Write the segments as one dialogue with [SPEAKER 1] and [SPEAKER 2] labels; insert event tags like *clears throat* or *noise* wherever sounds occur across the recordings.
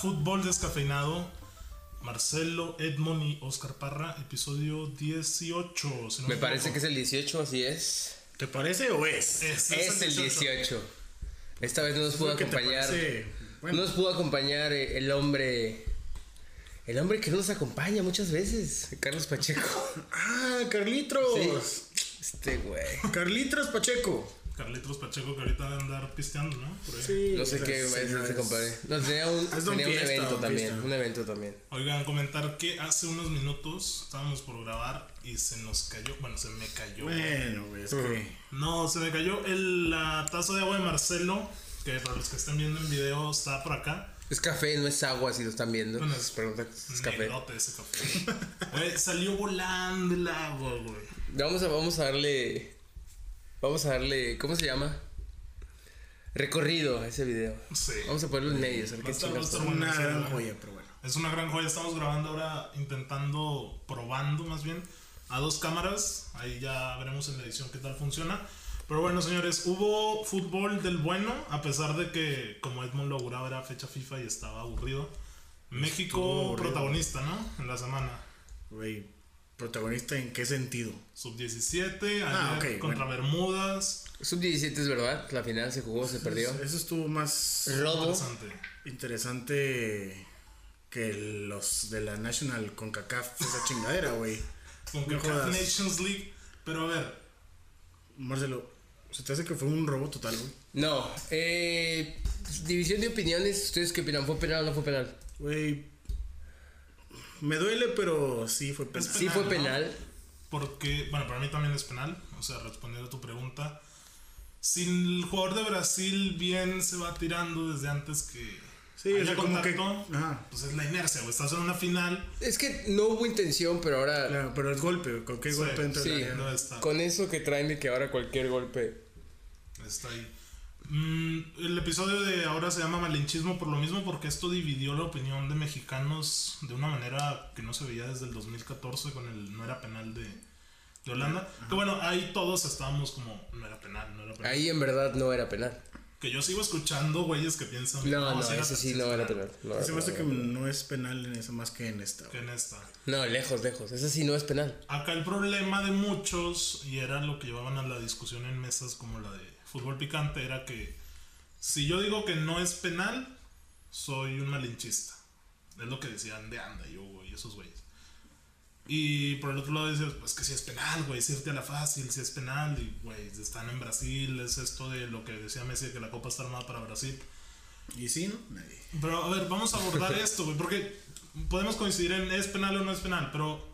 [SPEAKER 1] Fútbol Descafeinado. Marcelo, Edmond y Oscar Parra, episodio 18. si no
[SPEAKER 2] Me parece
[SPEAKER 1] equivoco.
[SPEAKER 2] que es el 18, así es.
[SPEAKER 3] ¿Te parece o es?
[SPEAKER 1] Ese
[SPEAKER 2] Es el 18. Esta vez no nos pudo
[SPEAKER 3] Creo que te
[SPEAKER 2] acompañar.
[SPEAKER 3] parece-
[SPEAKER 2] No nos pudo acompañar eh, el hombre. El hombre que no nos acompaña muchas veces, Carlos Pacheco.
[SPEAKER 3] Ah, Carlitos.
[SPEAKER 2] Este güey.
[SPEAKER 3] Carlitos Pacheco.
[SPEAKER 1] Carlitos Pacheco que ahorita va a andar pisteando, ¿no? Por ahí.
[SPEAKER 2] No sé qué es
[SPEAKER 3] es
[SPEAKER 2] este compadre. No, tenía un,
[SPEAKER 3] Es don
[SPEAKER 2] tenía un
[SPEAKER 3] Fiesta,
[SPEAKER 2] evento
[SPEAKER 3] don
[SPEAKER 2] también.
[SPEAKER 3] Fiesta.
[SPEAKER 2] Un evento también.
[SPEAKER 1] Oigan, comentar que hace unos minutos estábamos por grabar y se nos cayó. Bueno, se me cayó.
[SPEAKER 3] Bueno, güey, es que.
[SPEAKER 1] No, se me cayó el- la taza de agua de Marcelo, que para los que estén viendo en video está por acá.
[SPEAKER 2] Es café, no es agua, si lo están viendo.
[SPEAKER 1] Bueno, es-
[SPEAKER 2] Pregunta, es café.
[SPEAKER 1] Negrote ese café. *laughs* Güey, salió volando el agua, güey.
[SPEAKER 2] Vamos a, vamos a darle. Vamos a darle. ¿Cómo se llama? Recorrido a ese video.
[SPEAKER 1] Sí.
[SPEAKER 2] Vamos a ponerlo en medios. a
[SPEAKER 1] Va a
[SPEAKER 2] ver qué
[SPEAKER 1] estar-
[SPEAKER 2] chingados
[SPEAKER 1] va a
[SPEAKER 2] pasa.
[SPEAKER 1] estar
[SPEAKER 3] Una
[SPEAKER 1] Sí,
[SPEAKER 3] gran
[SPEAKER 1] güey.
[SPEAKER 3] joya, pero bueno.
[SPEAKER 1] Es una gran joya. Estamos grabando ahora, intentando, probando más bien, a dos cámaras. Ahí ya veremos en la edición qué tal funciona. Pero bueno, señores, hubo fútbol del bueno, a pesar de que, como Edmond lo auguraba, era fecha FIFA y estaba aburrido. México
[SPEAKER 3] Estuvo aburrido.
[SPEAKER 1] protagonista, ¿no? En la semana.
[SPEAKER 3] Güey, protagonista en qué sentido?
[SPEAKER 1] Sub-17, ayer
[SPEAKER 3] Ah, ok,
[SPEAKER 1] contra Bermudas.
[SPEAKER 2] Sub-17 es verdad. La final se jugó, se perdió.
[SPEAKER 3] Eso estuvo más
[SPEAKER 2] Robo.
[SPEAKER 1] Interesante.
[SPEAKER 3] interesante que los de la National CONCACAF, esa *laughs* chingadera, güey.
[SPEAKER 1] Con que
[SPEAKER 3] No jodas.
[SPEAKER 1] Nations League. Pero a ver,
[SPEAKER 3] Marcelo, se te hace que fue un robo total, güey.
[SPEAKER 2] No. Eh, división de opiniones. ¿Ustedes qué opinan? ¿Fue penal o no fue penal?
[SPEAKER 3] Güey. Me duele, pero sí fue
[SPEAKER 1] Es
[SPEAKER 3] penal.
[SPEAKER 2] Sí fue
[SPEAKER 1] ¿no?
[SPEAKER 2] penal.
[SPEAKER 1] Porque, bueno, para mí también es penal. O sea, respondiendo a tu pregunta. Si el jugador de Brasil bien se va tirando desde antes que
[SPEAKER 3] Sí, o
[SPEAKER 1] haya
[SPEAKER 3] sea, como que.
[SPEAKER 1] contacto,
[SPEAKER 3] Ajá.
[SPEAKER 1] pues es la inercia, güey. Estás en una final.
[SPEAKER 2] Es que no hubo intención, pero ahora.
[SPEAKER 3] Claro, pero es golpe, ¿con qué
[SPEAKER 1] Sí,
[SPEAKER 3] golpe entra
[SPEAKER 2] sí.
[SPEAKER 3] el área?
[SPEAKER 1] No está,
[SPEAKER 2] Con eso que traen de que ahora cualquier golpe.
[SPEAKER 1] está ahí. Mm, el episodio de ahora se llama Malinchismo por lo mismo, porque esto dividió la opinión de mexicanos de una manera que no se veía desde el 2014 con el no era penal de, de Holanda. Que bueno, ahí todos estábamos como no era penal, no era penal.
[SPEAKER 2] Ahí en verdad no era penal.
[SPEAKER 1] Que yo sigo escuchando güeyes que piensan.
[SPEAKER 2] No,
[SPEAKER 1] sí
[SPEAKER 2] no,
[SPEAKER 1] era
[SPEAKER 2] ese sí
[SPEAKER 1] penal".
[SPEAKER 2] no era penal. No, era
[SPEAKER 3] Se me hace que
[SPEAKER 2] penal.
[SPEAKER 3] no es penal en esa más que en esta.
[SPEAKER 1] Que en
[SPEAKER 3] güey.
[SPEAKER 1] esta.
[SPEAKER 2] no, lejos, lejos. Ese sí no es penal.
[SPEAKER 1] Acá el problema de muchos, y era lo que llevaban a la discusión en mesas como la de fútbol picante, era que si yo digo que no es penal, soy un malinchista. Es lo que decían de anda, yo, güey, esos güeyes. Y por el otro lado dices, pues que si es penal, güey, si irte a la fácil, si es penal, y güey, están en Brasil, es esto de lo que decía Messi, de que la copa está armada para Brasil.
[SPEAKER 3] Y sí, ¿no? Nadie.
[SPEAKER 1] Pero a ver, vamos a
[SPEAKER 2] *laughs*
[SPEAKER 1] abordar esto, güey, porque podemos coincidir en es penal o no es penal, pero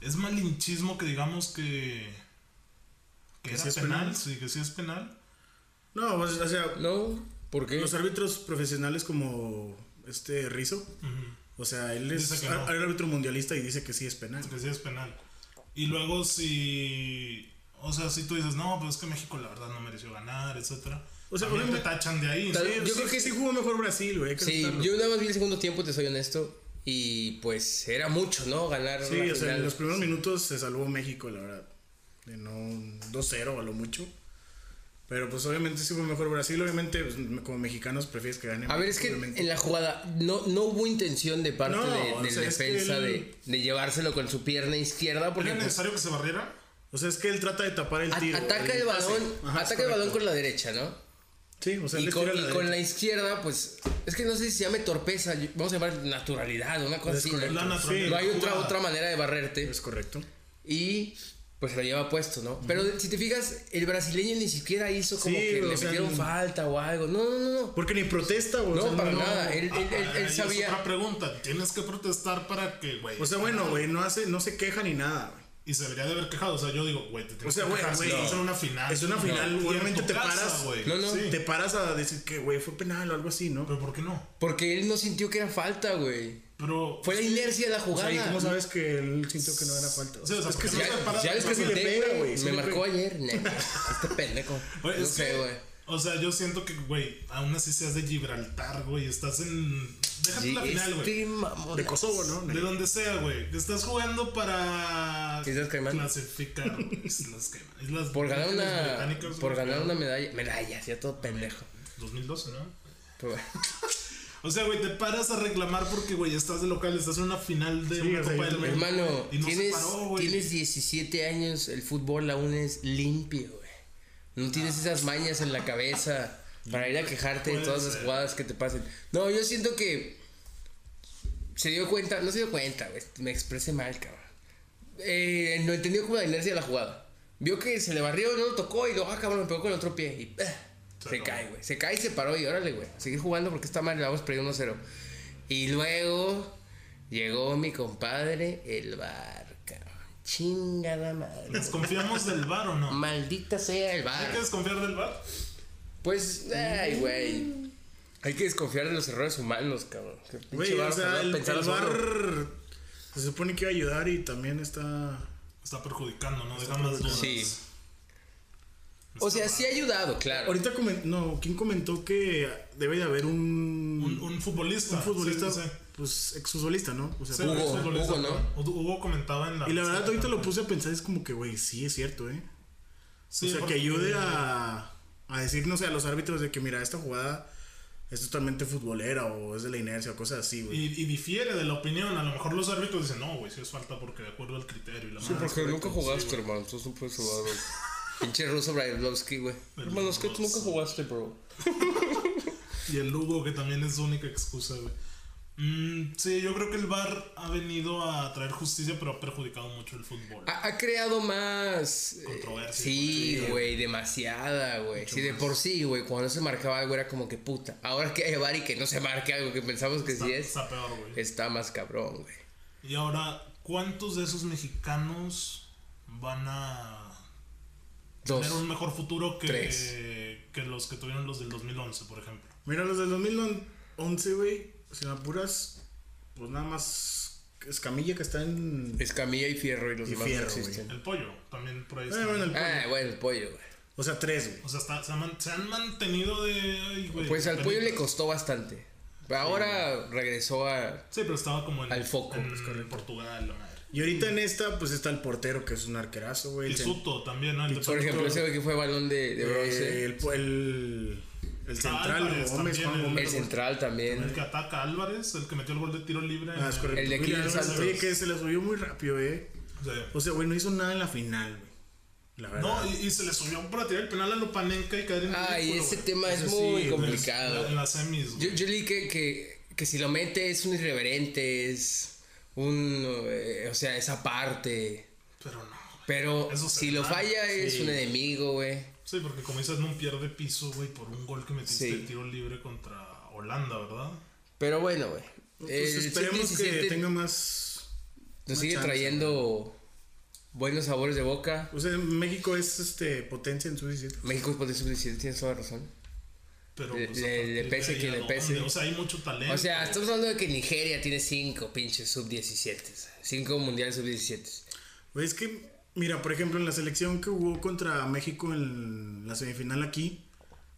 [SPEAKER 1] es malinchismo que digamos que. que,
[SPEAKER 3] ¿Que
[SPEAKER 1] era
[SPEAKER 3] sí es
[SPEAKER 1] penal,
[SPEAKER 3] penal?
[SPEAKER 1] sí, que sí es penal.
[SPEAKER 3] No, pues, o sea,
[SPEAKER 2] No, ¿por qué?
[SPEAKER 3] los árbitros profesionales como este Rizo,
[SPEAKER 1] Ujú,
[SPEAKER 3] o sea, él
[SPEAKER 1] Dice
[SPEAKER 3] es
[SPEAKER 1] que no.
[SPEAKER 3] ar- árbitro mundialista y dice que sí es penal.
[SPEAKER 1] Que sí es penal. Y luego si. O sea, si tú dices, no, pues es que México la verdad no mereció ganar, etcétera. O
[SPEAKER 3] O sea,
[SPEAKER 1] sea, te
[SPEAKER 3] obviamente-
[SPEAKER 1] tachan de ahí.
[SPEAKER 2] Tal-
[SPEAKER 1] ¿sí?
[SPEAKER 2] yo
[SPEAKER 3] Sí,
[SPEAKER 2] creo que
[SPEAKER 3] sí jugó mejor Brasil, güey. hay que
[SPEAKER 2] Sí,
[SPEAKER 3] aceptarlo.
[SPEAKER 2] yo nada más vi el segundo tiempo, te soy honesto. Y pues era mucho, ¿no? Ganar.
[SPEAKER 3] Sí,
[SPEAKER 2] la
[SPEAKER 3] o sea,
[SPEAKER 2] final.
[SPEAKER 3] en los primeros minutos se salvó México, la verdad. De no un 2-0 a lo mucho. Pero pues obviamente sí fue mejor Brasil, obviamente pues, como mexicanos prefieres que gane.
[SPEAKER 2] A ver, es
[SPEAKER 3] México,
[SPEAKER 2] que
[SPEAKER 3] obviamente.
[SPEAKER 2] en la jugada no, no hubo intención de parte
[SPEAKER 3] No,
[SPEAKER 2] de-
[SPEAKER 3] o
[SPEAKER 2] del
[SPEAKER 3] sea, es que
[SPEAKER 2] defensa
[SPEAKER 3] él-
[SPEAKER 2] de, de llevárselo con su pierna izquierda porque
[SPEAKER 1] ¿Era
[SPEAKER 2] pues,
[SPEAKER 1] necesario que se barriera?
[SPEAKER 3] O sea, es que él trata de tapar el
[SPEAKER 2] a-
[SPEAKER 3] tiro.
[SPEAKER 2] ataca el
[SPEAKER 3] pase.
[SPEAKER 2] balón,
[SPEAKER 3] Ajá, es
[SPEAKER 2] ataca el balón
[SPEAKER 3] correcto.
[SPEAKER 2] con la derecha, ¿no?
[SPEAKER 3] Sí, o sea, él
[SPEAKER 2] y
[SPEAKER 3] les
[SPEAKER 2] con,
[SPEAKER 3] tira
[SPEAKER 2] y
[SPEAKER 3] la
[SPEAKER 2] con
[SPEAKER 3] derecha.
[SPEAKER 2] la izquierda, pues es que no sé si se llame torpeza, yo- vamos a llamar naturalidad, una cosa
[SPEAKER 3] Es
[SPEAKER 2] así.
[SPEAKER 3] correcto.
[SPEAKER 1] La
[SPEAKER 2] ¿no?
[SPEAKER 1] naturaleza.
[SPEAKER 3] Sí,
[SPEAKER 2] No hay otra,
[SPEAKER 1] jugada.
[SPEAKER 2] otra manera de barrerte
[SPEAKER 3] Es correcto.
[SPEAKER 2] y pues se lo lleva puesto, ¿no? Pero si te fijas, el brasileño ni siquiera hizo como
[SPEAKER 3] Sí,
[SPEAKER 2] que le
[SPEAKER 3] o sea,
[SPEAKER 2] metieron
[SPEAKER 3] no-
[SPEAKER 2] falta o algo. No, no, no, no.
[SPEAKER 3] Porque ni protesta, güey. o
[SPEAKER 2] No,
[SPEAKER 3] sea,
[SPEAKER 2] para nada. eh. Él,
[SPEAKER 1] Ah,
[SPEAKER 2] él- él-
[SPEAKER 1] ahí
[SPEAKER 2] él
[SPEAKER 1] es Otra
[SPEAKER 2] sabía.
[SPEAKER 1] pregunta, tienes que protestar para que, güey.
[SPEAKER 3] O sea, bueno, güey, no, hace, no se queja ni nada, güey.
[SPEAKER 1] Y se debería de haber quejado. O sea, yo digo, güey, te tienes
[SPEAKER 3] O sea,
[SPEAKER 1] que
[SPEAKER 3] güey,
[SPEAKER 1] quejar si
[SPEAKER 3] güey,
[SPEAKER 1] estás en
[SPEAKER 3] no.
[SPEAKER 1] una final.
[SPEAKER 3] Es una final,
[SPEAKER 1] Y en
[SPEAKER 3] obviamente
[SPEAKER 1] tu
[SPEAKER 3] te
[SPEAKER 1] casa,
[SPEAKER 3] paras.
[SPEAKER 1] güey.
[SPEAKER 2] No, no.
[SPEAKER 1] Sí.
[SPEAKER 3] Te paras a decir que, güey, fue penal o algo así, ¿no?
[SPEAKER 1] Pero ¿por qué no?
[SPEAKER 2] Porque él no sintió que era falta, güey.
[SPEAKER 1] Pero.
[SPEAKER 2] Fue la inercia de la
[SPEAKER 3] O sea,
[SPEAKER 2] jugada.
[SPEAKER 3] ¿y cómo sabes que él sintió que no era falta?
[SPEAKER 1] Sí, o sea,
[SPEAKER 3] es
[SPEAKER 1] porque
[SPEAKER 3] que sí,
[SPEAKER 1] no se para-
[SPEAKER 2] Ya, ya les
[SPEAKER 3] Sí le
[SPEAKER 2] presenté,
[SPEAKER 3] pega,
[SPEAKER 2] güey.
[SPEAKER 3] güey, sí
[SPEAKER 2] Me
[SPEAKER 3] le
[SPEAKER 2] marcó ayer. Nah, este pendejo.
[SPEAKER 1] Güey,
[SPEAKER 2] no
[SPEAKER 1] es
[SPEAKER 2] sé,
[SPEAKER 1] que-
[SPEAKER 2] güey.
[SPEAKER 1] pues, O sea, yo siento que, güey, aún así seas de Gibraltar, güey. Estás en. Déjate
[SPEAKER 2] Sí,
[SPEAKER 1] la final, güey.
[SPEAKER 2] este mamón.
[SPEAKER 3] de Kosovo, ¿no?
[SPEAKER 1] De donde sea, güey. Estás jugando para.
[SPEAKER 2] Islas Caimán.
[SPEAKER 1] Clasificar.
[SPEAKER 2] *laughs*
[SPEAKER 1] güey, Islas Caimán. Islas
[SPEAKER 2] Por ganar
[SPEAKER 1] Islas
[SPEAKER 2] una.
[SPEAKER 1] Británicas,
[SPEAKER 2] Por
[SPEAKER 1] güey,
[SPEAKER 2] ganar una medalla. Medalla, hacía todo pendejo.
[SPEAKER 1] 2012, ¿no?
[SPEAKER 2] Pero-
[SPEAKER 1] O sea, güey, te paras a reclamar porque, güey, estás de local, estás en una final de
[SPEAKER 3] Sí,
[SPEAKER 1] una
[SPEAKER 3] o sea,
[SPEAKER 1] Copa del
[SPEAKER 3] yo también.
[SPEAKER 1] Mundo.
[SPEAKER 2] Hermano,
[SPEAKER 1] y no se
[SPEAKER 2] tienes,
[SPEAKER 1] paró, güey.
[SPEAKER 2] tienes 17 años, el fútbol aún es limpio, güey. No tienes esas mañas en la cabeza para ir a quejarte de
[SPEAKER 1] Ah, Puede
[SPEAKER 2] todas las
[SPEAKER 1] ser.
[SPEAKER 2] jugadas que te pasen. No, yo siento que se dio cuenta, no se dio cuenta, güey, me expresé mal, cabrón. Eh, no entendió como la inercia de la jugada. Vio que se le barrió, no lo tocó y luego, ah, cabrón, me pegó con el otro pie. Y ¡ah! se,
[SPEAKER 1] Se
[SPEAKER 2] cae,
[SPEAKER 1] acabó.
[SPEAKER 2] güey. Se cae y se paró y órale, güey. Seguir jugando porque está mal, le vamos perdiendo 1-0. Y luego llegó mi compadre, el bar, cabrón. Chingada madre.
[SPEAKER 1] ¿Desconfiamos del bar o no?
[SPEAKER 2] Maldita sea el
[SPEAKER 1] ¿Hay
[SPEAKER 2] bar.
[SPEAKER 1] que desconfiar del bar?
[SPEAKER 2] Pues, ay, güey. Hay que desconfiar de los errores humanos, cabrón. Que
[SPEAKER 3] Güey,
[SPEAKER 2] pinche bar,
[SPEAKER 3] o sea,
[SPEAKER 2] ojalá
[SPEAKER 3] el,
[SPEAKER 2] pensara
[SPEAKER 3] el
[SPEAKER 2] solo.
[SPEAKER 3] bar se supone que iba a ayudar y también está.
[SPEAKER 1] Está perjudicando, ¿no? Deja más dudas.
[SPEAKER 2] Sí. O sea, sí ha ayudado, claro.
[SPEAKER 3] Ahorita comen- no, ¿quién comentó que debe de haber un,
[SPEAKER 1] Un, un futbolista.
[SPEAKER 3] un futbolista,
[SPEAKER 1] sí, sí, sí.
[SPEAKER 3] pues exfutbolista, ¿no? O sea,
[SPEAKER 1] Sí,
[SPEAKER 2] Hugo,
[SPEAKER 1] es futbolista,
[SPEAKER 2] Hugo, ¿no?
[SPEAKER 1] Hugo- Hugo comentaba en la.
[SPEAKER 3] y la verdad ahorita lo puse a pensar es como que, güey, sí es cierto, ¿eh?
[SPEAKER 1] Sí,
[SPEAKER 3] o sea, que
[SPEAKER 1] porque-
[SPEAKER 3] ayude a, a decir, no sé, a los árbitros de que, mira, esta jugada es totalmente futbolera o es de la inercia o cosas así, güey.
[SPEAKER 1] Y, y difiere de la opinión. A lo mejor los árbitros dicen, no, güey, si es falta porque de acuerdo al criterio y la
[SPEAKER 2] Sí,
[SPEAKER 1] madre".
[SPEAKER 2] porque nunca jugaste, hermano. Tú no puedes jugar, bro. Pinche ruso Brailovsky, güey. Hermano, es que tú nunca jugaste, bro.
[SPEAKER 1] Y el Hugo, que también es su única excusa, güey. Mm, sí, yo creo que el VAR ha venido a traer justicia, pero ha perjudicado mucho el fútbol.
[SPEAKER 2] Ha, ha creado más. eh,
[SPEAKER 1] Controversia.
[SPEAKER 2] sí, güey, demasiada, güey. Sí, de por sí, güey. Cuando no se marcaba algo era como que puta. Ahora que hay bar y que no se marque algo que pensamos que
[SPEAKER 1] está,
[SPEAKER 2] sí es,
[SPEAKER 1] está peor, güey.
[SPEAKER 2] está más cabrón, güey.
[SPEAKER 1] Y ahora, ¿cuántos de esos mexicanos van a tener
[SPEAKER 2] Dos.
[SPEAKER 1] un mejor futuro
[SPEAKER 2] Tres.
[SPEAKER 1] que, que los que tuvieron los del 2011, por ejemplo?
[SPEAKER 3] Mira, los del 2011, güey, si me apuras, pues nada más Escamilla que está en...
[SPEAKER 2] Escamilla y fierro y los
[SPEAKER 3] Y
[SPEAKER 2] demás
[SPEAKER 3] Fierro,
[SPEAKER 2] no
[SPEAKER 3] güey.
[SPEAKER 2] existen.
[SPEAKER 1] El pollo, también por ahí
[SPEAKER 3] Eh,
[SPEAKER 1] está.
[SPEAKER 3] bueno, el
[SPEAKER 2] Ah,
[SPEAKER 3] pollo.
[SPEAKER 2] bueno, el pollo, güey.
[SPEAKER 3] O sea, tres, güey.
[SPEAKER 1] O sea, está- se, han, man- se han mantenido de... ay, güey,
[SPEAKER 2] Pues al pollo le
[SPEAKER 1] penitas.
[SPEAKER 2] costó bastante. Ahora regresó a.
[SPEAKER 1] Sí, pero estaba como en,
[SPEAKER 2] Al foco,
[SPEAKER 1] en
[SPEAKER 2] es
[SPEAKER 1] Portugal, la madre.
[SPEAKER 3] Y ahorita en esta, pues está el portero, que es un arquerazo, güey.
[SPEAKER 1] Y
[SPEAKER 3] El cen-
[SPEAKER 1] Suto también, ¿no? El de
[SPEAKER 2] Por
[SPEAKER 1] Pachuca.
[SPEAKER 2] ejemplo, ese güey que fue balón de, de bronce.
[SPEAKER 3] eh, el, po- el, el central,
[SPEAKER 1] Álvarez
[SPEAKER 3] Gómez,
[SPEAKER 1] también,
[SPEAKER 3] Juan
[SPEAKER 1] el-
[SPEAKER 3] Gómez.
[SPEAKER 2] El central
[SPEAKER 1] El
[SPEAKER 2] también.
[SPEAKER 1] que ataca a Álvarez, el que metió el gol de tiro libre.
[SPEAKER 3] Ah, es correcto.
[SPEAKER 2] El de
[SPEAKER 3] William
[SPEAKER 2] Kylian
[SPEAKER 3] Álvarez,
[SPEAKER 2] Santos.
[SPEAKER 3] Oye, que se le subió muy rápido, eh.
[SPEAKER 1] O sea,
[SPEAKER 3] O sea, güey, no hizo nada en la final, güey. La verdad.
[SPEAKER 1] no, y, y se le subió para tirar el penal a Lupanenka y caer en
[SPEAKER 2] Ay,
[SPEAKER 1] ridículo,
[SPEAKER 2] ese
[SPEAKER 1] güey.
[SPEAKER 2] tema es
[SPEAKER 3] Eso sí,
[SPEAKER 2] muy
[SPEAKER 3] güey,
[SPEAKER 2] complicado.
[SPEAKER 1] En las semis,
[SPEAKER 2] Yo,
[SPEAKER 1] güey.
[SPEAKER 2] yo leí que, que, que si lo mete es un irreverente, es un... eh, o sea, esa parte.
[SPEAKER 1] Pero no, güey.
[SPEAKER 2] Pero
[SPEAKER 1] Eso se
[SPEAKER 2] si lo
[SPEAKER 1] gana,
[SPEAKER 2] falla es
[SPEAKER 3] sí.
[SPEAKER 2] un enemigo, güey.
[SPEAKER 1] Sí, porque como dices, no pierde piso, güey, por un gol que metiste
[SPEAKER 2] Sí.
[SPEAKER 1] de tiro libre contra Holanda, ¿verdad?
[SPEAKER 2] Pero bueno, güey.
[SPEAKER 3] Pues
[SPEAKER 2] el
[SPEAKER 3] esperemos que
[SPEAKER 2] 117
[SPEAKER 3] tenga más.
[SPEAKER 2] nos sigue
[SPEAKER 3] chance,
[SPEAKER 2] trayendo buenos sabores de boca.
[SPEAKER 3] O sea, México es este potencia en su 17.
[SPEAKER 2] México es potencia sub-17, tienes toda la razón.
[SPEAKER 1] Pero
[SPEAKER 2] Le-
[SPEAKER 1] a
[SPEAKER 2] le-
[SPEAKER 1] partir
[SPEAKER 2] le
[SPEAKER 1] de
[SPEAKER 2] pese
[SPEAKER 1] ahí,
[SPEAKER 2] quien
[SPEAKER 1] ¿a
[SPEAKER 2] le
[SPEAKER 1] dónde?
[SPEAKER 2] pese.
[SPEAKER 1] O sea, hay mucho talento.
[SPEAKER 2] O sea, estamos hablando de que Nigeria tiene 5 pinches sub-17. 5 mundiales sub-17.
[SPEAKER 3] Güey, es que, mira, por ejemplo, en la selección que jugó contra México en la semifinal aquí,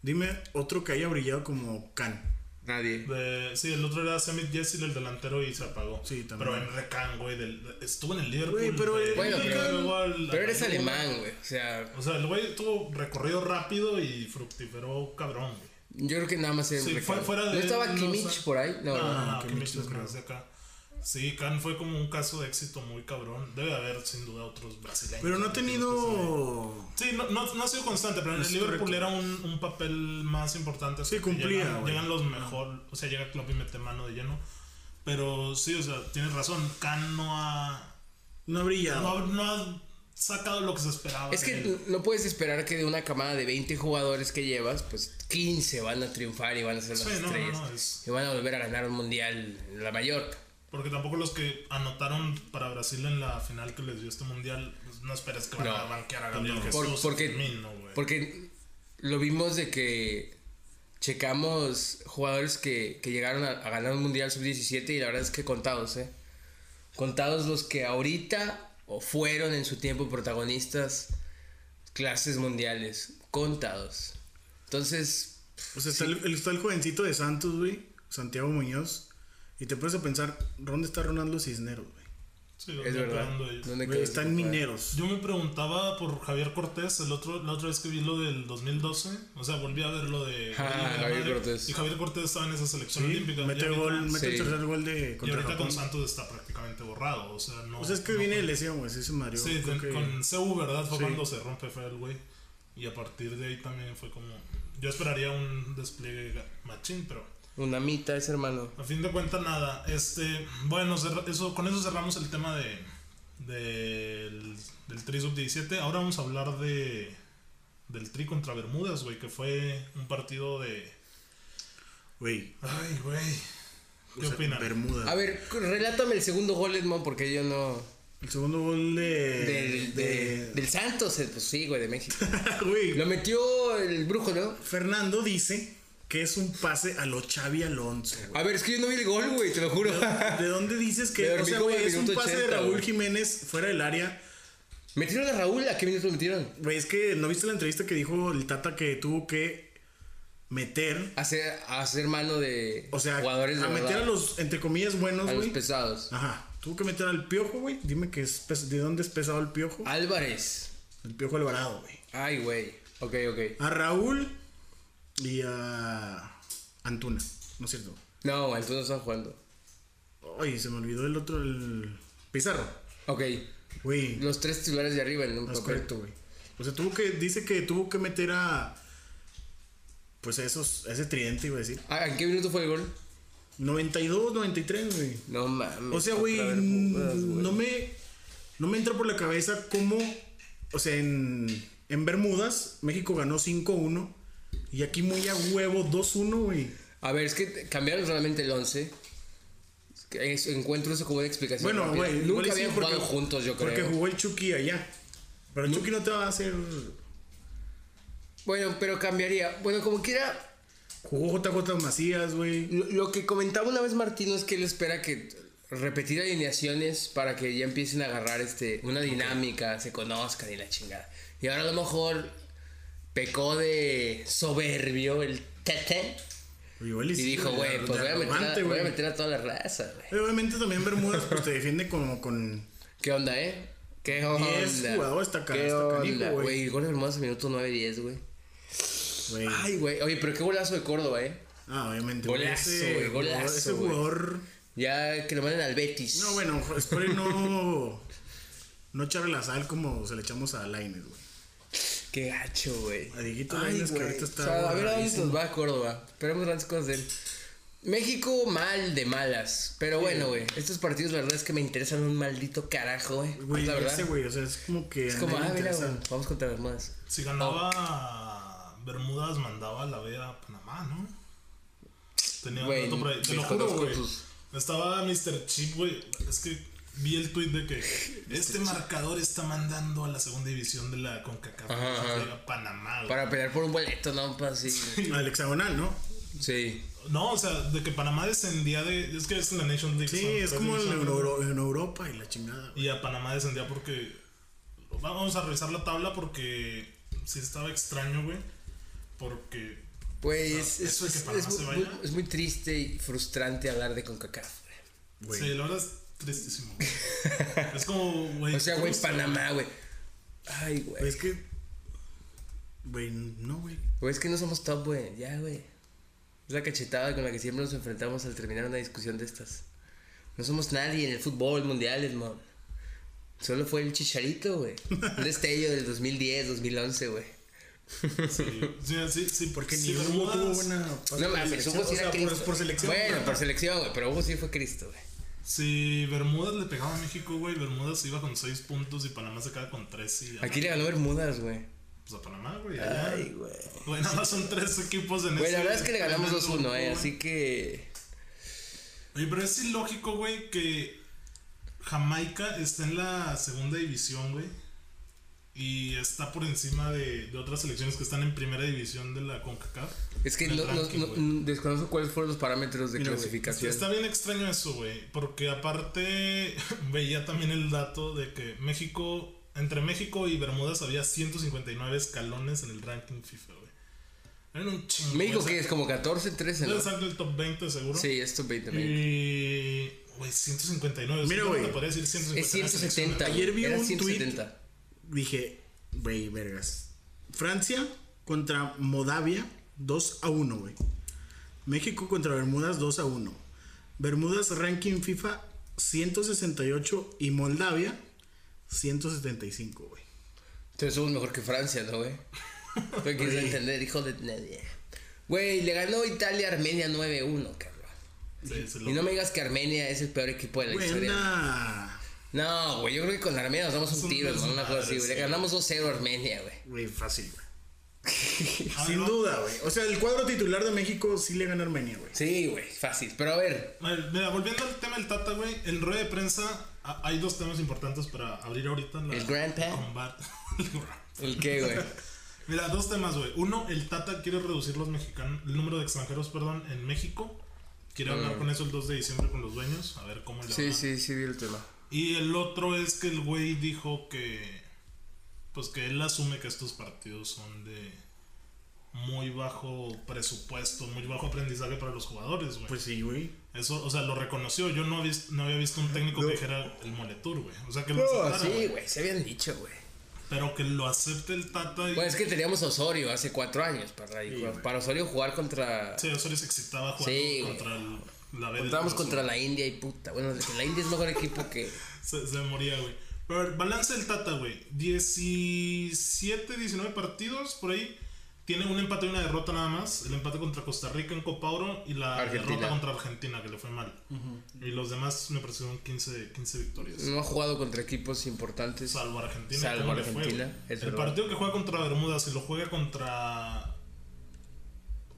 [SPEAKER 3] dime otro que haya brillado como Can.
[SPEAKER 2] Nadie.
[SPEAKER 1] De- sí, el otro era Samit Jessil, el delantero, y se apagó.
[SPEAKER 3] Sí, también.
[SPEAKER 1] Pero en Recan, güey, del- estuvo en el Liverpool.
[SPEAKER 3] Güey, pero
[SPEAKER 1] güey,
[SPEAKER 3] el-
[SPEAKER 2] Bueno,
[SPEAKER 1] y
[SPEAKER 2] pero-
[SPEAKER 1] luego al-
[SPEAKER 2] Pero eres
[SPEAKER 1] al-
[SPEAKER 2] alemán, güey. O sea,
[SPEAKER 1] O sea, el güey tuvo recorrido rápido y fructiferó cabrón, güey.
[SPEAKER 2] yo creo que nada más es
[SPEAKER 1] Sí,
[SPEAKER 2] Ricardo.
[SPEAKER 1] fue- fuera de
[SPEAKER 2] ¿No
[SPEAKER 1] él,
[SPEAKER 2] estaba
[SPEAKER 1] no,
[SPEAKER 2] Kimmich
[SPEAKER 1] o sea-
[SPEAKER 2] por ahí? No, no, no.
[SPEAKER 1] Ah,
[SPEAKER 3] no,
[SPEAKER 1] que
[SPEAKER 3] Kimmich
[SPEAKER 1] Mitch
[SPEAKER 3] es
[SPEAKER 1] es más de acá. Sí, Khan fue como un caso de éxito muy cabrón. Debe haber, sin duda, otros brasileños.
[SPEAKER 3] Pero no ha tenido.
[SPEAKER 1] Sí, no, no, no ha sido constante, pero en
[SPEAKER 3] Es
[SPEAKER 1] el Liverpool
[SPEAKER 3] correcto.
[SPEAKER 1] era un, un papel más importante.
[SPEAKER 3] Sí,
[SPEAKER 1] porque
[SPEAKER 3] cumplía,
[SPEAKER 1] Llegan,
[SPEAKER 3] güey.
[SPEAKER 1] llegan los mejor, o sea, llega Klopp y mete mano de lleno. Pero sí, o sea, tienes razón. Khan no ha,
[SPEAKER 3] No ha brillado.
[SPEAKER 1] no, ha- no ha sacado lo que se esperaba.
[SPEAKER 2] Es
[SPEAKER 1] de
[SPEAKER 2] que
[SPEAKER 1] él.
[SPEAKER 2] no puedes esperar que de una camada de 20 jugadores que llevas, pues 15 van a triunfar y van a ser las
[SPEAKER 1] Sí, no, no,
[SPEAKER 2] estrellas.
[SPEAKER 1] no, es-
[SPEAKER 2] Y van a volver a ganar un mundial en la Mallorca.
[SPEAKER 1] Porque tampoco los que anotaron para Brasil en la final que les dio este mundial, pues, no esperes que van
[SPEAKER 2] No.
[SPEAKER 1] a banquear a Gabriel
[SPEAKER 2] Por-
[SPEAKER 1] Jesús.
[SPEAKER 2] porque-
[SPEAKER 1] Firmino, güey.
[SPEAKER 2] Porque lo vimos de que checamos jugadores que, que llegaron a, a ganar un mundial sub-17 y la verdad es que contados, ¿eh? Contados los que ahorita o fueron en su tiempo protagonistas clases mundiales. Contados. Entonces,
[SPEAKER 3] Pues está, el, el- está el jovencito de Santos, güey. Santiago Muñoz. Y te pones a pensar, ¿dónde está Ronaldo Cisneros, güey?
[SPEAKER 1] Sí,
[SPEAKER 2] Es
[SPEAKER 1] ya
[SPEAKER 2] verdad.
[SPEAKER 1] quedando ellos.
[SPEAKER 2] ¿Dónde
[SPEAKER 3] Güey,
[SPEAKER 2] quedó
[SPEAKER 3] están
[SPEAKER 2] ese compadre?
[SPEAKER 3] mineros.
[SPEAKER 1] Yo me preguntaba por Javier Cortés el otro, la otra vez que vi lo del 2012. O sea, volví a ver lo de.
[SPEAKER 2] Ah,
[SPEAKER 1] Madre,
[SPEAKER 2] Javier Cortés.
[SPEAKER 1] Y Javier Cortés estaba en esa selección
[SPEAKER 3] Sí,
[SPEAKER 1] olímpica.
[SPEAKER 3] mete
[SPEAKER 1] y
[SPEAKER 3] el
[SPEAKER 1] ahorita-
[SPEAKER 3] gol, mete el
[SPEAKER 2] Sí.
[SPEAKER 3] tercer gol de
[SPEAKER 1] Y
[SPEAKER 3] contra
[SPEAKER 1] ahorita con
[SPEAKER 3] Japón.
[SPEAKER 1] Santos está prácticamente borrado. O sea, no.
[SPEAKER 3] Pues es que
[SPEAKER 1] no
[SPEAKER 3] viene de
[SPEAKER 1] puede-
[SPEAKER 3] lesión, güey, sí se mareó.
[SPEAKER 1] Sí,
[SPEAKER 3] creo
[SPEAKER 1] con,
[SPEAKER 3] que-
[SPEAKER 1] con CU, ¿verdad? Fue
[SPEAKER 3] Sí.
[SPEAKER 1] cuando se rompe fue el güey. Y a partir de ahí también fue como. Yo esperaría un despliegue ga- machín, pero.
[SPEAKER 2] Una mitad es hermano.
[SPEAKER 1] A fin de cuentas, nada. Este, bueno, cerra- eso, con eso cerramos el tema de, del, del Tri Sub-17. Ahora vamos a hablar de del Tri contra Bermudas, güey, que fue un partido de...
[SPEAKER 3] Güey,
[SPEAKER 1] Ay, güey.
[SPEAKER 3] o
[SPEAKER 1] ¿Qué
[SPEAKER 3] sea,
[SPEAKER 1] opinan?
[SPEAKER 3] Bermuda.
[SPEAKER 2] A ver, cu- relátame el segundo gol, Edmond, porque yo no.
[SPEAKER 3] El segundo gol de.
[SPEAKER 2] Del, de-
[SPEAKER 3] Eh, de-
[SPEAKER 2] del Santos, eh, pues sí, güey, de México.
[SPEAKER 3] *laughs* Güey,
[SPEAKER 2] Lo metió el brujo, ¿no?
[SPEAKER 3] Fernando dice que es un pase a lo Xavi Alonso, güey.
[SPEAKER 2] A ver, es que yo no vi el gol, güey, te lo juro. *laughs*
[SPEAKER 3] ¿De dónde dices que
[SPEAKER 2] Me
[SPEAKER 3] o
[SPEAKER 2] dormí
[SPEAKER 3] sea,
[SPEAKER 2] como
[SPEAKER 3] güey,
[SPEAKER 2] en el
[SPEAKER 3] es un
[SPEAKER 2] minuto
[SPEAKER 3] pase de
[SPEAKER 2] 80,
[SPEAKER 3] Raúl
[SPEAKER 2] güey.
[SPEAKER 3] Jiménez fuera del área?
[SPEAKER 2] ¿Metieron a Raúl? ¿A qué minuto lo metieron?
[SPEAKER 3] Güey, es que no viste la entrevista que dijo el Tata que tuvo que meter,
[SPEAKER 2] A ser, a ser mano de
[SPEAKER 3] o sea,
[SPEAKER 2] jugadores de
[SPEAKER 3] a meter
[SPEAKER 2] verdad,
[SPEAKER 3] a los entre comillas buenos,
[SPEAKER 2] a los
[SPEAKER 3] güey.
[SPEAKER 2] pesados.
[SPEAKER 3] Ajá, tuvo que meter al Piojo, güey. Dime que es pes- de dónde es pesado el Piojo.
[SPEAKER 2] Ah. Álvarez.
[SPEAKER 3] El Piojo Alvarado, güey.
[SPEAKER 2] Ay, güey. Ok, ok.
[SPEAKER 3] A Raúl y a Antuna, ¿no es cierto?
[SPEAKER 2] No, entonces no están jugando.
[SPEAKER 3] Ay, se me olvidó el otro, el Pizarro.
[SPEAKER 2] Ok.
[SPEAKER 3] Güey, no
[SPEAKER 2] Los tres titulares de arriba en un
[SPEAKER 3] es
[SPEAKER 2] papel.
[SPEAKER 3] correcto, güey. O sea, tuvo que, dice que tuvo que meter a, pues a esos, a ese tridente, iba a decir.
[SPEAKER 2] Ah, ¿En qué minuto fue el gol?
[SPEAKER 3] 92, 93, güey.
[SPEAKER 2] No mames.
[SPEAKER 3] O sea,
[SPEAKER 2] otra
[SPEAKER 3] güey,
[SPEAKER 2] vez, putas, güey.
[SPEAKER 3] no me, no me entra por la cabeza cómo, o sea, en, en Bermudas, México ganó 5-1 y aquí muy a huevo 2-1, güey.
[SPEAKER 2] A ver, es que te- cambiaron realmente el 11. Es que es- Encuentro eso como una explicación.
[SPEAKER 3] Bueno,
[SPEAKER 2] rápida.
[SPEAKER 3] güey, igual
[SPEAKER 2] Nunca
[SPEAKER 3] y sí,
[SPEAKER 2] habían
[SPEAKER 3] porque-
[SPEAKER 2] jugado juntos, yo
[SPEAKER 3] Porque
[SPEAKER 2] creo.
[SPEAKER 3] jugó el Chucky allá. Pero el Chucky no te va a hacer.
[SPEAKER 2] Bueno, pero cambiaría. Bueno, como quiera,
[SPEAKER 3] Jugó JJ Macías, güey.
[SPEAKER 2] Lo, lo que comentaba una vez Martino es que él espera que repetir alineaciones para que ya empiecen a agarrar este una dinámica, se conozcan y la chingada. Y ahora a lo mejor pecó de soberbio el tete y dijo, güey, pues voy a, meter a, voy a meter a toda la raza, güey.
[SPEAKER 3] Obviamente también Bermudas pues te defiende como con.
[SPEAKER 2] ¿Qué onda, eh? ¿Qué onda?
[SPEAKER 3] jugadores, está ca-
[SPEAKER 2] ¿Qué
[SPEAKER 3] está canijo,
[SPEAKER 2] onda,
[SPEAKER 3] güey.
[SPEAKER 2] güey? Gol de Bermudas en minuto 9-10, güey.
[SPEAKER 3] güey.
[SPEAKER 2] Ay, güey. Oye, pero qué golazo de Córdoba, eh.
[SPEAKER 3] Ah, obviamente. güey,
[SPEAKER 2] Golazo,
[SPEAKER 3] ese
[SPEAKER 2] güey, golazo,
[SPEAKER 3] jugador- Ese
[SPEAKER 2] güey.
[SPEAKER 3] jugador.
[SPEAKER 2] Ya que lo manden al Betis.
[SPEAKER 3] No, bueno, espero y no. No echarle la sal como se le echamos a Laines, güey.
[SPEAKER 2] Qué gacho, güey.
[SPEAKER 3] A Dieguito
[SPEAKER 2] Ay,
[SPEAKER 3] Lainez, que
[SPEAKER 2] güey.
[SPEAKER 3] ahorita está
[SPEAKER 2] O sea, a ver a dónde
[SPEAKER 3] borradísimo.
[SPEAKER 2] nos va a Córdoba. Esperemos grandes cosas de él. México mal de malas. Pero bueno, güey. Estos partidos, la verdad es que me interesan un maldito carajo, güey.
[SPEAKER 3] Güey,
[SPEAKER 2] Es la verdad.
[SPEAKER 3] ese güey, o sea, es como que.
[SPEAKER 2] es como,
[SPEAKER 3] a nadie
[SPEAKER 2] ah,
[SPEAKER 3] le
[SPEAKER 2] mira,
[SPEAKER 3] interesa.
[SPEAKER 2] güey. Vamos contra Bermudas.
[SPEAKER 1] Si ganaba Bermudas, mandaba a la B a Panamá, ¿no? Tenía
[SPEAKER 2] Güey,
[SPEAKER 1] un dato por ahí. Te lo juro,
[SPEAKER 2] desconozco
[SPEAKER 1] güey.
[SPEAKER 2] tus-
[SPEAKER 1] Estaba Mr. Chip, güey. Es que vi el tweet de que este marcador está mandando a la segunda división de la CONCACAF.
[SPEAKER 2] Ajá,
[SPEAKER 1] Champions
[SPEAKER 2] ajá.
[SPEAKER 1] League a Panamá, güey.
[SPEAKER 2] Para pelear por un boleto, ¿no? Para así.
[SPEAKER 3] Al
[SPEAKER 2] *laughs*
[SPEAKER 3] hexagonal, ¿no?
[SPEAKER 2] Sí.
[SPEAKER 1] No, o sea, de que Panamá descendía de. Es que es la Nation League.
[SPEAKER 3] Sí,
[SPEAKER 1] son
[SPEAKER 3] es
[SPEAKER 1] tres
[SPEAKER 3] como en,
[SPEAKER 1] divisiones, ¿no?
[SPEAKER 3] Euro- en Europa y la chingada. güey.
[SPEAKER 1] Y a Panamá descendía porque. Vamos a revisar la tabla porque. Sí, estaba extraño, güey. Porque.
[SPEAKER 2] Pues
[SPEAKER 1] No,
[SPEAKER 2] es,
[SPEAKER 1] eso de que
[SPEAKER 2] es-
[SPEAKER 1] Panamá
[SPEAKER 2] es
[SPEAKER 1] se
[SPEAKER 2] muy-
[SPEAKER 1] vaya.
[SPEAKER 2] muy- es muy triste y frustrante hablar de CONCACAF, güey.
[SPEAKER 3] Güey.
[SPEAKER 1] Sí, la verdad es tristísimo.
[SPEAKER 2] *laughs*
[SPEAKER 1] güey. es como, güey.
[SPEAKER 2] O sea, güey,
[SPEAKER 1] justo,
[SPEAKER 2] Panamá, güey. Ay, güey.
[SPEAKER 3] Güey, Es que. Güey, no, güey.
[SPEAKER 2] Güey, es que no somos top, güey. Ya, güey. Es la cachetada con la que siempre nos enfrentamos al terminar una discusión de estas. No somos nadie en el fútbol, mundiales, man. Solo fue el chicharito, güey. Un destello del 2010, 2011,
[SPEAKER 3] *laughs*
[SPEAKER 2] güey.
[SPEAKER 1] Sí, sí, sí, sí,
[SPEAKER 3] Porque
[SPEAKER 1] sí,
[SPEAKER 3] ni
[SPEAKER 1] Bermudas-
[SPEAKER 3] Hugo tuvo buena.
[SPEAKER 2] No mames, Hugo sí
[SPEAKER 3] o
[SPEAKER 2] era
[SPEAKER 3] sea,
[SPEAKER 2] Cristo.
[SPEAKER 3] por, por selección.
[SPEAKER 2] Bueno,
[SPEAKER 3] ¿no?
[SPEAKER 2] por selección, güey. Pero Hugo sí fue Cristo, güey.
[SPEAKER 1] Si Bermudas le pegaba a México, güey, Bermudas iba con 6 puntos y Panamá se queda con 3 y
[SPEAKER 2] Aquí le ganó Bermudas, güey.
[SPEAKER 1] pues a Panamá, güey. allá.
[SPEAKER 2] güey.
[SPEAKER 1] Güey, nada más son 3 equipos en
[SPEAKER 2] Güey,
[SPEAKER 1] ese
[SPEAKER 2] la verdad es que le ganamos
[SPEAKER 1] tremendo
[SPEAKER 2] 2-1,
[SPEAKER 1] grupo,
[SPEAKER 2] eh.
[SPEAKER 1] güey.
[SPEAKER 2] Así que.
[SPEAKER 1] Oye, pero es ilógico, güey, que Jamaica está en la segunda división, güey. Y está por encima de, de otras selecciones que están en primera división de la CONCACAF.
[SPEAKER 2] Es que
[SPEAKER 1] En el
[SPEAKER 2] no, no-
[SPEAKER 1] ranking,
[SPEAKER 2] no-
[SPEAKER 1] güey.
[SPEAKER 2] desconozco cuáles fueron los parámetros de
[SPEAKER 3] Mira, güey,
[SPEAKER 1] Sí,
[SPEAKER 2] clasificación.
[SPEAKER 1] está bien extraño eso, güey. Porque aparte *laughs* veía también el dato de que México, entre México y Bermudas había 159 escalones en el ranking FIFA, güey. Eran un chingo.
[SPEAKER 2] México,
[SPEAKER 1] güey.
[SPEAKER 2] que
[SPEAKER 1] O
[SPEAKER 2] es como 14, 13,
[SPEAKER 1] sea,
[SPEAKER 2] ¿no?
[SPEAKER 1] debe estar en el top 20 seguro.
[SPEAKER 2] Sí, esto 20
[SPEAKER 1] Y Güey, 159.
[SPEAKER 3] Mira,
[SPEAKER 1] Mira, güey.
[SPEAKER 3] güey,
[SPEAKER 1] Te podría decir 159.
[SPEAKER 2] Es 170.
[SPEAKER 1] selecciones.
[SPEAKER 3] Ayer vi
[SPEAKER 2] era
[SPEAKER 3] un tuit.
[SPEAKER 2] 170.
[SPEAKER 3] Dije, güey, vergas. Francia contra Moldavia, 2 a 1, güey. México contra Bermudas, 2 a 1. Bermudas ranking FIFA 168 y Moldavia 175, güey.
[SPEAKER 2] Entonces somos mejor que Francia, ¿no, güey? Pero quieres entender, hijo de nadie. Güey, le ganó Italia a Armenia 9-1, cabrón.
[SPEAKER 1] Sí, se lo-
[SPEAKER 2] Y no me digas que Armenia es el peor equipo de la
[SPEAKER 3] Güey,
[SPEAKER 2] historia.
[SPEAKER 3] anda.
[SPEAKER 2] No, güey, yo creo que con Armenia nos damos
[SPEAKER 1] Es
[SPEAKER 2] un
[SPEAKER 1] un
[SPEAKER 2] tiro, ¿no? Una cosa así, güey. Le
[SPEAKER 1] desmadre,
[SPEAKER 2] ganamos 2-0 a Armenia, güey.
[SPEAKER 3] Güey, fácil, güey.
[SPEAKER 1] Ah,
[SPEAKER 3] Sin
[SPEAKER 1] no.
[SPEAKER 3] duda, güey. O sea, el cuadro titular de México sí le gana a Armenia, güey.
[SPEAKER 2] Sí, güey, fácil. Pero a ver,
[SPEAKER 1] A ver, Mira, volviendo al tema del Tata, güey. En rueda de prensa a- hay dos temas importantes para abrir ahorita. La
[SPEAKER 2] El Grand Prix.
[SPEAKER 1] combat- *laughs* el Grand Prix.
[SPEAKER 2] ¿el qué, güey?
[SPEAKER 1] Mira, dos temas, güey. Uno, el Tata quiere reducir los mexicanos, el número de extranjeros, perdón, en México. Quiere hablar con eso el 2 de diciembre con los dueños, a ver cómo le va.
[SPEAKER 2] Mm. sí, vi el tema.
[SPEAKER 1] Y el otro es que el güey dijo que. Pues que él asume que estos partidos son de muy bajo presupuesto, muy bajo aprendizaje para los jugadores, güey.
[SPEAKER 3] Pues sí, güey.
[SPEAKER 1] Eso, o sea, lo reconoció. Yo no, había vis- no había visto un técnico que dijera el moletur, güey. O sea, que lo aceptara,
[SPEAKER 2] Sí,
[SPEAKER 1] güey.
[SPEAKER 2] güey, se habían dicho, güey.
[SPEAKER 1] Pero que lo acepte el Tata. Y...
[SPEAKER 2] Bueno, es que teníamos a Osorio hace cuatro años para, para Osorio jugar contra...
[SPEAKER 1] Sí, Osorio se excitaba jugando
[SPEAKER 2] Sí, güey.
[SPEAKER 1] contra el- la B del
[SPEAKER 2] Contábamos
[SPEAKER 1] Cruz
[SPEAKER 2] contra la India y puta. Bueno, la India es mejor equipo que...
[SPEAKER 1] Se, se moría, güey. Pero a ver, balance del Tata, güey. 17, 19 partidos por ahí. Tiene un empate y una derrota nada más. El empate contra Costa Rica en Copa Oro y la
[SPEAKER 2] Argentina.
[SPEAKER 1] derrota contra Argentina, que le fue mal. Y los demás me parecieron 15, 15 victorias.
[SPEAKER 2] No ha jugado contra equipos importantes.
[SPEAKER 1] Salvo Argentina.
[SPEAKER 2] Salvo
[SPEAKER 1] ¿cómo le fue,
[SPEAKER 2] Argentina,
[SPEAKER 1] güey?
[SPEAKER 2] es
[SPEAKER 1] el
[SPEAKER 2] verdad.
[SPEAKER 1] partido que juega contra Bermuda, si lo juega contra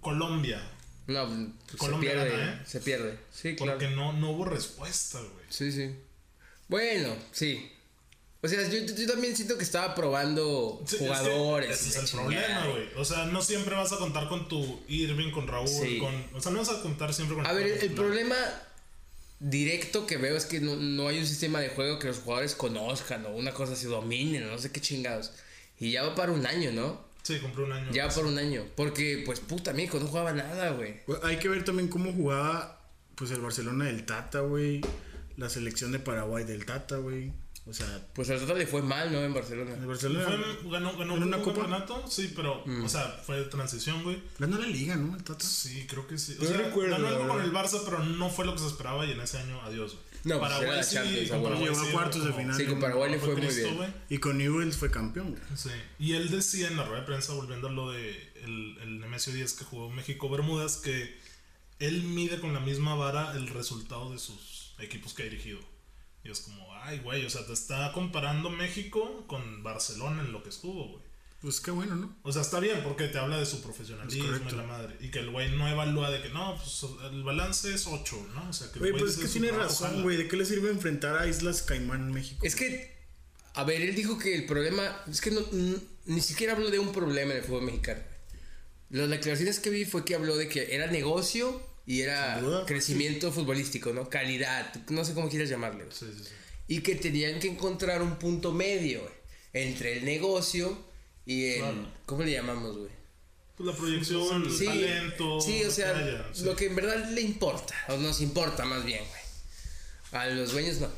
[SPEAKER 1] Colombia.
[SPEAKER 2] No, pues, se
[SPEAKER 1] Colombia
[SPEAKER 2] pierde.
[SPEAKER 1] gana, ¿eh?
[SPEAKER 2] Se pierde. Sí, claro.
[SPEAKER 1] Porque no, no hubo respuesta, güey.
[SPEAKER 2] Sí, sí. Bueno, sí. O sea, yo, yo también siento que estaba probando
[SPEAKER 1] Sí, es que
[SPEAKER 2] jugadores. y
[SPEAKER 1] Ese
[SPEAKER 2] la
[SPEAKER 1] es el
[SPEAKER 2] chingada.
[SPEAKER 1] problema, güey. O sea, no siempre vas a contar con tu Irving, con Raúl,
[SPEAKER 2] Sí.
[SPEAKER 1] con. O sea, no vas a contar siempre con
[SPEAKER 2] A ver, el, el
[SPEAKER 1] titular.
[SPEAKER 2] problema directo que veo es que no, no hay un sistema de juego que los jugadores conozcan o una cosa así, dominen, o no sé qué chingados. Y ya va para un año, ¿no?
[SPEAKER 1] Sí, compré un año.
[SPEAKER 2] Ya va para un año. Porque, pues, puta, México no jugaba nada, güey.
[SPEAKER 3] Pues, Hay que ver también cómo jugaba pues el Barcelona del Tata, güey. La selección de Paraguay del Tata, güey. O sea,
[SPEAKER 2] Pues al Tata le fue mal, ¿no? En Barcelona.
[SPEAKER 3] el
[SPEAKER 1] Fue-
[SPEAKER 3] Barcelona
[SPEAKER 1] ganó, ganó
[SPEAKER 3] ¿En una
[SPEAKER 1] un
[SPEAKER 3] copa?
[SPEAKER 1] campeonato, sí, pero.
[SPEAKER 2] Mm.
[SPEAKER 1] O sea, fue de transición, güey.
[SPEAKER 3] ganó la liga, ¿no? El Tata.
[SPEAKER 1] Sí, creo que sí. O
[SPEAKER 3] No
[SPEAKER 1] sea,
[SPEAKER 3] recuerdo,
[SPEAKER 1] ganó
[SPEAKER 3] la
[SPEAKER 1] algo con
[SPEAKER 3] verdad.
[SPEAKER 1] el Barça, pero no fue lo que se esperaba y en ese año, adiós, güey.
[SPEAKER 2] No, pues, era la Champions, a huevo.
[SPEAKER 3] Llegó a
[SPEAKER 1] sí,
[SPEAKER 3] cuartos
[SPEAKER 1] güey,
[SPEAKER 3] de
[SPEAKER 1] como-
[SPEAKER 3] final.
[SPEAKER 2] Sí, con Paraguay le
[SPEAKER 1] como
[SPEAKER 2] fue muy
[SPEAKER 1] Cristo,
[SPEAKER 2] bien.
[SPEAKER 1] güey.
[SPEAKER 3] Y con Newell's fue campeón, güey.
[SPEAKER 1] Sí. Y él decía en la rueda de prensa, volviendo a lo de el, el Nemesio 10 que jugó México Bermudas, que él mide con la misma vara el resultado de sus equipos que ha dirigido. Y es como, ay, güey, o sea, te está comparando México con Barcelona en lo que estuvo, güey.
[SPEAKER 3] Pues qué bueno, ¿no?
[SPEAKER 1] O sea, está bien porque te habla de su
[SPEAKER 3] Es
[SPEAKER 1] profesionalismo y
[SPEAKER 3] correcto.
[SPEAKER 1] la madre. Y que el güey no evalúa de que no, pues el balance es 8, ¿no? O sea, que el
[SPEAKER 3] Güey, pues es
[SPEAKER 1] hace
[SPEAKER 3] que
[SPEAKER 1] su
[SPEAKER 3] tiene
[SPEAKER 1] trabajo,
[SPEAKER 3] razón,
[SPEAKER 1] jala.
[SPEAKER 3] güey. ¿De qué le sirve enfrentar a Islas Caimán México?
[SPEAKER 2] Es que, a ver, él dijo que el problema, es que no, n- ni siquiera habló de un problema en el fútbol mexicano. Las declaraciones que vi fue que habló de que era negocio y era
[SPEAKER 3] Sin duda,
[SPEAKER 2] crecimiento futbolístico, ¿no? Calidad, no sé cómo quieras llamarle. güey.
[SPEAKER 1] Sí, sí, sí.
[SPEAKER 2] Y que tenían que encontrar un punto medio güey, entre el negocio y el...
[SPEAKER 1] Claro.
[SPEAKER 2] ¿Cómo le llamamos, güey?
[SPEAKER 1] Pues la proyección, el
[SPEAKER 2] Sí,
[SPEAKER 1] talento.
[SPEAKER 2] sí,
[SPEAKER 1] lo
[SPEAKER 2] o
[SPEAKER 1] que
[SPEAKER 2] sea,
[SPEAKER 1] haya, sí.
[SPEAKER 2] lo que en verdad le importa, o nos importa más bien, güey. A los dueños no.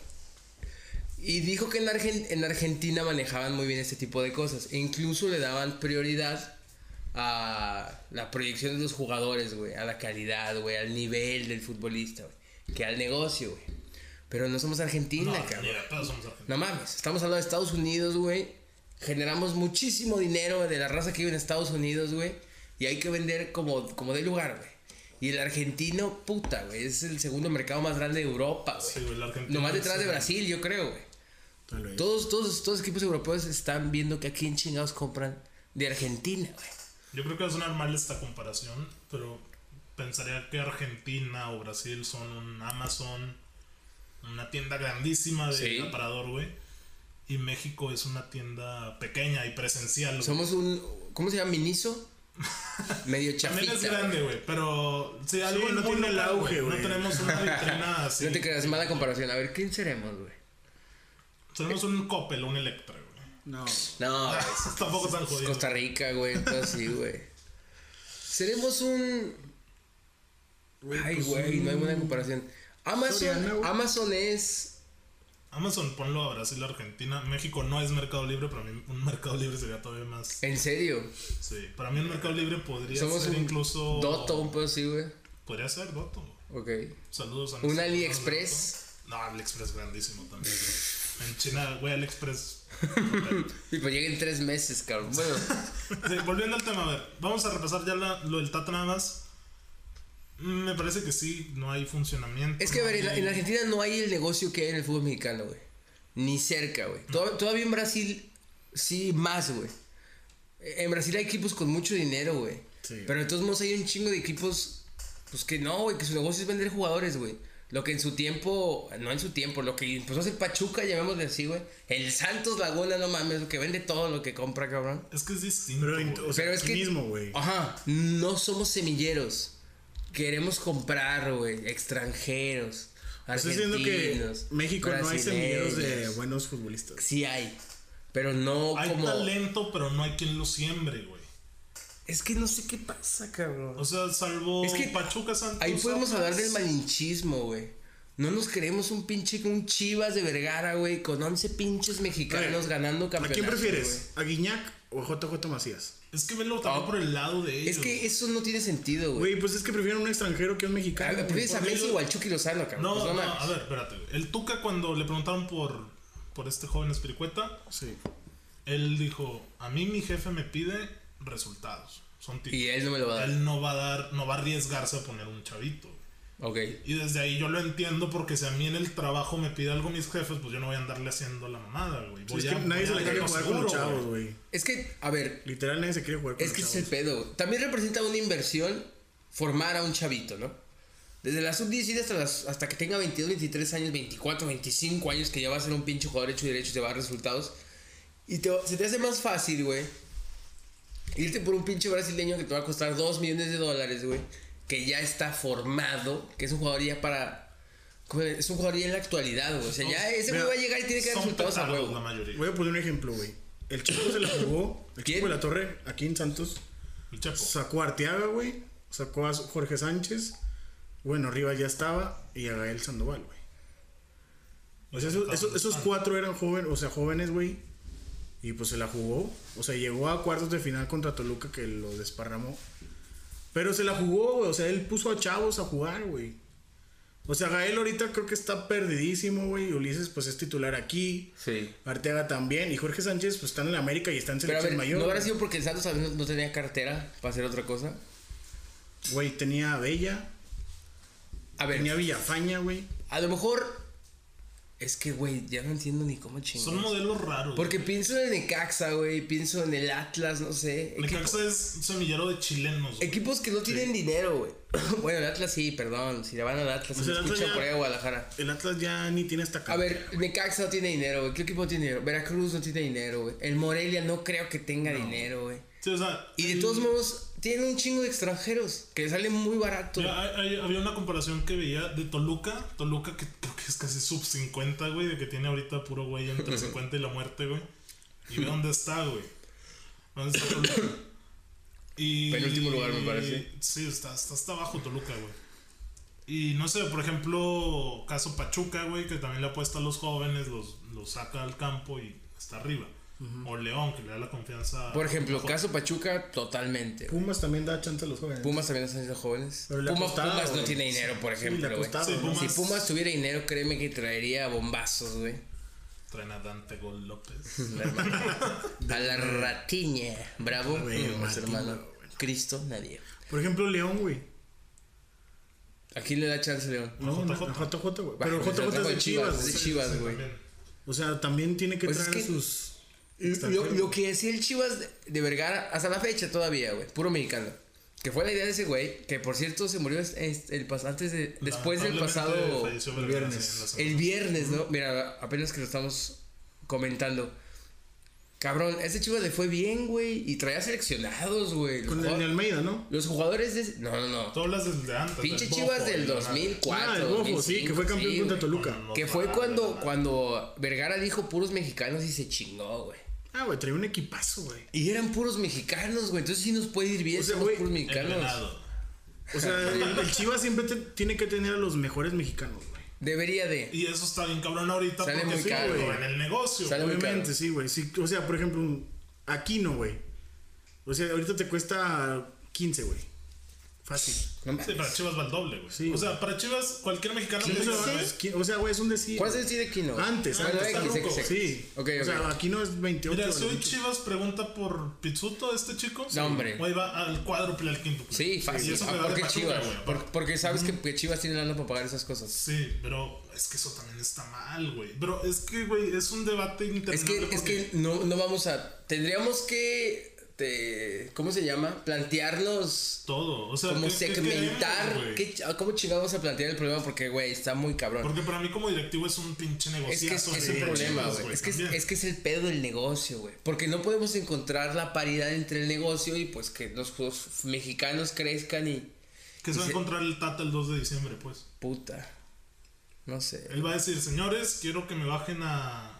[SPEAKER 2] Y dijo que en, Argen- en Argentina manejaban muy bien este tipo de cosas. E incluso le daban prioridad a la proyección de los jugadores, güey. A la calidad, güey. Al nivel del futbolista, güey. Que al negocio, güey. Pero no somos Argentina,
[SPEAKER 1] No,
[SPEAKER 2] cabrón.
[SPEAKER 1] ni de pedo somos argentinos.
[SPEAKER 2] No mames, estamos hablando de Estados Unidos, güey. Generamos muchísimo dinero de la raza que vive en Estados Unidos, güey. Y hay que vender como, como de lugar, güey. Y el argentino, puta, güey. Es el segundo mercado más grande de Europa, güey.
[SPEAKER 1] Sí, güey, el argentino
[SPEAKER 2] Nomás
[SPEAKER 1] es
[SPEAKER 2] detrás de
[SPEAKER 1] el-
[SPEAKER 2] Brasil, yo creo, güey.
[SPEAKER 3] Tal vez.
[SPEAKER 2] Todos, todos, todos los equipos europeos están viendo que aquí en chingados compran de Argentina, güey.
[SPEAKER 1] Yo creo que va a sonar mal esta comparación, pero pensaría que Argentina o Brasil son un Amazon, una tienda grandísima de
[SPEAKER 2] Sí.
[SPEAKER 1] aparador, güey. Y México es una tienda pequeña y presencial. güey.
[SPEAKER 2] Somos un. ¿Cómo se llama?
[SPEAKER 1] *laughs*
[SPEAKER 2] Miniso. Medio
[SPEAKER 1] También
[SPEAKER 2] chafita.
[SPEAKER 1] es grande, güey, pero sí, algo
[SPEAKER 3] no
[SPEAKER 1] muy
[SPEAKER 3] tiene el
[SPEAKER 1] local,
[SPEAKER 3] auge,
[SPEAKER 1] No
[SPEAKER 3] güey.
[SPEAKER 1] tenemos una vitrina así.
[SPEAKER 2] No te creas, mala comparación. A ver, ¿quién seremos, güey?
[SPEAKER 1] Tenemos un Coppel, un Electra, güey.
[SPEAKER 3] No.
[SPEAKER 2] No, güey.
[SPEAKER 1] *laughs* Tampoco tan jodido.
[SPEAKER 2] Ah, Pues Costa Rica, güey, entonces sí, güey. Seremos un. Ay,
[SPEAKER 3] pues,
[SPEAKER 2] güey, no hay buena comparación. Amazon,
[SPEAKER 3] Soriana, güey.
[SPEAKER 2] Amazon es.
[SPEAKER 1] Amazon, ponlo a Brasil, Argentina. México no es Mercado Libre, para mí un Mercado Libre sería todavía más.
[SPEAKER 2] En serio.
[SPEAKER 1] Sí, para mí un Mercado Libre podría
[SPEAKER 2] Somos
[SPEAKER 1] ser
[SPEAKER 2] un
[SPEAKER 1] incluso.
[SPEAKER 2] Dotto, un pedo así, güey.
[SPEAKER 1] Podría ser Dotto. güey.
[SPEAKER 2] Ok.
[SPEAKER 1] Saludos a
[SPEAKER 2] Un
[SPEAKER 1] mis
[SPEAKER 2] AliExpress.
[SPEAKER 1] amigos de Dotto. No, AliExpress grandísimo también. güey. En China, güey, AliExpress. *laughs*
[SPEAKER 2] Y pues llega en tres meses, cabrón. Bueno,
[SPEAKER 1] Sí, volviendo al tema, a ver, vamos a repasar ya la- lo del Tata nada más. Mm, Me parece que sí, no hay funcionamiento.
[SPEAKER 2] es que a ver, en, la- en
[SPEAKER 1] no hay-
[SPEAKER 2] Argentina no hay el negocio que hay en el fútbol mexicano, güey. Ni cerca, güey. Tod- Todavía en Brasil, sí, más, güey. En Brasil hay equipos con mucho dinero, güey.
[SPEAKER 3] Sí.
[SPEAKER 2] Pero de todos modos hay un chingo de equipos, pues que no, güey, que su negocio es vender jugadores, güey. Lo que en su tiempo, no en su tiempo, lo que empezó a hacer Pachuca, llamémosle así, güey. El Santos Laguna, no mames, lo que vende todo lo que compra, cabrón.
[SPEAKER 1] Es que es distinto.
[SPEAKER 3] Pero, en-
[SPEAKER 1] güey.
[SPEAKER 3] o sea,
[SPEAKER 2] Pero es
[SPEAKER 3] aquí
[SPEAKER 2] que-
[SPEAKER 3] mismo, güey.
[SPEAKER 2] Ajá, no somos semilleros. Queremos comprar, güey, extranjeros.
[SPEAKER 3] Estoy diciendo
[SPEAKER 2] Argentinos,
[SPEAKER 3] que México no hay semilleros de
[SPEAKER 2] brasileños.
[SPEAKER 3] buenos futbolistas.
[SPEAKER 2] Sí hay, pero no
[SPEAKER 1] hay
[SPEAKER 2] como...
[SPEAKER 1] talento, pero no hay quien lo siembre, güey.
[SPEAKER 2] Es que no sé qué pasa, cabrón.
[SPEAKER 1] O sea, salvo
[SPEAKER 3] Oh,
[SPEAKER 2] Es que
[SPEAKER 1] Pachuca Santos.
[SPEAKER 2] Ahí podemos
[SPEAKER 1] Atlas.
[SPEAKER 2] hablar del malinchismo, güey. No nos creemos un pinche un Chivas de Vergara, güey, con 11 pinches mexicanos
[SPEAKER 3] A ver,
[SPEAKER 2] ganando
[SPEAKER 3] ¿A
[SPEAKER 2] campeonatos.
[SPEAKER 3] quién
[SPEAKER 2] güey.
[SPEAKER 3] prefieres? ¿A Guiñac o a JJ Macías?
[SPEAKER 1] Es que velo también por el lado de ellos.
[SPEAKER 2] Ah. Es que eso no tiene sentido, güey.
[SPEAKER 3] Güey, pues es que prefiero un extranjero que un
[SPEAKER 2] A
[SPEAKER 3] mexicano.
[SPEAKER 2] ver, ¿Prefieres a
[SPEAKER 1] porque
[SPEAKER 2] Messi
[SPEAKER 1] ellos-
[SPEAKER 2] o al Chucky Lozano, cabrón?
[SPEAKER 1] No,
[SPEAKER 2] Pues
[SPEAKER 1] no,
[SPEAKER 2] mames.
[SPEAKER 1] a ver, espérate. güey. El Tuca, cuando le preguntaron por, por este joven Espiricueta,
[SPEAKER 3] Sí.
[SPEAKER 1] él dijo: A mí mi jefe me pide resultados. Son
[SPEAKER 2] Y
[SPEAKER 1] títulos.
[SPEAKER 2] él no me lo va a dar.
[SPEAKER 1] Él no va a dar, no va a arriesgarse a poner un chavito. güey.
[SPEAKER 2] Ok.
[SPEAKER 1] Y desde ahí yo lo entiendo porque si a mí en el trabajo me pide algo mis jefes, pues yo no voy a andarle haciendo la mamada, güey.
[SPEAKER 3] Sí,
[SPEAKER 2] Pues
[SPEAKER 1] Voy
[SPEAKER 3] Pues es
[SPEAKER 1] a-
[SPEAKER 3] que nadie
[SPEAKER 1] voy
[SPEAKER 3] se
[SPEAKER 1] a
[SPEAKER 3] le quiere
[SPEAKER 1] darlo
[SPEAKER 3] jugar con los
[SPEAKER 1] seguro,
[SPEAKER 3] chavos,
[SPEAKER 1] güey.
[SPEAKER 3] güey.
[SPEAKER 2] Es que, a ver,
[SPEAKER 3] Literal, nadie se quiere jugar con
[SPEAKER 2] Es que
[SPEAKER 3] los
[SPEAKER 2] ese es el
[SPEAKER 3] chavos.
[SPEAKER 2] pedo. güey. También representa una inversión formar a un chavito, ¿no? Desde la sub-17 hasta, las- hasta que tenga 22, 23 años, 24, 25 años, que ya va a ser un pinche jugador hecho y derecho y te va a dar resultados. Y te, se te hace más fácil, güey, irte por un pinche brasileño que te va a costar 2 millones de dólares, güey, que ya está formado, que es un jugador ya para. como Es un jugador ya en la actualidad, güey. O sea, ya ese güey
[SPEAKER 3] mira,
[SPEAKER 2] va a llegar y tiene que dar
[SPEAKER 1] Son
[SPEAKER 2] resultados a
[SPEAKER 1] petardos
[SPEAKER 2] huevo.
[SPEAKER 1] la mayoría.
[SPEAKER 3] Voy a poner un ejemplo, güey. El Chico se la jugó. El
[SPEAKER 2] ¿Quién?
[SPEAKER 3] Chico de la Torre, aquí en Santos.
[SPEAKER 1] El Chapo.
[SPEAKER 3] Sacó a Arteaga, güey. Sacó a Jorge Sánchez. Bueno, Rivas ya estaba. Y a Gael Sandoval, güey. O sea, esos, esos- esos cuatro eran jóvenes, o sea, jóvenes, güey. Y pues se la jugó. O sea, llegó a cuartos de final contra Toluca que lo desparramó. Pero se la jugó, güey. O sea, él puso a chavos a jugar, güey. O sea, Gael ahorita creo que está perdidísimo, güey. Ulises, pues es titular aquí.
[SPEAKER 2] Sí.
[SPEAKER 3] Arteaga también. Y Jorge Sánchez, pues están en la América y están en
[SPEAKER 2] Pero a
[SPEAKER 3] selección
[SPEAKER 2] ver,
[SPEAKER 3] mayor.
[SPEAKER 2] ¿no habrá
[SPEAKER 3] güey.
[SPEAKER 2] sido porque el Santos a veces no tenía cartera para hacer otra cosa?
[SPEAKER 3] Güey, tenía a Bella,
[SPEAKER 2] A ver,
[SPEAKER 3] tenía a Villafaña, güey.
[SPEAKER 2] a lo mejor. Es que, güey, ya no entiendo ni cómo
[SPEAKER 1] Son
[SPEAKER 2] chingar.
[SPEAKER 1] modelos raros.
[SPEAKER 2] Porque pienso en el Necaxa, güey, pienso en el Atlas, no sé. equipo-
[SPEAKER 1] Necaxa es semillero de chilenos. güey.
[SPEAKER 2] equipos que no tienen dinero, güey. *clears throat* bueno, el Atlas sí, perdón. Si le van al Atlas,
[SPEAKER 3] sea,
[SPEAKER 2] se
[SPEAKER 3] Pues el Atlas
[SPEAKER 2] escucha
[SPEAKER 3] ya-
[SPEAKER 2] por ahí a Guadalajara.
[SPEAKER 3] El Atlas ya ni tiene esta
[SPEAKER 2] A
[SPEAKER 3] cara.
[SPEAKER 2] ver, Necaxa no tiene dinero, güey. ¿Qué equipo no tiene dinero? Veracruz no tiene dinero, güey. El Morelia no creo que tenga dinero, güey.
[SPEAKER 1] Sí, o sea,
[SPEAKER 2] Y de todos modos, tienen un chingo de extranjeros que salen muy barato.
[SPEAKER 1] mira, hay- hay- había una comparación que veía de Toluca. Toluca, que creo que es casi sub 50, güey, de que tiene ahorita puro güey entre 50 y la muerte, güey. Y ve dónde está, güey. ¿Dónde está
[SPEAKER 2] *coughs*
[SPEAKER 1] Toluca? Y,
[SPEAKER 2] Penúltimo lugar, me parece.
[SPEAKER 1] Sí, está, está hasta abajo Toluca, güey. Y no sé, por ejemplo, caso Pachuca, güey, que también le apuesta a los jóvenes, los, los saca al campo y está arriba. O León, que le da la confianza.
[SPEAKER 2] Por ejemplo,
[SPEAKER 1] Jo-
[SPEAKER 2] caso Pachuca, totalmente. güey.
[SPEAKER 3] Pumas también da chance a los jóvenes.
[SPEAKER 2] Pumas también son de jóvenes.
[SPEAKER 3] Pero le ha
[SPEAKER 2] Pumas,
[SPEAKER 3] costado,
[SPEAKER 2] Pumas no
[SPEAKER 3] güey.
[SPEAKER 2] tiene dinero, por
[SPEAKER 3] Sí, le ha
[SPEAKER 2] ejemplo. güey.
[SPEAKER 3] costado,
[SPEAKER 1] Sí,
[SPEAKER 3] ¿no?
[SPEAKER 1] Pumas-
[SPEAKER 2] si Pumas tuviera dinero, créeme que traería bombazos, güey.
[SPEAKER 1] Traen a Dante Gol López.
[SPEAKER 3] *laughs*
[SPEAKER 2] A la ratiña. Bravo,
[SPEAKER 3] Güey,
[SPEAKER 2] mm, nuestro
[SPEAKER 3] ratiña,
[SPEAKER 2] hermano.
[SPEAKER 3] güey.
[SPEAKER 2] Cristo, nadie.
[SPEAKER 3] Por ejemplo, León, güey.
[SPEAKER 2] Aquí le da chance, León.
[SPEAKER 3] No, no,
[SPEAKER 1] JJ.
[SPEAKER 3] a JJ, güey.
[SPEAKER 2] Bueno,
[SPEAKER 3] Pero
[SPEAKER 2] pues,
[SPEAKER 3] JJ es
[SPEAKER 2] trajo
[SPEAKER 3] de
[SPEAKER 2] de Chivas,
[SPEAKER 3] Chivas, güey.
[SPEAKER 2] sí. *laughs* Chivas, güey.
[SPEAKER 1] también.
[SPEAKER 3] O sea, también tiene que
[SPEAKER 2] Pues es
[SPEAKER 3] traer
[SPEAKER 2] que-
[SPEAKER 3] sus.
[SPEAKER 2] Lo, lo que decía el Chivas de, de Vergara hasta la fecha todavía, güey. Puro mexicano. Que fue la idea de ese güey, que por cierto se murió es- es- el pas- antes de, después del
[SPEAKER 1] Lamentablemente
[SPEAKER 2] pasado
[SPEAKER 1] falleció
[SPEAKER 3] el
[SPEAKER 1] Vergara,
[SPEAKER 3] viernes.
[SPEAKER 1] sí, en la semana.
[SPEAKER 2] El viernes, ¿no? Mira, apenas que lo estamos comentando. Cabrón, a ese Chivas le fue bien, güey. Y traía seleccionados, güey. Los,
[SPEAKER 3] Con
[SPEAKER 2] jugado-
[SPEAKER 3] Daniel Almeida, ¿no?
[SPEAKER 2] los jugadores de... No, no, no.
[SPEAKER 1] Tú hablas desde antes.
[SPEAKER 2] Pinche
[SPEAKER 1] del Bofo,
[SPEAKER 2] Chivas del
[SPEAKER 1] y la nada.
[SPEAKER 2] 2004.
[SPEAKER 3] Ah, el Bofo, sí, que fue
[SPEAKER 2] 2005,
[SPEAKER 3] campeón
[SPEAKER 2] sí,
[SPEAKER 3] contra
[SPEAKER 2] güey.
[SPEAKER 3] Toluca.
[SPEAKER 1] No,
[SPEAKER 2] Que fue
[SPEAKER 1] no, no,
[SPEAKER 2] cuando,
[SPEAKER 1] no.
[SPEAKER 2] cuando Vergara dijo puros mexicanos y se chingó, güey.
[SPEAKER 3] Ah, güey, traía un equipazo, güey.
[SPEAKER 2] Y eran puros mexicanos, güey. Entonces sí nos puede ir bien,
[SPEAKER 3] O sea,
[SPEAKER 2] somos
[SPEAKER 3] güey,
[SPEAKER 2] puros mexicanos.
[SPEAKER 1] Envenenado.
[SPEAKER 3] *laughs* O sea, el, el Chivas siempre te- tiene que tener a los mejores mexicanos, güey.
[SPEAKER 2] Debería de.
[SPEAKER 1] Y eso está bien cabrón ahorita
[SPEAKER 2] Sale
[SPEAKER 1] porque
[SPEAKER 2] muy
[SPEAKER 1] sí,
[SPEAKER 2] caro,
[SPEAKER 1] güey,
[SPEAKER 2] güey.
[SPEAKER 1] en el negocio.
[SPEAKER 2] Sale- muy
[SPEAKER 3] Obviamente,
[SPEAKER 2] caro.
[SPEAKER 3] sí, güey. Sí, o sea, por ejemplo, un- aquí no, güey. O sea, ahorita te cuesta 15, güey. Fácil.
[SPEAKER 2] No
[SPEAKER 1] Sí,
[SPEAKER 2] mames.
[SPEAKER 1] para Chivas va al doble, güey.
[SPEAKER 3] Sí,
[SPEAKER 1] o sea, para Chivas, cualquier mexicano que
[SPEAKER 3] ¿Quince,
[SPEAKER 1] diga,
[SPEAKER 3] güey?
[SPEAKER 1] "Güey,
[SPEAKER 3] Qui- O sea, güey, es un decir. Ah,
[SPEAKER 2] ¿Cuál es el de Kino?
[SPEAKER 3] Antes,
[SPEAKER 2] Bueno,
[SPEAKER 3] antes,
[SPEAKER 2] X,
[SPEAKER 1] está
[SPEAKER 2] X,
[SPEAKER 1] ruco.
[SPEAKER 2] X.
[SPEAKER 3] Sí.
[SPEAKER 2] Ok,
[SPEAKER 3] O sea,
[SPEAKER 2] ok.
[SPEAKER 3] aquí no es 28.
[SPEAKER 1] Mira,
[SPEAKER 3] güey.
[SPEAKER 1] si hoy Chivas pregunta por Pizzuto, este chico.
[SPEAKER 2] No, hombre.
[SPEAKER 1] Güey, va al cuádruple, al quíntuple.
[SPEAKER 2] Sí,
[SPEAKER 1] Y
[SPEAKER 2] fácil.
[SPEAKER 1] eso
[SPEAKER 2] Ah,
[SPEAKER 1] me vale
[SPEAKER 2] porque
[SPEAKER 1] Pachuca,
[SPEAKER 2] Chivas.
[SPEAKER 1] güey,
[SPEAKER 2] Por-
[SPEAKER 1] aparte.
[SPEAKER 2] porque sabes que- que Chivas tiene lana para pagar esas cosas.
[SPEAKER 1] Sí, pero es que eso también está mal, güey. Pero es que, güey, es un debate
[SPEAKER 2] Es
[SPEAKER 1] interminable.
[SPEAKER 2] que, es que no, no vamos a. Tendríamos que. te- ¿Cómo se llama? Plantearnos.
[SPEAKER 1] Todo. O sea,
[SPEAKER 2] Como
[SPEAKER 1] ¿qué- qué
[SPEAKER 2] segmentar.
[SPEAKER 1] queremos, güey?
[SPEAKER 2] qué ch- ah, ¿Cómo chingados vamos a plantear el problema? Porque, güey, está muy cabrón.
[SPEAKER 1] Porque pues para mí, como directivo, es un pinche
[SPEAKER 2] Es que es,
[SPEAKER 1] negociazo.
[SPEAKER 2] es
[SPEAKER 1] de
[SPEAKER 2] el problema,
[SPEAKER 1] Chivas,
[SPEAKER 2] güey. Es que es,
[SPEAKER 1] también.
[SPEAKER 2] es que es el pedo del negocio, güey. Porque no podemos encontrar la paridad entre el negocio y pues que los juegos mexicanos crezcan y.
[SPEAKER 1] Que se va a
[SPEAKER 2] Dice-
[SPEAKER 1] encontrar el Tata el 2 de diciembre, pues.
[SPEAKER 2] Puta. No sé.
[SPEAKER 1] Él va a decir, señores, quiero que me bajen a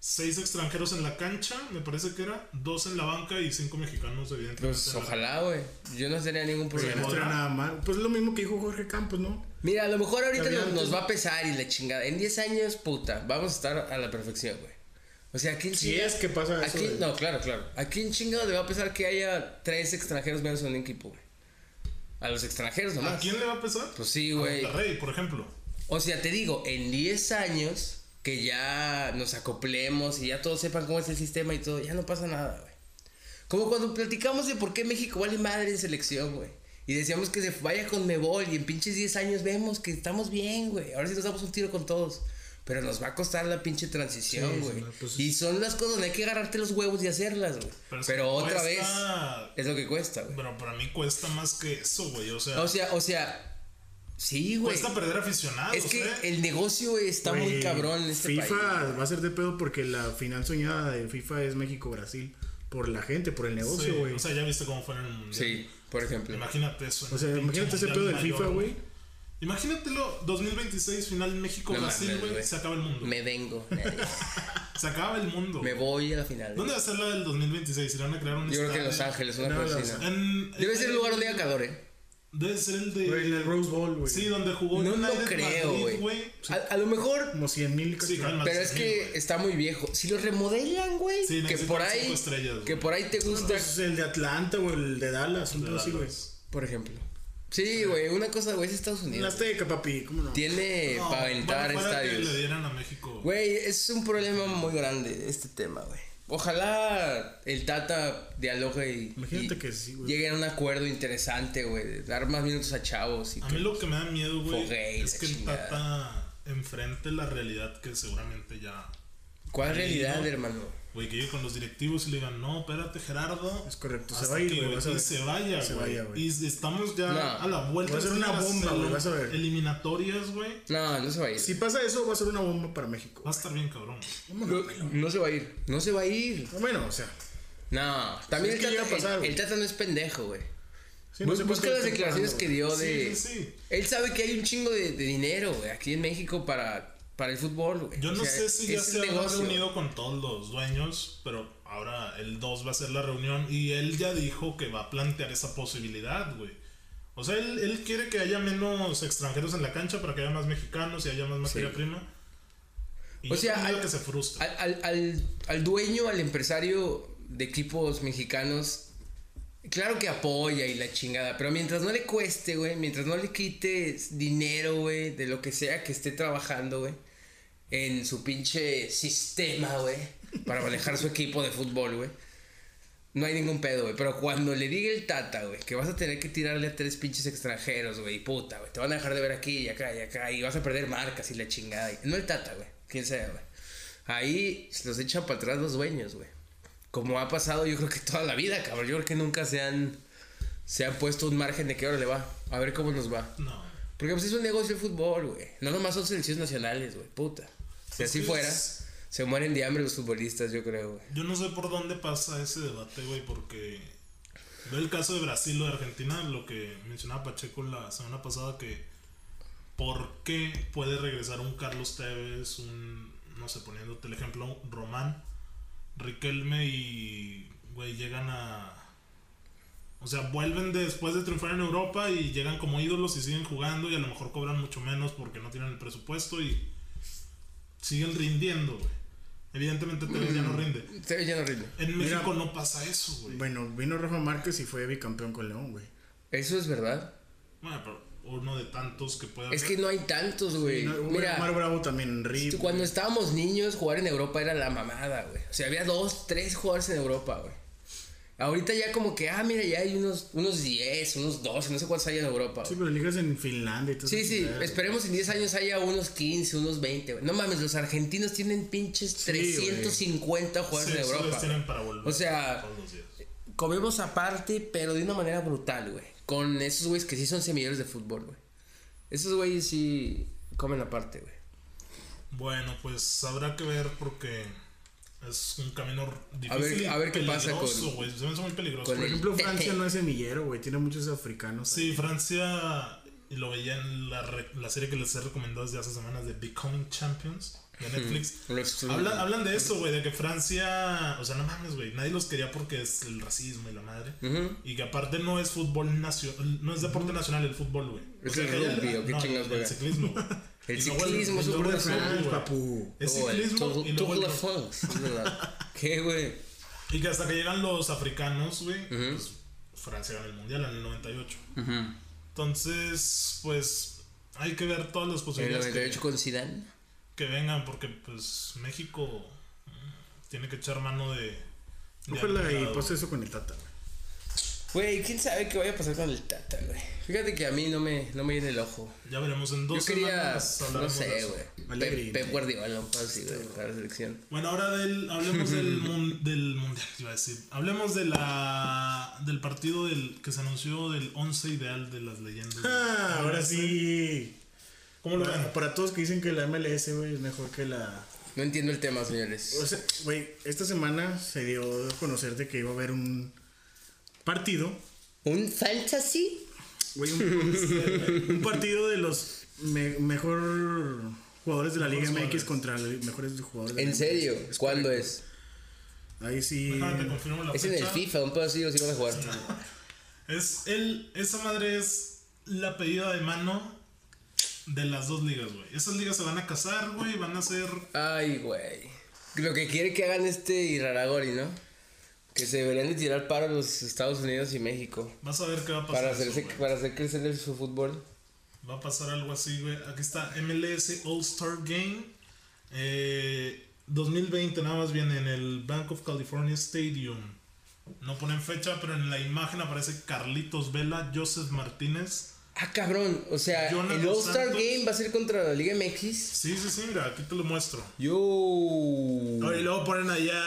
[SPEAKER 1] seis extranjeros en la cancha, me parece que era, dos en la banca y cinco mexicanos, evidentemente.
[SPEAKER 2] Pues
[SPEAKER 1] en la-
[SPEAKER 2] ojalá, güey. Yo no sería ningún
[SPEAKER 3] Pues,
[SPEAKER 2] problema.
[SPEAKER 3] no trae nada mal. Pues lo mismo que dijo Jorge Campos, ¿no?
[SPEAKER 2] Mira, a lo mejor ahorita
[SPEAKER 3] Había
[SPEAKER 2] nos, nos
[SPEAKER 3] antes-
[SPEAKER 2] va a pesar y la chingada. En 10 años, puta, vamos a estar a la perfección, güey. O sea, aquí en
[SPEAKER 3] Si es que pasa eso.
[SPEAKER 2] aquí,
[SPEAKER 3] güey.
[SPEAKER 2] No, claro, claro. Aquí en chingado le va a pesar que haya tres extranjeros menos en un equipo, güey. A los extranjeros nomás.
[SPEAKER 1] ¿A quién le va a pesar?
[SPEAKER 2] Pues sí, güey.
[SPEAKER 1] Monterrey, por ejemplo.
[SPEAKER 2] O sea, te digo, en 10 años que ya nos acoplemos y ya todos sepan cómo es el sistema y todo, ya no pasa nada, güey. Como cuando platicamos de por qué México vale madre en selección, güey. Y decíamos que se vaya con Mebol y en pinches 10 años vemos que estamos bien, güey. Ahora sí nos damos un tiro con todos. Pero nos va a costar la pinche
[SPEAKER 3] Sí,
[SPEAKER 2] transición, güey.
[SPEAKER 3] sí, pues-
[SPEAKER 2] y son las cosas donde hay que agarrarte los huevos y hacerlas, güey. Pero,
[SPEAKER 1] es que
[SPEAKER 2] otra vez
[SPEAKER 1] cuesta-
[SPEAKER 2] es lo que cuesta, güey.
[SPEAKER 1] Pero para mí cuesta más que eso, güey. O sea,
[SPEAKER 2] O sea, o sea, sí, güey.
[SPEAKER 1] cuesta perder aficionados,
[SPEAKER 2] Es que
[SPEAKER 1] ¿eh?
[SPEAKER 2] el negocio güey, está muy
[SPEAKER 3] Güey,
[SPEAKER 2] cabrón en este
[SPEAKER 3] FIFA
[SPEAKER 2] país.
[SPEAKER 3] va a ser de pedo porque la final soñada de FIFA es México-Brasil. Por la gente, por el
[SPEAKER 1] Sí,
[SPEAKER 3] negocio, güey.
[SPEAKER 1] o sea, ya viste cómo fue en el mundial.
[SPEAKER 2] Sí, por ejemplo.
[SPEAKER 1] Imagínate eso. en
[SPEAKER 3] o sea,
[SPEAKER 1] el pinche
[SPEAKER 3] imagínate ese
[SPEAKER 1] Mundial
[SPEAKER 3] pedo del
[SPEAKER 1] mayor,
[SPEAKER 3] FIFA, güey.
[SPEAKER 1] Imagínatelo, 2026, final
[SPEAKER 2] No
[SPEAKER 1] México-Brasil,
[SPEAKER 2] mames,
[SPEAKER 1] güey.
[SPEAKER 2] güey.
[SPEAKER 1] Se acaba el mundo. *laughs*
[SPEAKER 2] Me vengo.
[SPEAKER 1] Se acaba el mundo.
[SPEAKER 2] Me voy a la final.
[SPEAKER 1] ¿Dónde eh? va a ser la del 2026? ¿Irán a crear un
[SPEAKER 2] Yo creo que en Los
[SPEAKER 1] estadio?
[SPEAKER 2] Ángeles, una
[SPEAKER 3] No,
[SPEAKER 2] cosa
[SPEAKER 3] Los
[SPEAKER 2] así. ¿no?
[SPEAKER 1] En-
[SPEAKER 2] Debe ser
[SPEAKER 1] en-
[SPEAKER 2] el lugar donde haya calor, ¿eh?
[SPEAKER 1] Debe ser el de.
[SPEAKER 3] Güey, en el Rose Bowl, güey.
[SPEAKER 1] Sí, donde jugó.
[SPEAKER 2] No lo
[SPEAKER 1] United
[SPEAKER 2] creo,
[SPEAKER 1] Madrid,
[SPEAKER 2] güey. A, a lo mejor,
[SPEAKER 3] Como 100 mil.
[SPEAKER 1] Sí, calma.
[SPEAKER 2] pero es que está muy viejo. Si lo remodelan, güey,
[SPEAKER 1] Sí,
[SPEAKER 2] que
[SPEAKER 1] necesitan
[SPEAKER 2] por
[SPEAKER 1] cinco
[SPEAKER 2] ahí,
[SPEAKER 1] estrellas, güey.
[SPEAKER 2] que por ahí te gusta,
[SPEAKER 3] el de Atlanta o el de Dallas, un pedo así, güey.
[SPEAKER 2] por ejemplo. Sí, güey, una cosa, güey, es Estados
[SPEAKER 3] El
[SPEAKER 2] Unidos.
[SPEAKER 3] Azteca, papi, ¿cómo no?
[SPEAKER 2] Tiene
[SPEAKER 1] No,
[SPEAKER 2] para aventar
[SPEAKER 1] bueno, fuera que
[SPEAKER 2] estadios.
[SPEAKER 1] le dieran a México.
[SPEAKER 2] Güey, es un problema muy grande este tema, güey. Ojalá el Tata dialogue y,
[SPEAKER 3] Imagínate
[SPEAKER 2] y
[SPEAKER 3] que sí, güey.
[SPEAKER 2] lleguen a un acuerdo interesante, güey. de Dar más minutos a chavos y
[SPEAKER 1] A
[SPEAKER 2] que-
[SPEAKER 1] mí lo que me da miedo, güey,
[SPEAKER 2] Foguey,
[SPEAKER 1] es
[SPEAKER 2] la
[SPEAKER 1] que el
[SPEAKER 2] chingada.
[SPEAKER 1] Tata enfrente la realidad que seguramente ya.
[SPEAKER 2] ¿Cuál
[SPEAKER 1] Sí,
[SPEAKER 2] realidad,
[SPEAKER 1] ¿no?
[SPEAKER 2] hermano?
[SPEAKER 1] Güey, que llegue con los directivos y le digan, no, espérate, Gerardo.
[SPEAKER 3] Es correcto, se
[SPEAKER 1] hasta
[SPEAKER 3] va a ir,
[SPEAKER 1] que
[SPEAKER 3] güey,
[SPEAKER 1] Goitín
[SPEAKER 3] vas a ver.
[SPEAKER 1] se vaya,
[SPEAKER 3] Se
[SPEAKER 1] güey.
[SPEAKER 3] vaya, güey.
[SPEAKER 1] Y estamos ya
[SPEAKER 2] No.
[SPEAKER 1] a la vuelta.
[SPEAKER 3] Va a ser
[SPEAKER 1] de
[SPEAKER 3] una
[SPEAKER 1] las
[SPEAKER 3] bomba, güey, vas a ver.
[SPEAKER 1] Eliminatorias, güey.
[SPEAKER 2] No, no se va a ir.
[SPEAKER 3] Si pasa eso, va a ser una bomba para
[SPEAKER 1] Va
[SPEAKER 2] Ah,
[SPEAKER 3] México.
[SPEAKER 1] a estar bien cabrón. güey.
[SPEAKER 2] no, no se va a ir. No se va a ir.
[SPEAKER 3] Bueno, o sea.
[SPEAKER 2] No, también
[SPEAKER 3] es que
[SPEAKER 2] el,
[SPEAKER 3] llega a
[SPEAKER 2] tata, el-
[SPEAKER 3] pasar,
[SPEAKER 2] el,
[SPEAKER 3] güey.
[SPEAKER 2] Tata no es pendejo, güey.
[SPEAKER 3] sí, no
[SPEAKER 2] Bus-
[SPEAKER 3] sé por
[SPEAKER 2] busca
[SPEAKER 3] qué
[SPEAKER 2] las
[SPEAKER 3] están
[SPEAKER 2] declaraciones que dio
[SPEAKER 3] pagando,
[SPEAKER 1] Sí,
[SPEAKER 2] de...
[SPEAKER 1] sí, sí.
[SPEAKER 2] Él sabe que hay un chingo de, de dinero, güey, aquí en México para, para el fútbol, güey.
[SPEAKER 1] Yo
[SPEAKER 2] O
[SPEAKER 1] no
[SPEAKER 2] sea,
[SPEAKER 1] sé si ya
[SPEAKER 2] es el
[SPEAKER 1] se ha
[SPEAKER 2] negocio.
[SPEAKER 1] reunido con todos los dueños, pero ahora el 2 va a ser la reunión y él ya dijo que va a plantear esa posibilidad, güey. O sea, él, él quiere que haya menos extranjeros en la cancha para que haya más mexicanos y haya más materia
[SPEAKER 2] Sí.
[SPEAKER 1] prima. Y
[SPEAKER 2] O
[SPEAKER 1] yo
[SPEAKER 2] sea,
[SPEAKER 1] tengo miedo
[SPEAKER 2] al-
[SPEAKER 1] que se frustre.
[SPEAKER 2] Al, al- al- al dueño, al empresario de equipos mexicanos, claro que apoya y la chingada, pero mientras no le cueste, güey, mientras no le quites dinero, güey, de lo que sea que esté trabajando, güey, en su pinche sistema, güey, para manejar su equipo de fútbol, güey. No hay ningún pedo, güey. Pero cuando le diga el tata, güey, que vas a tener que tirarle a tres pinches extranjeros, güey, y puta, güey, te van a dejar de ver aquí y acá y acá, y vas a perder marcas y la chingada. y- No el tata, güey, quién sea, güey. Ahí se los echan para atrás los dueños, güey. Como ha pasado, yo creo que toda la vida, cabrón. Yo creo que nunca se han, se han puesto un margen de que ahora le va. A ver cómo nos va.
[SPEAKER 1] No.
[SPEAKER 2] Porque pues es un negocio el fútbol, güey. No nomás son selecciones nacionales, güey. Puta. Si
[SPEAKER 1] Pues
[SPEAKER 2] así
[SPEAKER 1] que
[SPEAKER 2] fuera,
[SPEAKER 1] es-
[SPEAKER 2] se mueren de hambre los futbolistas, yo creo, güey.
[SPEAKER 1] Yo no sé por dónde pasa ese debate, güey, porque veo el caso de Brasil o de Argentina, lo que mencionaba Pacheco la semana pasada, que por qué puede regresar un Carlos Tevez, un, no sé, poniéndote el ejemplo, un Román, Riquelme y, güey, llegan a, O sea, vuelven después de triunfar en Europa y llegan como ídolos y siguen jugando y a lo mejor cobran mucho menos porque no tienen el presupuesto y siguen rindiendo, güey. Evidentemente Tevez ya no rinde.
[SPEAKER 2] Tevez ya no rinde.
[SPEAKER 1] En
[SPEAKER 3] Mira-
[SPEAKER 1] México no pasa eso, güey.
[SPEAKER 3] Bueno, vino Rafa Márquez y fue bicampeón con León, güey.
[SPEAKER 2] Eso es verdad.
[SPEAKER 1] Bueno, pero uno de tantos que puede
[SPEAKER 2] Es que
[SPEAKER 1] haber.
[SPEAKER 2] no hay tantos, güey.
[SPEAKER 3] No, güey,
[SPEAKER 2] Mira,
[SPEAKER 3] Omar Bravo también, Rip.
[SPEAKER 2] cuando estábamos niños, jugar en Europa era la mamada, güey. O sea, había dos, tres jugadores en Europa, güey. Ahorita ya como que, ah, mira, ya hay unos, unos 10, unos 12, no sé cuántos hay en Europa.
[SPEAKER 3] Sí,
[SPEAKER 2] güey.
[SPEAKER 3] pero ligas en Finlandia y todo
[SPEAKER 2] Sí,
[SPEAKER 3] eso,
[SPEAKER 2] sí,
[SPEAKER 3] güey.
[SPEAKER 2] esperemos en 10 años haya unos 15, unos 20, güey. No mames, los argentinos tienen pinches
[SPEAKER 3] güey.
[SPEAKER 2] 350 jugadores
[SPEAKER 1] Sí,
[SPEAKER 2] en
[SPEAKER 1] sí les
[SPEAKER 2] Europa.
[SPEAKER 1] tienen para volver
[SPEAKER 2] O sea,
[SPEAKER 1] todos los días.
[SPEAKER 2] comemos aparte, pero de una manera brutal, güey. Con esos güeyes que sí son semilleros de fútbol, güey. Esos güeyes sí comen aparte, güey.
[SPEAKER 1] Bueno, pues habrá que ver porque es un camino difícil.
[SPEAKER 2] ver-
[SPEAKER 1] y
[SPEAKER 2] a ver qué pasa con-
[SPEAKER 1] peligroso, güey. Se me hace muy peligroso.
[SPEAKER 2] con
[SPEAKER 3] Por
[SPEAKER 2] el-
[SPEAKER 3] ejemplo,
[SPEAKER 2] eh.
[SPEAKER 3] Francia no es semillero, güey. Tiene muchos africanos.
[SPEAKER 1] Sí, Francia, y lo veía en la, re- la serie que les he recomendado desde hace semanas de Becoming Champions de Netflix.
[SPEAKER 2] Lo extru-
[SPEAKER 1] Hablan, hablan de eso, güey, de que Francia, o sea, no mames, güey, nadie los quería porque es el racismo y la madre. Y que aparte no es fútbol nacional, no es deporte nacional el fútbol, güey.
[SPEAKER 2] Es
[SPEAKER 1] O sea,
[SPEAKER 2] el
[SPEAKER 1] que
[SPEAKER 2] rugby, ¿o qué
[SPEAKER 1] no,
[SPEAKER 2] chingados,
[SPEAKER 1] el,
[SPEAKER 2] güey?
[SPEAKER 1] el ciclismo. güey.
[SPEAKER 2] *laughs* El
[SPEAKER 1] Y luego
[SPEAKER 2] ciclismo es un
[SPEAKER 1] luego el rugby,
[SPEAKER 2] gran
[SPEAKER 3] Ah,
[SPEAKER 1] güey.
[SPEAKER 3] papu.
[SPEAKER 1] Es
[SPEAKER 2] Oh, el
[SPEAKER 1] ciclismo
[SPEAKER 2] Tour-
[SPEAKER 1] y luego
[SPEAKER 2] Tour
[SPEAKER 1] el
[SPEAKER 2] de
[SPEAKER 1] rugby.
[SPEAKER 2] France, *laughs* es verdad. ¿Qué, güey?
[SPEAKER 1] Y que hasta que llegan los africanos, güey, pues, Francia gana el mundial en el 98. Entonces, pues hay que ver todas las
[SPEAKER 2] En el
[SPEAKER 1] posibilidades que,
[SPEAKER 2] 98 con Zidane.
[SPEAKER 1] que vengan, porque pues México mm, tiene que echar mano de. de
[SPEAKER 3] Ojalá
[SPEAKER 1] algún
[SPEAKER 3] y pues,
[SPEAKER 1] lado,
[SPEAKER 3] pase eso con el Tata, güey.
[SPEAKER 2] Güey, ¿quién sabe qué vaya a pasar con el Tata, güey? Fíjate que a mí no me, no me viene el ojo.
[SPEAKER 1] güey. Ya veremos en dos
[SPEAKER 2] Yo quería, pues,
[SPEAKER 1] semanas.
[SPEAKER 2] no
[SPEAKER 1] hablaremos de
[SPEAKER 2] sé,
[SPEAKER 1] eso.
[SPEAKER 2] güey.
[SPEAKER 3] Allegri,
[SPEAKER 2] Pep, Pep
[SPEAKER 3] ¿no?
[SPEAKER 2] Guardiola, un así, güey, para la selección.
[SPEAKER 1] Bueno, ahora del, hablemos
[SPEAKER 2] *laughs*
[SPEAKER 1] del, mun- del mundial, iba a decir. Hablemos de la, del partido del, que se anunció del 11 ideal de las leyendas.
[SPEAKER 3] Ah, ahora sí.
[SPEAKER 1] ¿Cómo lo ven?
[SPEAKER 3] Para, Ah, para todos que dicen que la MLS, güey, es mejor que la.
[SPEAKER 2] No entiendo el tema, señores.
[SPEAKER 3] O sea, güey, esta semana se dio a conocer de que iba a haber un partido.
[SPEAKER 2] ¿Un fantasy?
[SPEAKER 3] Güey, un, un partido de los me- mejor jugadores de la Liga MX contra los mejores jugadores de la
[SPEAKER 2] ¿En
[SPEAKER 3] MLS.
[SPEAKER 2] serio? ¿Cuándo es?
[SPEAKER 3] Ahí sí.
[SPEAKER 1] Déjame, te confirmo la
[SPEAKER 2] Es en el
[SPEAKER 1] fecha.
[SPEAKER 2] FIFA, un pedo así, los iban a jugar.
[SPEAKER 1] Es el, esa madre es la pedida de mano de las dos ligas, güey. Esas ligas se van a casar, güey, van a ser...
[SPEAKER 2] Ay, güey. Lo que quiere que hagan este y Raragori, ¿no? Que se deberían de tirar para los Estados Unidos y México.
[SPEAKER 1] Vas a ver qué va a pasar.
[SPEAKER 2] Para,
[SPEAKER 1] eso,
[SPEAKER 2] hacerse,
[SPEAKER 1] güey.
[SPEAKER 2] para hacer crecer el- su fútbol.
[SPEAKER 1] Va a pasar algo así, güey. Aquí está MLS All Star Game. Eh, 2020 nada más viene en el Bank of California Stadium. No ponen fecha, pero en la imagen aparece Carlitos Vela, Joseph Martínez.
[SPEAKER 2] Ah, cabrón. O sea,
[SPEAKER 1] Jonathan
[SPEAKER 2] el All-Star
[SPEAKER 1] Santos.
[SPEAKER 2] Game va a ser contra la Liga MX.
[SPEAKER 1] Sí, sí, sí, mira, aquí te lo muestro.
[SPEAKER 2] Yo.
[SPEAKER 1] Y luego ponen allá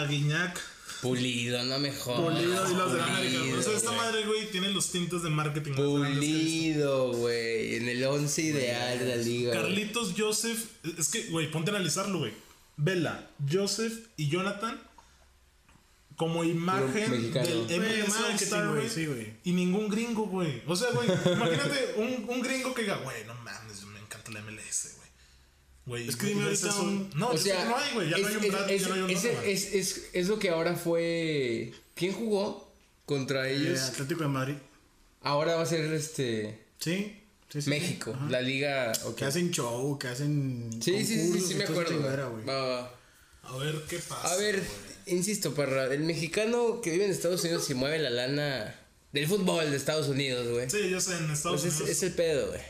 [SPEAKER 1] a Guiñac.
[SPEAKER 2] Pulido, no mejor.
[SPEAKER 1] Pulido y los de la América.
[SPEAKER 2] Pulido,
[SPEAKER 1] O sea, esta
[SPEAKER 2] güey.
[SPEAKER 1] madre, güey, tiene los tintes de marketing. más grandes que he visto.
[SPEAKER 2] Pulido, güey. En el 11 ideal de la liga. güey.
[SPEAKER 1] Carlitos, Joseph. Es que, güey, ponte a analizarlo, güey. Vela, Joseph y Jonathan. Como imagen
[SPEAKER 2] Puro mexicano.
[SPEAKER 1] del
[SPEAKER 3] Güey, es
[SPEAKER 1] MLS All-Star,
[SPEAKER 3] marketing, güey,
[SPEAKER 1] güey.
[SPEAKER 3] sí, güey.
[SPEAKER 1] y ningún gringo, güey. O sea, güey, imagínate un, un gringo que diga, güey, no mames, me encanta la MLS, güey. Güey,
[SPEAKER 3] Es que dime
[SPEAKER 1] y ves
[SPEAKER 3] ahorita
[SPEAKER 1] eso-
[SPEAKER 3] un-
[SPEAKER 1] No,
[SPEAKER 2] O
[SPEAKER 1] es que
[SPEAKER 2] sea,
[SPEAKER 1] no hay, güey. Ya no hay
[SPEAKER 2] es-
[SPEAKER 1] un
[SPEAKER 2] es-
[SPEAKER 1] Brad,
[SPEAKER 2] es-
[SPEAKER 1] ya no hay un
[SPEAKER 2] es-
[SPEAKER 1] Donovan.
[SPEAKER 2] es- es- es lo que ahora fue. ¿Quién jugó contra
[SPEAKER 3] Eh,
[SPEAKER 2] ellos?
[SPEAKER 3] Atlético de Madrid.
[SPEAKER 2] Ahora va a ser este.
[SPEAKER 3] Sí. sí, sí.
[SPEAKER 2] México,
[SPEAKER 3] Ajá.
[SPEAKER 2] la liga. ok.
[SPEAKER 3] Que hacen show, que hacen.
[SPEAKER 2] Sí, sí, sí, sí,
[SPEAKER 3] concursos
[SPEAKER 2] sí,
[SPEAKER 3] y
[SPEAKER 2] me
[SPEAKER 3] toda esa
[SPEAKER 2] acuerdo.
[SPEAKER 3] chingadera, güey.
[SPEAKER 2] Va, va, va.
[SPEAKER 1] A ver qué pasa.
[SPEAKER 2] A ver,
[SPEAKER 1] güey.
[SPEAKER 2] insisto, Parra, el mexicano que vive en Estados Unidos y mueve la lana del fútbol de Estados Unidos, güey.
[SPEAKER 1] Sí, yo sé, en Estados
[SPEAKER 2] Pues es,
[SPEAKER 1] Unidos.
[SPEAKER 2] es el pedo, güey.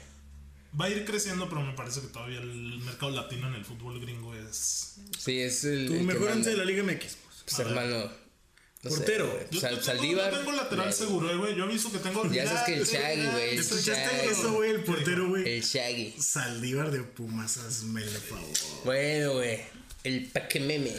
[SPEAKER 1] Va a ir creciendo, pero me parece que todavía el mercado latino en el fútbol gringo es.
[SPEAKER 2] Sí, es el.
[SPEAKER 3] Tu
[SPEAKER 2] el que
[SPEAKER 3] mejor
[SPEAKER 2] manda.
[SPEAKER 3] once de la Liga MX.
[SPEAKER 2] Pues, hermano. no sé,
[SPEAKER 3] Portero.
[SPEAKER 2] güey. pues,
[SPEAKER 1] Yo,
[SPEAKER 2] Sal-
[SPEAKER 1] yo tengo-
[SPEAKER 2] Saldívar.
[SPEAKER 1] yo tengo lateral
[SPEAKER 2] güey.
[SPEAKER 1] seguro, eh, güey. Yo aviso que tengo.
[SPEAKER 2] Ya sabes que el
[SPEAKER 1] lateral.
[SPEAKER 2] Shaggy, güey, es-
[SPEAKER 3] ¿Escuchaste
[SPEAKER 2] Ya,
[SPEAKER 3] eso, güey? El portero, güey.
[SPEAKER 2] El Shaggy.
[SPEAKER 3] Saldívar de Pumas, hazme el favor.
[SPEAKER 2] Bueno, güey. El paquememe.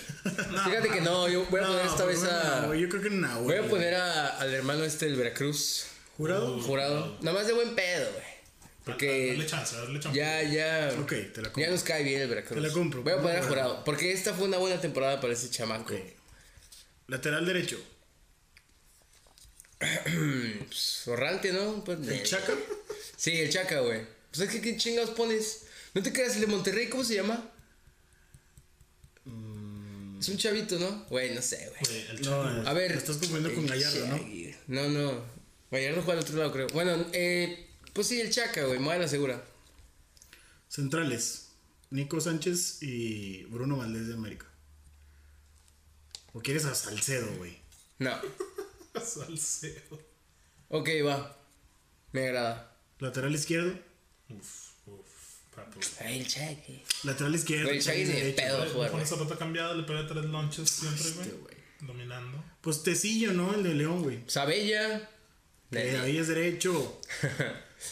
[SPEAKER 3] *laughs*
[SPEAKER 2] Fíjate que no, yo voy a poner esta
[SPEAKER 3] No,
[SPEAKER 2] vez a.
[SPEAKER 3] no, Yo creo que no,
[SPEAKER 2] Voy
[SPEAKER 3] güey.
[SPEAKER 2] a poner a- al hermano este del Veracruz.
[SPEAKER 3] ¿Jurado? Ah,
[SPEAKER 2] Jurado. Nada más de buen pedo, güey.
[SPEAKER 1] A- a-
[SPEAKER 2] Porque
[SPEAKER 1] Dale chance, dale chance.
[SPEAKER 2] ya, ya.
[SPEAKER 3] Ok, te la compro.
[SPEAKER 2] Ya nos cae bien el Veracruz.
[SPEAKER 3] Te la compro.
[SPEAKER 2] Voy a poner a jurado. Porque esta fue una buena temporada para ese chamaco.
[SPEAKER 3] Lateral derecho.
[SPEAKER 2] Pues, Horrante, ¿no? Pues,
[SPEAKER 3] El Chaca.
[SPEAKER 2] Sí, el Chaca, güey. Pues es que qué chingados pones. ¿No te creas el de Monterrey? ¿Cómo se llama? Es un chavito, ¿no? Güey, no eh. sé, güey.
[SPEAKER 1] Güey, el
[SPEAKER 3] No,
[SPEAKER 1] Chaco, güey.
[SPEAKER 2] A ver.
[SPEAKER 3] Mm. Lo estás confundiendo con Gallardo, ¿no?
[SPEAKER 2] No, no. Gallardo juega al otro lado, creo. Bueno, eh, pues sí, el Chaca, güey. Me voy a la segura.
[SPEAKER 3] Centrales. Nico Sánchez y Bruno Valdés de América. ¿O quieres a Salcedo, güey?
[SPEAKER 2] No.
[SPEAKER 1] Salcedo.
[SPEAKER 2] Ok, va. Me agrada.
[SPEAKER 3] Lateral izquierdo.
[SPEAKER 1] Uf, uf, papo.
[SPEAKER 2] Ay, el Chaca.
[SPEAKER 3] Lateral izquierdo.
[SPEAKER 2] Güey,
[SPEAKER 3] lateral
[SPEAKER 2] Chagui ni de
[SPEAKER 3] derecho.
[SPEAKER 2] pedo va a
[SPEAKER 1] Con
[SPEAKER 2] jugar,
[SPEAKER 1] pone
[SPEAKER 2] güey.
[SPEAKER 1] zapata cambiada, le pega tres lonches siempre, güey.
[SPEAKER 3] Este, güey.
[SPEAKER 1] Dominando.
[SPEAKER 3] Pues Tecillo, ¿no? El de León, güey.
[SPEAKER 2] Sabella.
[SPEAKER 3] Eh, ahí es derecho.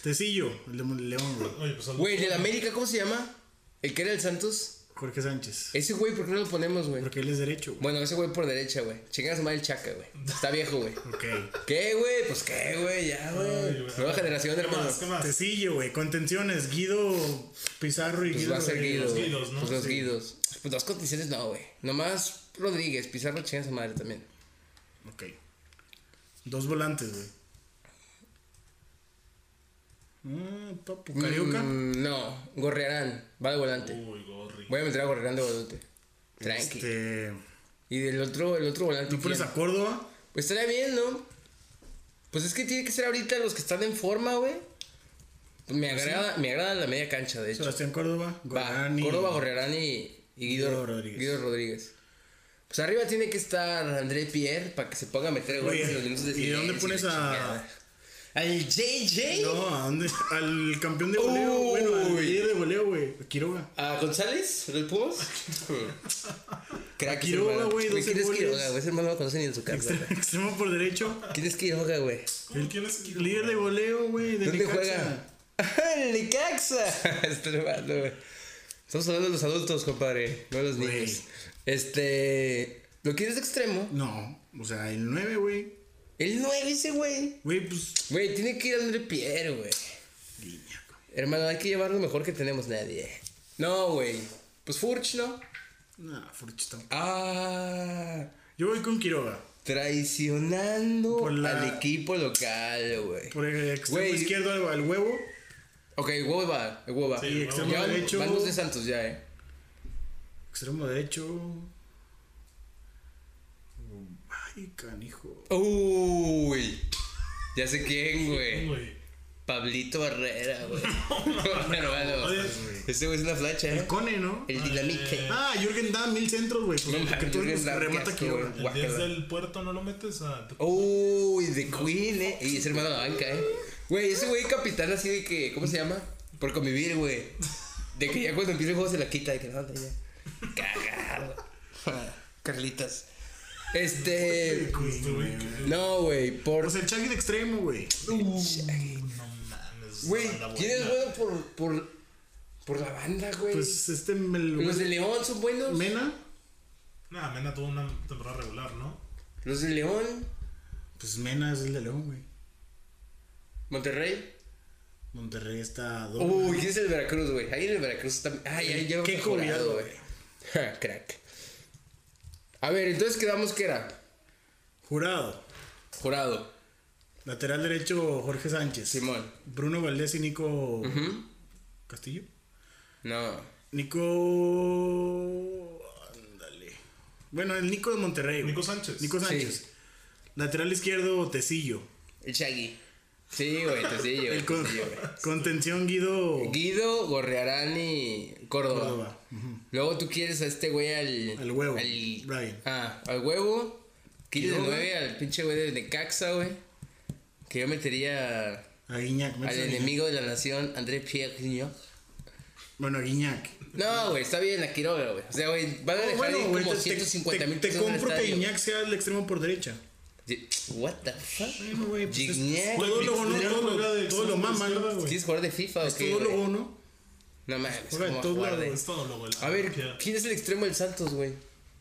[SPEAKER 3] Tecillo, el de León, güey.
[SPEAKER 1] Oye, pues al-
[SPEAKER 2] *laughs* Güey, el del América, ¿cómo se llama? El que era el Santos.
[SPEAKER 3] Jorge Sánchez.
[SPEAKER 2] Ese güey, ¿por qué no lo ponemos, güey?
[SPEAKER 3] Porque él es derecho, güey.
[SPEAKER 2] Bueno, ese güey por derecha, güey. Chingas mal el Chaca, güey. Está viejo, güey.
[SPEAKER 3] Ok.
[SPEAKER 2] ¿Qué, güey? Pues qué, güey, ya,
[SPEAKER 1] Ay,
[SPEAKER 2] güey.
[SPEAKER 1] güey.
[SPEAKER 2] Nueva generación,
[SPEAKER 1] ¿Qué
[SPEAKER 2] hermano.
[SPEAKER 1] más? ¿Qué más?
[SPEAKER 3] Tecillo, güey. Contenciones. Guido Pizarro y
[SPEAKER 2] Pues
[SPEAKER 3] Guido.
[SPEAKER 2] va a ser
[SPEAKER 3] Rodríguez.
[SPEAKER 2] Guido.
[SPEAKER 1] los
[SPEAKER 2] güey.
[SPEAKER 1] Guidos, ¿no?
[SPEAKER 2] Pues los
[SPEAKER 1] Sí.
[SPEAKER 2] Guidos. Pues dos condiciones no, güey. Nomás Rodríguez, Pizarro, chingas su madre también.
[SPEAKER 3] Ok. Dos volantes, güey. Mm, papu, Carioca.
[SPEAKER 2] Mm, no, Gorrearán. Va de volante.
[SPEAKER 1] Uy, Gorri.
[SPEAKER 2] Voy a meter a Gorrearán de volante. Tranqui.
[SPEAKER 3] Este.
[SPEAKER 2] Y del otro, el otro volante.
[SPEAKER 3] ¿No pones
[SPEAKER 2] ¿quién?
[SPEAKER 3] a Córdoba?
[SPEAKER 2] Pues estaría bien, ¿no? Pues es que tiene que ser ahorita los que están en forma, güey. Pues me agrada, me agrada la media cancha, de hecho.
[SPEAKER 3] Sebastián Córdoba.
[SPEAKER 2] Va,
[SPEAKER 3] Gorani.
[SPEAKER 2] Córdoba, Gorrearán y, y Guido,
[SPEAKER 3] Guido
[SPEAKER 2] Guido
[SPEAKER 3] Rodríguez.
[SPEAKER 2] Rodríguez. Pues arriba tiene que estar André Pierre para que se ponga a meter
[SPEAKER 3] Oye,
[SPEAKER 2] goles en los minutos de
[SPEAKER 3] ¿y de dónde
[SPEAKER 2] silencio
[SPEAKER 3] pones
[SPEAKER 2] la
[SPEAKER 3] a-
[SPEAKER 2] chingada. Al JJ?
[SPEAKER 3] No, ¿a dónde? Al campeón de voleo,
[SPEAKER 2] Uy.
[SPEAKER 3] bueno, al líder de voleo, güey. A Quiroga. *laughs*
[SPEAKER 2] ¿A González? ¿Los Pumas? Crack, ese
[SPEAKER 3] Quiroga,
[SPEAKER 2] hermano.
[SPEAKER 3] güey,
[SPEAKER 2] ¿Quién
[SPEAKER 3] 12
[SPEAKER 2] es
[SPEAKER 3] goles.
[SPEAKER 2] Quiroga, güey? Ese hermano no lo conoce ni en su casa.
[SPEAKER 3] Extremo,
[SPEAKER 2] güey.
[SPEAKER 3] extremo por derecho.
[SPEAKER 2] ¿Quién es Quiroga, güey?
[SPEAKER 1] ¿Cómo? ¿Quién es Guido?
[SPEAKER 3] Líder de voleo, güey. de
[SPEAKER 2] ¿Dónde
[SPEAKER 3] Necaxa.
[SPEAKER 2] juega? ¡El Necaxa! *laughs* Este hermano, güey. Estamos hablando de los adultos, compadre, no de los
[SPEAKER 3] Güey.
[SPEAKER 2] niños. Este. ¿Lo quieres de extremo?
[SPEAKER 3] No, o sea, el 9, güey.
[SPEAKER 2] El 9 ese, güey.
[SPEAKER 3] Güey, pues.
[SPEAKER 2] Güey, tiene que ir André Pierre, güey.
[SPEAKER 3] Guiñac, güey.
[SPEAKER 2] Hermano, hay que llevar lo mejor que tenemos nadie. No, güey. Pues Furch, ¿no?
[SPEAKER 3] Nah, Furch tampoco.
[SPEAKER 2] Ah.
[SPEAKER 3] Yo voy con Quiroga.
[SPEAKER 2] Traicionando
[SPEAKER 3] Por la-
[SPEAKER 2] al equipo local, güey.
[SPEAKER 3] Por el extremo
[SPEAKER 2] Güey.
[SPEAKER 3] izquierdo al, al huevo.
[SPEAKER 2] Ok, huevo va, huevo va.
[SPEAKER 1] Sí,
[SPEAKER 3] Y extremo
[SPEAKER 2] Ya van-
[SPEAKER 3] derecho.
[SPEAKER 2] van dos de Santos ya, eh.
[SPEAKER 3] Extremo derecho. Ay, canijo.
[SPEAKER 2] Uy. Ya sé quién, güey.
[SPEAKER 1] Güey.
[SPEAKER 2] Pablito Barrera,
[SPEAKER 3] *laughs*
[SPEAKER 2] güey. Bueno, bueno.
[SPEAKER 1] Oye,
[SPEAKER 2] Este güey es una flacha,
[SPEAKER 3] El
[SPEAKER 2] ¿eh?
[SPEAKER 3] Cone, ¿no?
[SPEAKER 2] El dinamite.
[SPEAKER 3] Ah, Jürgen Damm, mil centros, güey. Pues,
[SPEAKER 2] No,
[SPEAKER 3] porque tú
[SPEAKER 2] Jürgen
[SPEAKER 3] eres
[SPEAKER 2] Damm,
[SPEAKER 3] remata
[SPEAKER 2] qué
[SPEAKER 3] Quiroga.
[SPEAKER 2] asco,
[SPEAKER 1] el
[SPEAKER 2] Guácala.
[SPEAKER 1] 10 del puerto no lo metes a.
[SPEAKER 2] Uy, de Queen, eh. Y ese hermano de banca, eh. Güey, ese güey capitán así de que. ¿Cómo se llama? Por convivir, güey. De que ya cuando empieza el juego se la quita. De que no, ya.
[SPEAKER 3] *laughs*
[SPEAKER 2] Cagado. Carlitas. Este.
[SPEAKER 1] Este, güey, que-
[SPEAKER 2] No, güey. Por.
[SPEAKER 3] O sea, Pues el Chagui de extremo, güey.
[SPEAKER 1] No mames.
[SPEAKER 2] Güey,
[SPEAKER 1] banda
[SPEAKER 2] ¿quién es
[SPEAKER 1] buena.
[SPEAKER 2] bueno por. por. por la banda, güey?
[SPEAKER 3] Pues este. el-
[SPEAKER 2] Los de León son buenos.
[SPEAKER 3] Mena.
[SPEAKER 1] Nah, Mena tuvo una temporada regular, ¿no?
[SPEAKER 2] Los de León.
[SPEAKER 3] Pues Mena es el de León, güey.
[SPEAKER 2] Monterrey.
[SPEAKER 3] Monterrey está a dos.
[SPEAKER 2] Uy, ¿quién es el Veracruz, güey? Ahí en el Veracruz está. Ay, ay, ya
[SPEAKER 3] Qué
[SPEAKER 2] mejorado,
[SPEAKER 3] joviado,
[SPEAKER 2] güey. *laughs* Ja, Crack. A ver, entonces quedamos que era
[SPEAKER 3] Jurado.
[SPEAKER 2] jurado,
[SPEAKER 3] Lateral derecho, Jorge Sánchez.
[SPEAKER 2] Simón.
[SPEAKER 3] Bruno Valdés y Nico
[SPEAKER 2] Ujú.
[SPEAKER 3] Castillo.
[SPEAKER 2] No.
[SPEAKER 3] Nico. Ándale. Bueno, el Nico de Monterrey. güey.
[SPEAKER 1] Nico Sánchez.
[SPEAKER 3] Nico Sánchez. Lateral izquierdo, Tecillo.
[SPEAKER 2] El Shaggy. Sí, güey, te sí, güey.
[SPEAKER 3] *laughs* El con-
[SPEAKER 2] sí, güey.
[SPEAKER 3] contención, Guido.
[SPEAKER 2] Guido, Gorrearán y Córdoba.
[SPEAKER 3] Córdoba. Ujú.
[SPEAKER 2] Luego tú quieres a este güey al.
[SPEAKER 3] Al huevo,
[SPEAKER 2] Al,
[SPEAKER 3] Brian.
[SPEAKER 2] Ah, al huevo. Quieres de
[SPEAKER 3] Quiroga.
[SPEAKER 2] nueve al pinche güey de Necaxa, güey. Que yo metería
[SPEAKER 3] A Guiñac.
[SPEAKER 2] al
[SPEAKER 3] metes a Guiñac.
[SPEAKER 2] enemigo de la nación, André Pierre Guignac.
[SPEAKER 3] Bueno, a Guiñac.
[SPEAKER 2] No, güey, está bien la Quiroga, güey. O sea, güey, van a dejar
[SPEAKER 3] bueno,
[SPEAKER 2] ir
[SPEAKER 3] güey,
[SPEAKER 2] como
[SPEAKER 3] te- te-
[SPEAKER 2] 150 mil
[SPEAKER 3] te, te
[SPEAKER 2] personas al
[SPEAKER 3] compro que
[SPEAKER 2] estadio.
[SPEAKER 3] Guiñac sea el extremo por derecha.
[SPEAKER 2] Ye- What the fuck?
[SPEAKER 3] Bueno, güey, pues es-
[SPEAKER 2] Gignac.
[SPEAKER 3] todo lo bueno,
[SPEAKER 1] Gignac
[SPEAKER 3] todo
[SPEAKER 1] juega de
[SPEAKER 3] lo, todo lo
[SPEAKER 1] extremo
[SPEAKER 3] mama,
[SPEAKER 1] izquierda,
[SPEAKER 3] ¿no?
[SPEAKER 1] güey.
[SPEAKER 2] ¿Quieres jugar de FIFA o
[SPEAKER 3] Es
[SPEAKER 2] qué?
[SPEAKER 3] pues, todo lo
[SPEAKER 2] güey?
[SPEAKER 3] bueno.
[SPEAKER 2] No mames,
[SPEAKER 3] Juega de
[SPEAKER 2] ¿cómo va a
[SPEAKER 3] todos
[SPEAKER 2] jugar
[SPEAKER 3] lados,
[SPEAKER 2] de-
[SPEAKER 1] Es todo lo bueno.
[SPEAKER 2] A ver,
[SPEAKER 1] Ya.
[SPEAKER 2] ¿quién es el extremo del Santos, güey?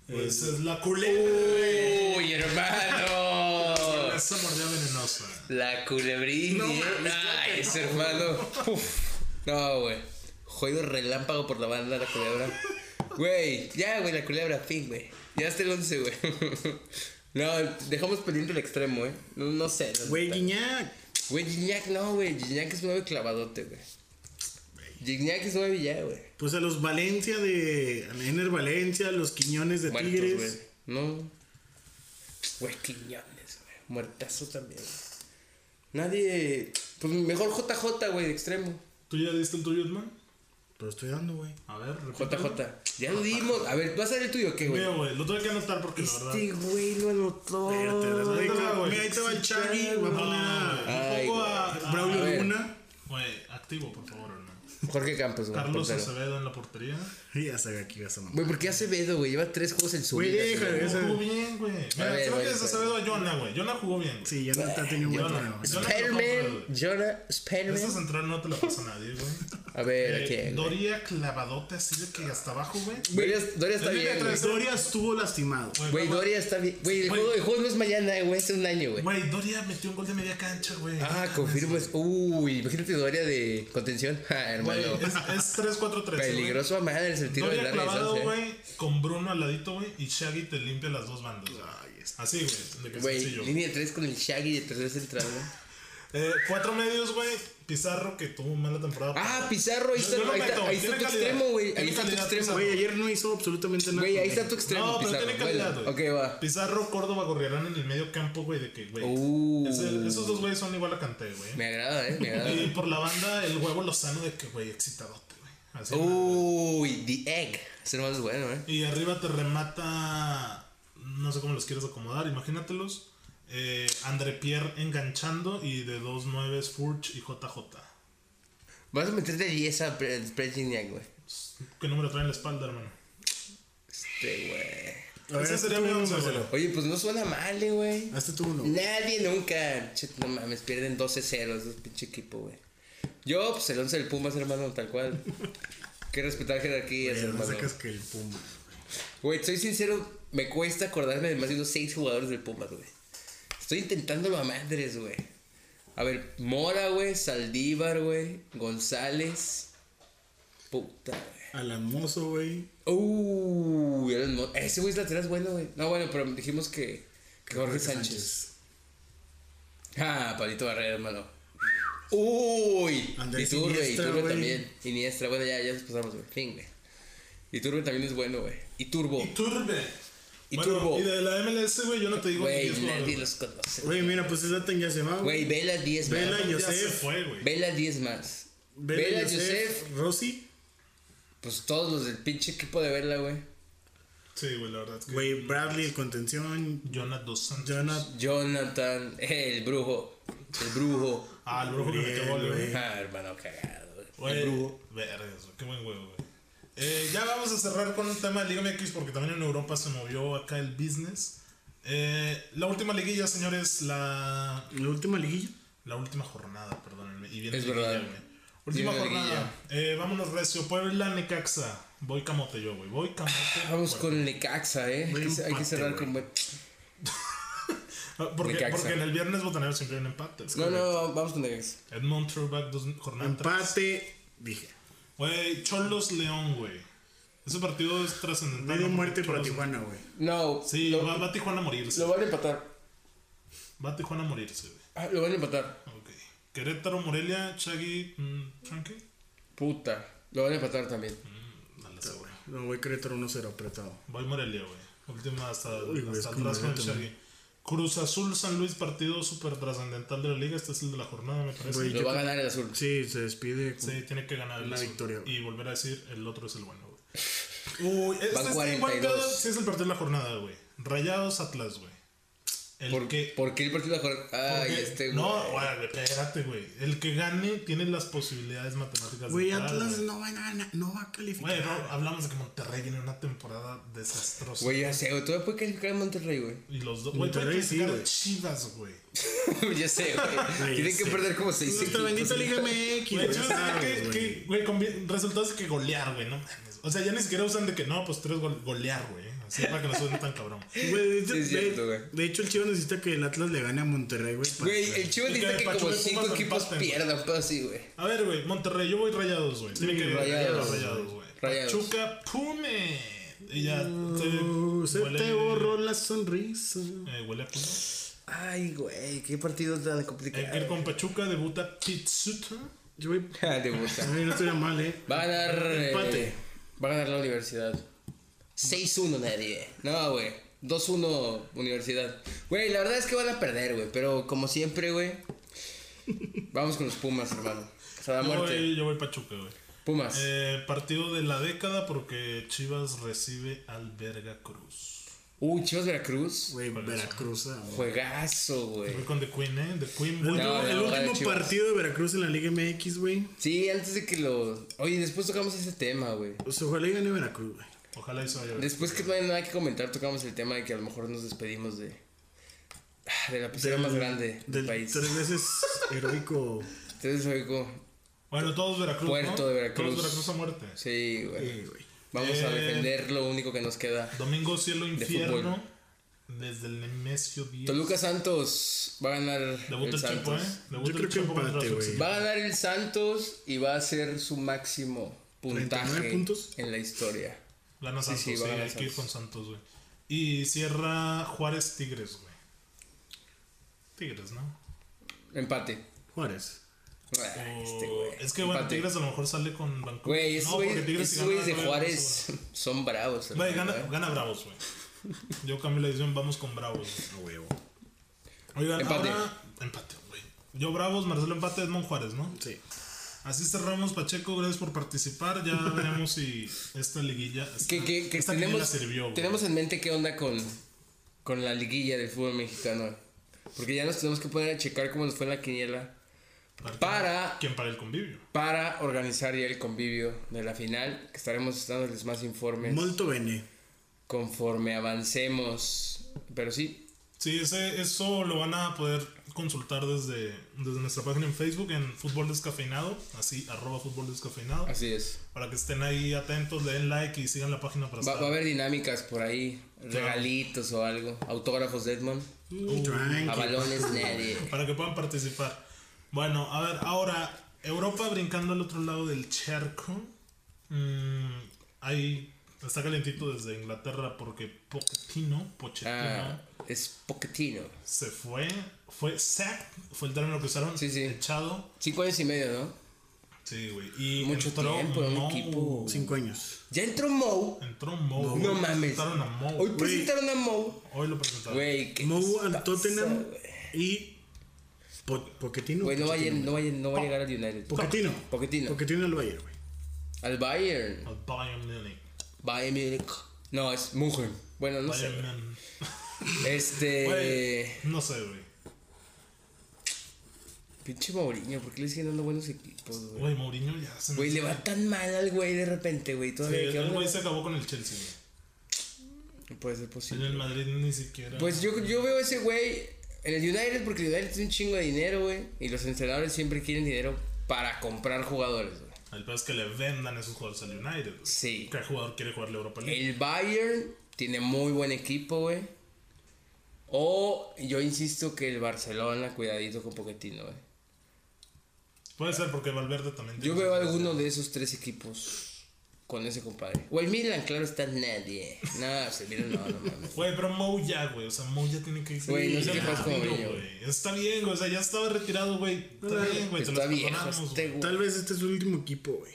[SPEAKER 1] Pues es la culebra.
[SPEAKER 2] Uy, *laughs* hermano.
[SPEAKER 1] Esa mordida venenosa.
[SPEAKER 2] La culebrini.
[SPEAKER 3] No
[SPEAKER 2] eh.
[SPEAKER 3] mames, ya que
[SPEAKER 2] Ay, ese hermano. Uf. No, güey. Jodido relámpago por la banda la culebra. Güey, ya, güey, la culebra, fin, güey. Ya está el 11, güey. *laughs* No, dejamos pendiente el extremo, eh. No, no sé. no-
[SPEAKER 3] Güey, Guiñac.
[SPEAKER 2] Güey, Gignac no, güey. Gignac es nuevo clavadote, güey. Gignac es 9 ya, güey.
[SPEAKER 3] Pues a los Valencia de. A la Ener Valencia, a los Quiñones de
[SPEAKER 2] Muertos,
[SPEAKER 3] Tigres.
[SPEAKER 2] güey. No. Güey, Quiñones, güey. Muertazo también. güey. Nadie. Pues mejor JJ, güey, de extremo.
[SPEAKER 1] ¿Tú ya diste el tuyo, Edman?
[SPEAKER 3] Pero estoy dando, güey.
[SPEAKER 1] A ver, repítelo.
[SPEAKER 2] JJ. Ya lo dimos. A ver, ¿vas a ver el tuyo o qué, güey?
[SPEAKER 1] Mira, güey, lo tuve que anotar porque la verdad.
[SPEAKER 2] Este güey lo anotó.
[SPEAKER 3] Espérate,
[SPEAKER 1] Ay,
[SPEAKER 3] Mira,
[SPEAKER 1] güey.
[SPEAKER 3] ahí te va el Chavi. Voy a
[SPEAKER 1] No,
[SPEAKER 3] poner
[SPEAKER 1] güey,
[SPEAKER 3] a
[SPEAKER 2] Ay,
[SPEAKER 1] un poco
[SPEAKER 2] güey.
[SPEAKER 1] a- a-
[SPEAKER 3] Braulio
[SPEAKER 2] A ver.
[SPEAKER 3] Laguna.
[SPEAKER 1] Güey, activo, por favor, hermano.
[SPEAKER 2] Jorge Campos, güey.
[SPEAKER 1] Carlos
[SPEAKER 2] portero.
[SPEAKER 1] Acevedo en la portería.
[SPEAKER 3] Y ya sabía que ibas a mamar.
[SPEAKER 2] Güey, ¿por qué Acevedo, güey? Lleva tres juegos en su
[SPEAKER 3] Güey,
[SPEAKER 2] vida.
[SPEAKER 3] déjalo,
[SPEAKER 2] Acevedo.
[SPEAKER 3] Ese-
[SPEAKER 1] No jugó bien, güey. Mira,
[SPEAKER 2] ver,
[SPEAKER 1] creo
[SPEAKER 2] güey,
[SPEAKER 1] que es
[SPEAKER 2] güey.
[SPEAKER 1] Acevedo a Jonah, güey. Jonah jugó bien. güey.
[SPEAKER 3] Sí, ya no está teniendo
[SPEAKER 1] Yo
[SPEAKER 3] buen
[SPEAKER 1] no.
[SPEAKER 3] torneo.
[SPEAKER 1] Yo no te lo compro,
[SPEAKER 2] Spider-Man,
[SPEAKER 1] güey.
[SPEAKER 2] Jonah,
[SPEAKER 1] Esta
[SPEAKER 2] Spider-Man.
[SPEAKER 1] central no te la pasa nadie,
[SPEAKER 2] *laughs*
[SPEAKER 1] güey.
[SPEAKER 2] A ver,
[SPEAKER 1] Eh,
[SPEAKER 2] ¿a quién? güey?
[SPEAKER 1] Doria clavadote así de que hasta abajo, güey.
[SPEAKER 2] Doria, Doria está
[SPEAKER 1] Es
[SPEAKER 2] bien,
[SPEAKER 1] media
[SPEAKER 2] güey.
[SPEAKER 1] tres.
[SPEAKER 3] Doria estuvo lastimado.
[SPEAKER 2] Güey, Doria está bien. Güey, el
[SPEAKER 1] Güey.
[SPEAKER 2] juego, el juego no es mañana, güey, es un año, güey.
[SPEAKER 1] Güey, Doria metió un gol de media cancha, güey.
[SPEAKER 2] Ah, confirmas. Uy, imagínate Doria de contención. *laughs* Ah,
[SPEAKER 1] Güey,
[SPEAKER 2] hermano.
[SPEAKER 1] es, es 3-4-3. güey.
[SPEAKER 2] Peligroso a madre el sentido del
[SPEAKER 1] Doria
[SPEAKER 2] área de
[SPEAKER 1] clavado,
[SPEAKER 2] distancia, eh.
[SPEAKER 1] güey, con Bruno al ladito, güey, y Shaggy te limpia las dos bandas. güey.
[SPEAKER 3] Ay, es-
[SPEAKER 1] Así, güey, de que
[SPEAKER 2] Güey,
[SPEAKER 1] sencillo.
[SPEAKER 2] línea 3 con el Shaggy de tercer central, güey.
[SPEAKER 1] Eh, cuatro medios, güey. Pizarro que tuvo mala temporada.
[SPEAKER 2] Ah, Pizarro, ahí
[SPEAKER 1] Yo-
[SPEAKER 2] está,
[SPEAKER 1] yo lo
[SPEAKER 2] ahí está-
[SPEAKER 1] meto,
[SPEAKER 2] ahí está
[SPEAKER 1] tiene
[SPEAKER 2] tu
[SPEAKER 1] calidad.
[SPEAKER 2] extremo, güey. Ahí
[SPEAKER 1] Tiene
[SPEAKER 2] está tu
[SPEAKER 1] calidad,
[SPEAKER 2] extremo.
[SPEAKER 3] Güey, ayer no hizo absolutamente nada.
[SPEAKER 2] Güey, ahí está tu extremo,
[SPEAKER 1] No, pero
[SPEAKER 2] Pizarro.
[SPEAKER 1] tiene calidad,
[SPEAKER 2] Vuela.
[SPEAKER 1] güey.
[SPEAKER 2] Ok, va.
[SPEAKER 1] Pizarro, Córdoba, Gorriarán en el medio campo, güey, de que, güey.
[SPEAKER 2] Uh.
[SPEAKER 1] ese- Esos dos güeyes son igual a Canté, güey.
[SPEAKER 2] Me agrada, eh, me
[SPEAKER 1] Y
[SPEAKER 2] agrada.
[SPEAKER 1] por la banda, el huevo Lozano de que, güey, excitadote, güey. Así,
[SPEAKER 2] Uh. Uy, The Egg. Ese hermano es bueno, eh.
[SPEAKER 1] Y arriba te remata. No sé cómo los quieres acomodar, imagínatelos. Eh, André Pierre enganchando y de 2-9 es Furch y JJ.
[SPEAKER 2] Vas a meterte 10 a Pre- Fred Gignac, güey.
[SPEAKER 1] ¿Qué número trae en la espalda, hermano?
[SPEAKER 2] Este, güey.
[SPEAKER 3] A ver,
[SPEAKER 1] Ese
[SPEAKER 3] hazte
[SPEAKER 1] sería
[SPEAKER 3] tú
[SPEAKER 1] mi
[SPEAKER 3] uno,
[SPEAKER 1] once, güey.
[SPEAKER 3] Marcelo.
[SPEAKER 2] Oye, pues no suena mal, eh, güey.
[SPEAKER 3] Hazte tú Ah, este uno.
[SPEAKER 2] Nadie nunca. Che, no mames, pierden 12-0 esos pinche equipo, güey. Yo, pues el 11 del Pumas, hermano, tal cual. que respetar jerarquías,
[SPEAKER 3] Pero No
[SPEAKER 2] hermano.
[SPEAKER 3] sacas que el Puma.
[SPEAKER 2] Güey, soy sincero, me cuesta acordarme de más de unos 6 jugadores del Pumas, güey. Estoy intentándolo a madres, güey. A ver, Mora, güey, Saldívar, güey, González. Puta, güey.
[SPEAKER 3] Alan Mozo, güey.
[SPEAKER 2] Uh, Aaron Mo- ese güey es lateral es bueno, güey. No, bueno, pero dijimos que, que Jorge Sánchez. Ah, Palito Barrera, hermano. Uy,
[SPEAKER 3] Andrés
[SPEAKER 2] Iturbe,
[SPEAKER 3] Iniesta,
[SPEAKER 2] Iturbe
[SPEAKER 3] güey.
[SPEAKER 2] también. Iniestra, bueno, ya, ya nos pasamos, güey. Fin, güey. Iturbe también es bueno, güey. Iturbo.
[SPEAKER 1] Y Turbe.
[SPEAKER 2] Y
[SPEAKER 1] Bueno,
[SPEAKER 2] Turbo.
[SPEAKER 1] Y de la MLS, güey, yo no te digo ni
[SPEAKER 2] Güey,
[SPEAKER 1] diez
[SPEAKER 2] nadie
[SPEAKER 1] jugadores.
[SPEAKER 2] los conoce.
[SPEAKER 3] Güey, mira, pues Zlatan ya se va.
[SPEAKER 2] Güey, vela 10 más.
[SPEAKER 3] Vela,
[SPEAKER 1] Ya se
[SPEAKER 3] Josef.
[SPEAKER 1] fue, güey.
[SPEAKER 2] Vela 10 más.
[SPEAKER 3] Vela,
[SPEAKER 2] Vela,
[SPEAKER 3] Josef, Rossi.
[SPEAKER 2] Pues todos los del pinche equipo de Vela, güey.
[SPEAKER 1] Sí, güey, la verdad es que.
[SPEAKER 3] Güey, Bradley, el contención.
[SPEAKER 1] Jonathan Dos Santos.
[SPEAKER 3] Jonathan.
[SPEAKER 2] Jonathan, eh, el brujo. El brujo.
[SPEAKER 1] Ah, el brujo que metió gol, güey.
[SPEAKER 2] Ah, hermano, cagado, güey. El
[SPEAKER 1] Güey,
[SPEAKER 2] brujo.
[SPEAKER 1] vergas, güey, Pues, qué buen huevo, güey. Eh, ya vamos a cerrar con un tema de Liga MX porque también en Europa se movió acá el business. Eh, la última liguilla, señores, la,
[SPEAKER 3] La última liguilla.
[SPEAKER 1] la última jornada, perdónenme. Y viene
[SPEAKER 2] Es
[SPEAKER 1] liguilla,
[SPEAKER 2] verdad.
[SPEAKER 1] güey. Última
[SPEAKER 2] Viene
[SPEAKER 1] jornada. Eh, vámonos, Recio. Puebla, Necaxa. Voy camote yo, güey. Voy camote.
[SPEAKER 2] Vamos
[SPEAKER 1] Bueno,
[SPEAKER 2] con el Necaxa, eh. Hay que- hay que
[SPEAKER 3] empate,
[SPEAKER 2] cerrar
[SPEAKER 3] güey.
[SPEAKER 2] con buen.
[SPEAKER 1] ah, Porque,
[SPEAKER 2] Necaxa.
[SPEAKER 1] porque en el viernes botanero siempre hay un empate.
[SPEAKER 2] No, no, vamos con Necaxa.
[SPEAKER 1] Edmond Throwback, dos jornadas.
[SPEAKER 3] Empate. Dije.
[SPEAKER 1] Güey, Cholos, León, güey. Ese partido es trascendental.
[SPEAKER 3] Medio
[SPEAKER 1] ¿no?
[SPEAKER 3] muerte para
[SPEAKER 1] Cholos-
[SPEAKER 3] Tijuana, güey.
[SPEAKER 2] No,
[SPEAKER 1] Sí,
[SPEAKER 2] lo,
[SPEAKER 1] va, va a Tijuana a morirse.
[SPEAKER 2] lo van a empatar.
[SPEAKER 1] Va a Tijuana a morirse, güey.
[SPEAKER 2] Ah, lo van a empatar.
[SPEAKER 1] Ok. Querétaro, Morelia, Chagui, mm, Tranqui.
[SPEAKER 2] Puta. Lo van a empatar también.
[SPEAKER 1] Dale, sí, güey.
[SPEAKER 3] No, güey, Querétaro 1-0 apretado.
[SPEAKER 1] Voy Morelia, güey. Última hasta,
[SPEAKER 3] Uy, güey,
[SPEAKER 1] hasta
[SPEAKER 3] es que
[SPEAKER 1] atrás con el
[SPEAKER 3] Morelia también.
[SPEAKER 1] Chagui. Cruz Azul, San Luis, partido súper trascendental de la liga. Este es el de la jornada, me parece.
[SPEAKER 3] Güey.
[SPEAKER 2] Lo
[SPEAKER 3] yo
[SPEAKER 2] va a ganar el azul.
[SPEAKER 3] Sí, se despide. con-
[SPEAKER 1] Sí, tiene que ganar el
[SPEAKER 3] Una
[SPEAKER 1] azul.
[SPEAKER 3] victoria, güey.
[SPEAKER 1] Y volver a decir, el otro es el bueno,
[SPEAKER 3] *laughs*
[SPEAKER 1] güey. Uy, este
[SPEAKER 2] Van
[SPEAKER 1] es el
[SPEAKER 2] 42.
[SPEAKER 1] Sí, es el partido de la jornada, güey. Rayados, Atlas, güey. El
[SPEAKER 2] ¿Por,
[SPEAKER 1] que.
[SPEAKER 2] ¿Por qué el partido de la jornada? Ay,
[SPEAKER 1] porque-
[SPEAKER 2] este, güey.
[SPEAKER 1] no, güey, espérate, güey. El que gane tiene las posibilidades matemáticas
[SPEAKER 3] Güey,
[SPEAKER 1] entrar,
[SPEAKER 3] Atlas no va a ganar, no va a calificar.
[SPEAKER 1] Güey, no, hablamos de que Monterrey viene una temporada desastrosa.
[SPEAKER 2] Güey, ya sé, güey. Todavía puede calificar en Monterrey, güey.
[SPEAKER 1] Y los dos, güey, puede
[SPEAKER 3] Monterrey sí,
[SPEAKER 1] calificar
[SPEAKER 3] güey.
[SPEAKER 1] Chivas, güey.
[SPEAKER 2] *laughs* ya sé,
[SPEAKER 3] *laughs*
[SPEAKER 2] güey.
[SPEAKER 3] Güey,
[SPEAKER 2] Tienen
[SPEAKER 3] ya
[SPEAKER 2] que
[SPEAKER 3] sé.
[SPEAKER 2] perder como 6
[SPEAKER 3] Nuestra bendita Liga MX.
[SPEAKER 1] Güey,
[SPEAKER 3] güey, Ah,
[SPEAKER 1] Chivas
[SPEAKER 3] sabes,
[SPEAKER 1] tiene que,
[SPEAKER 3] güey.
[SPEAKER 1] que- güey, con bien- resultados de que golear, güey, no mames. O sea, ya ni siquiera usan de que no, pues tres gol- golear, güey. Así para que no suene tan cabrón.
[SPEAKER 3] Güey, de, hecho,
[SPEAKER 2] Sí, es cierto,
[SPEAKER 3] de-
[SPEAKER 2] güey.
[SPEAKER 3] de hecho, el Chivas necesita que el Atlas le gane a Monterrey, güey. para-
[SPEAKER 2] Güey, el Chivas
[SPEAKER 1] Y que
[SPEAKER 2] dice que
[SPEAKER 1] Pachuca
[SPEAKER 2] como
[SPEAKER 1] y
[SPEAKER 2] 5
[SPEAKER 1] Pumas
[SPEAKER 2] equipos
[SPEAKER 1] empaten, güey.
[SPEAKER 2] pierdan, pero sí, güey.
[SPEAKER 1] A ver, güey, Monterrey, yo voy rayados, güey. Tiene que
[SPEAKER 2] Rayados,
[SPEAKER 1] rayados, güey.
[SPEAKER 2] Rayados.
[SPEAKER 1] Pachuca, pume. Y ya se,
[SPEAKER 3] Uh, se
[SPEAKER 1] huele,
[SPEAKER 3] te borró la sonrisa.
[SPEAKER 1] eh, huele a puno.
[SPEAKER 2] Ay, güey, qué partido tan
[SPEAKER 1] Eh, el
[SPEAKER 2] *laughs* complicado.
[SPEAKER 1] con Pachuca debuta Pizzuto.
[SPEAKER 3] Yo voy.
[SPEAKER 2] Te gusta.
[SPEAKER 3] Ay, no estoy mal, eh.
[SPEAKER 2] Ah, Va a ganar. eh,
[SPEAKER 3] Empate.
[SPEAKER 2] va a ganar la universidad. 6-1 nadie. No, güey. 2-1 universidad. Güey, la verdad es que van a perder, güey. Pero como siempre, güey. Vamos con los Pumas, hermano. Hasta la
[SPEAKER 1] Yo
[SPEAKER 2] muerte.
[SPEAKER 1] voy, yo voy Pachuca, güey.
[SPEAKER 2] Pumas.
[SPEAKER 1] Eh, partido de la década porque Chivas recibe al Veracruz.
[SPEAKER 2] Uy, Chivas Veracruz.
[SPEAKER 3] Güey, Veracruz. ah, güey.
[SPEAKER 2] Juegazo, güey.
[SPEAKER 1] Voy con The Queen, ¿eh? The Queen, voy.
[SPEAKER 3] El
[SPEAKER 2] No,
[SPEAKER 3] último- el
[SPEAKER 2] no, ojalá
[SPEAKER 3] último
[SPEAKER 2] Chivas.
[SPEAKER 3] partido de Veracruz en la Liga MX, güey.
[SPEAKER 2] Sí, antes de que lo. Oye, después tocamos ese tema, güey.
[SPEAKER 3] O sea, ojalá y gane Veracruz, güey.
[SPEAKER 1] Ojalá eso vaya.
[SPEAKER 2] Después que no hay nada que comentar, tocamos el tema de que a lo mejor nos despedimos de. ah, De la piscina
[SPEAKER 3] Del-
[SPEAKER 2] más grande del,
[SPEAKER 3] del
[SPEAKER 2] país.
[SPEAKER 3] Tres veces heroico.
[SPEAKER 2] Entonces, oigo.
[SPEAKER 1] Bueno, todos Veracruz.
[SPEAKER 2] Puerto
[SPEAKER 1] ¿no?
[SPEAKER 2] de Veracruz.
[SPEAKER 1] Todos Veracruz a muerte.
[SPEAKER 2] Sí, güey.
[SPEAKER 3] Eh, güey.
[SPEAKER 2] Vamos a
[SPEAKER 1] Eh.
[SPEAKER 2] defender lo único que nos queda.
[SPEAKER 1] Domingo Cielo Infierno.
[SPEAKER 2] fútbol.
[SPEAKER 1] Desde el Nemesio 10.
[SPEAKER 2] Toluca Santos va a ganar
[SPEAKER 1] Debuta el
[SPEAKER 2] el
[SPEAKER 1] ¿eh? Chepo, ¿eh?
[SPEAKER 2] Santos.
[SPEAKER 1] Debuta
[SPEAKER 3] Yo
[SPEAKER 1] el
[SPEAKER 3] creo que
[SPEAKER 1] Chepo contra
[SPEAKER 3] empate,
[SPEAKER 1] su
[SPEAKER 3] güey.
[SPEAKER 1] equipo.
[SPEAKER 2] Va a ganar el Santos y va a ser su máximo
[SPEAKER 3] 39
[SPEAKER 2] puntaje
[SPEAKER 3] puntos.
[SPEAKER 2] en la historia.
[SPEAKER 1] Gana Santos,
[SPEAKER 2] sí,
[SPEAKER 1] sí,
[SPEAKER 2] va a ganar
[SPEAKER 1] hay que ir
[SPEAKER 2] Santos.
[SPEAKER 1] con Santos, güey. Y cierra Juárez Tigres, güey. Tigres, ¿no?
[SPEAKER 2] Empate.
[SPEAKER 3] Juárez.
[SPEAKER 2] Ay, este
[SPEAKER 1] O-
[SPEAKER 2] güey.
[SPEAKER 1] Oh, es que, bueno,
[SPEAKER 2] Empate.
[SPEAKER 1] Tigres a lo mejor sale con Vancouver.
[SPEAKER 2] Güey, esos
[SPEAKER 1] No, porque
[SPEAKER 2] güeyes
[SPEAKER 1] Tigres si
[SPEAKER 2] esos
[SPEAKER 1] gana,
[SPEAKER 2] güeyes de
[SPEAKER 1] güey,
[SPEAKER 2] Juárez *laughs* son bravos.
[SPEAKER 1] no se va. Güey,
[SPEAKER 2] hermano,
[SPEAKER 1] gana, gana Bravos, güey. Yo cambio la edición, vamos con Bravos. güey.
[SPEAKER 3] A huevo.
[SPEAKER 1] Oigan,
[SPEAKER 2] Empate.
[SPEAKER 1] ahora... Empate, güey. Yo Bravos, Marcelo Empate, Edmond Juárez, ¿no?
[SPEAKER 3] Sí.
[SPEAKER 1] Así cerramos, Pacheco, gracias por participar.
[SPEAKER 2] *laughs*
[SPEAKER 1] Ya veremos si esta liguilla... Esta,
[SPEAKER 2] que, que- que
[SPEAKER 1] esta
[SPEAKER 2] tenemos,
[SPEAKER 1] quiniela sirvió, güey.
[SPEAKER 2] tenemos en mente qué onda con, con la liguilla del fútbol mexicano. Porque ya nos tenemos que poner a checar cómo nos fue en la quiniela para-
[SPEAKER 1] ¿Quién paga el convivio?
[SPEAKER 2] para organizar ya el convivio de la final, que estaremos dándoles más informes
[SPEAKER 3] Molto bene.
[SPEAKER 2] conforme avancemos. Pero sí,
[SPEAKER 1] Sí, ese, eso lo van a poder consultar desde, desde nuestra página en Facebook, en Fútbol Descafeinado, así, arroba Fútbol Descafeinado,
[SPEAKER 2] así es.
[SPEAKER 1] para que estén ahí atentos, den like y sigan la página para
[SPEAKER 2] Va,
[SPEAKER 1] estar.
[SPEAKER 2] va a haber dinámicas por ahí, regalitos o algo, autógrafos de Edmond, Uh.
[SPEAKER 3] Tranqui.
[SPEAKER 2] a balones
[SPEAKER 1] *laughs*
[SPEAKER 2] nadie.
[SPEAKER 1] Para que puedan participar. Bueno, a ver, ahora, Europa brincando al otro lado del charco. Mm, ahí está calentito desde Inglaterra porque Pochettino, Pochettino
[SPEAKER 2] Ah, es Pochettino.
[SPEAKER 1] se fue, fue sacked, fue el término que usaron,
[SPEAKER 2] Sí, sí.
[SPEAKER 1] echado.
[SPEAKER 2] Cinco años y medio, ¿no?
[SPEAKER 1] Sí, güey. Y
[SPEAKER 2] Mucho
[SPEAKER 1] entró
[SPEAKER 2] tiempo en un
[SPEAKER 1] Mou.
[SPEAKER 2] equipo.
[SPEAKER 3] Cinco años.
[SPEAKER 2] Ya entró Mou.
[SPEAKER 1] Entró Mo.
[SPEAKER 2] No mames.
[SPEAKER 1] Presentaron a Mo.
[SPEAKER 2] Hoy
[SPEAKER 1] Hoy,
[SPEAKER 2] presentaron a Mou.
[SPEAKER 1] lo presentaron.
[SPEAKER 2] Güey, ¿qué
[SPEAKER 3] Mou
[SPEAKER 2] les
[SPEAKER 3] al
[SPEAKER 2] pasa,
[SPEAKER 3] Tottenham
[SPEAKER 2] güey?
[SPEAKER 3] y Po- Pochettino.
[SPEAKER 2] Güey, no va, a, llen- no, va a llen- no
[SPEAKER 1] Ah,
[SPEAKER 2] va a llegar al United.
[SPEAKER 3] Pochettino.
[SPEAKER 2] Pochettino.
[SPEAKER 3] Pochettino al Bayern, güey.
[SPEAKER 2] Al Bayern.
[SPEAKER 1] Al Bayern Munich.
[SPEAKER 2] Bayern Munich. No, es München. Bueno, no sé. Eh.
[SPEAKER 1] Bayern Munich.
[SPEAKER 2] güey. Este.
[SPEAKER 1] Güey, No sé, güey.
[SPEAKER 2] Pinche Mourinho, ¿por qué le siguen dando buenos equipos, güey?
[SPEAKER 1] Güey, Mourinho ya se me-
[SPEAKER 2] Güey, le va tan mal al güey de repente, güey.
[SPEAKER 1] Sí,
[SPEAKER 2] Todavía
[SPEAKER 1] el
[SPEAKER 2] ¿qué
[SPEAKER 1] el
[SPEAKER 2] onda?
[SPEAKER 1] güey se acabó con el Chelsea, güey.
[SPEAKER 2] No puede ser
[SPEAKER 1] En
[SPEAKER 2] posible.
[SPEAKER 1] el Madrid ni siquiera.
[SPEAKER 2] Pues yo, yo veo a ese güey en el United porque el United tiene un chingo de dinero, güey. Y los entrenadores siempre quieren dinero para comprar jugadores, güey.
[SPEAKER 1] El peor es que le vendan esos jugadores al United. güey.
[SPEAKER 2] Sí.
[SPEAKER 1] ¿Qué jugador quiere jugar la Europa League?
[SPEAKER 2] El Bayern tiene muy buen equipo, güey. O yo insisto que el Barcelona, cuidadito con Poquetino, güey.
[SPEAKER 1] Puede ser porque Valverde también
[SPEAKER 2] Yo
[SPEAKER 1] tiene
[SPEAKER 2] veo
[SPEAKER 1] sus-
[SPEAKER 2] alguno de esos tres equipos con ese compadre. O el Milan, claro, está nadie. No, se Milan no, no mames.
[SPEAKER 1] Güey, pero Mo ya, güey. O sea, Mo ya tiene que irse.
[SPEAKER 2] Güey, no sé
[SPEAKER 1] Ya,
[SPEAKER 2] qué pasa con
[SPEAKER 1] amigo,
[SPEAKER 2] Mourinho.
[SPEAKER 1] güey. Está bien, güey. O sea, ya estaba retirado, güey. Está bien, güey. Te
[SPEAKER 2] Está
[SPEAKER 1] lo
[SPEAKER 2] viejo
[SPEAKER 1] Pues perdonamos,
[SPEAKER 2] este
[SPEAKER 1] güey.
[SPEAKER 3] Tal
[SPEAKER 2] güey.
[SPEAKER 3] vez este es su último equipo, güey.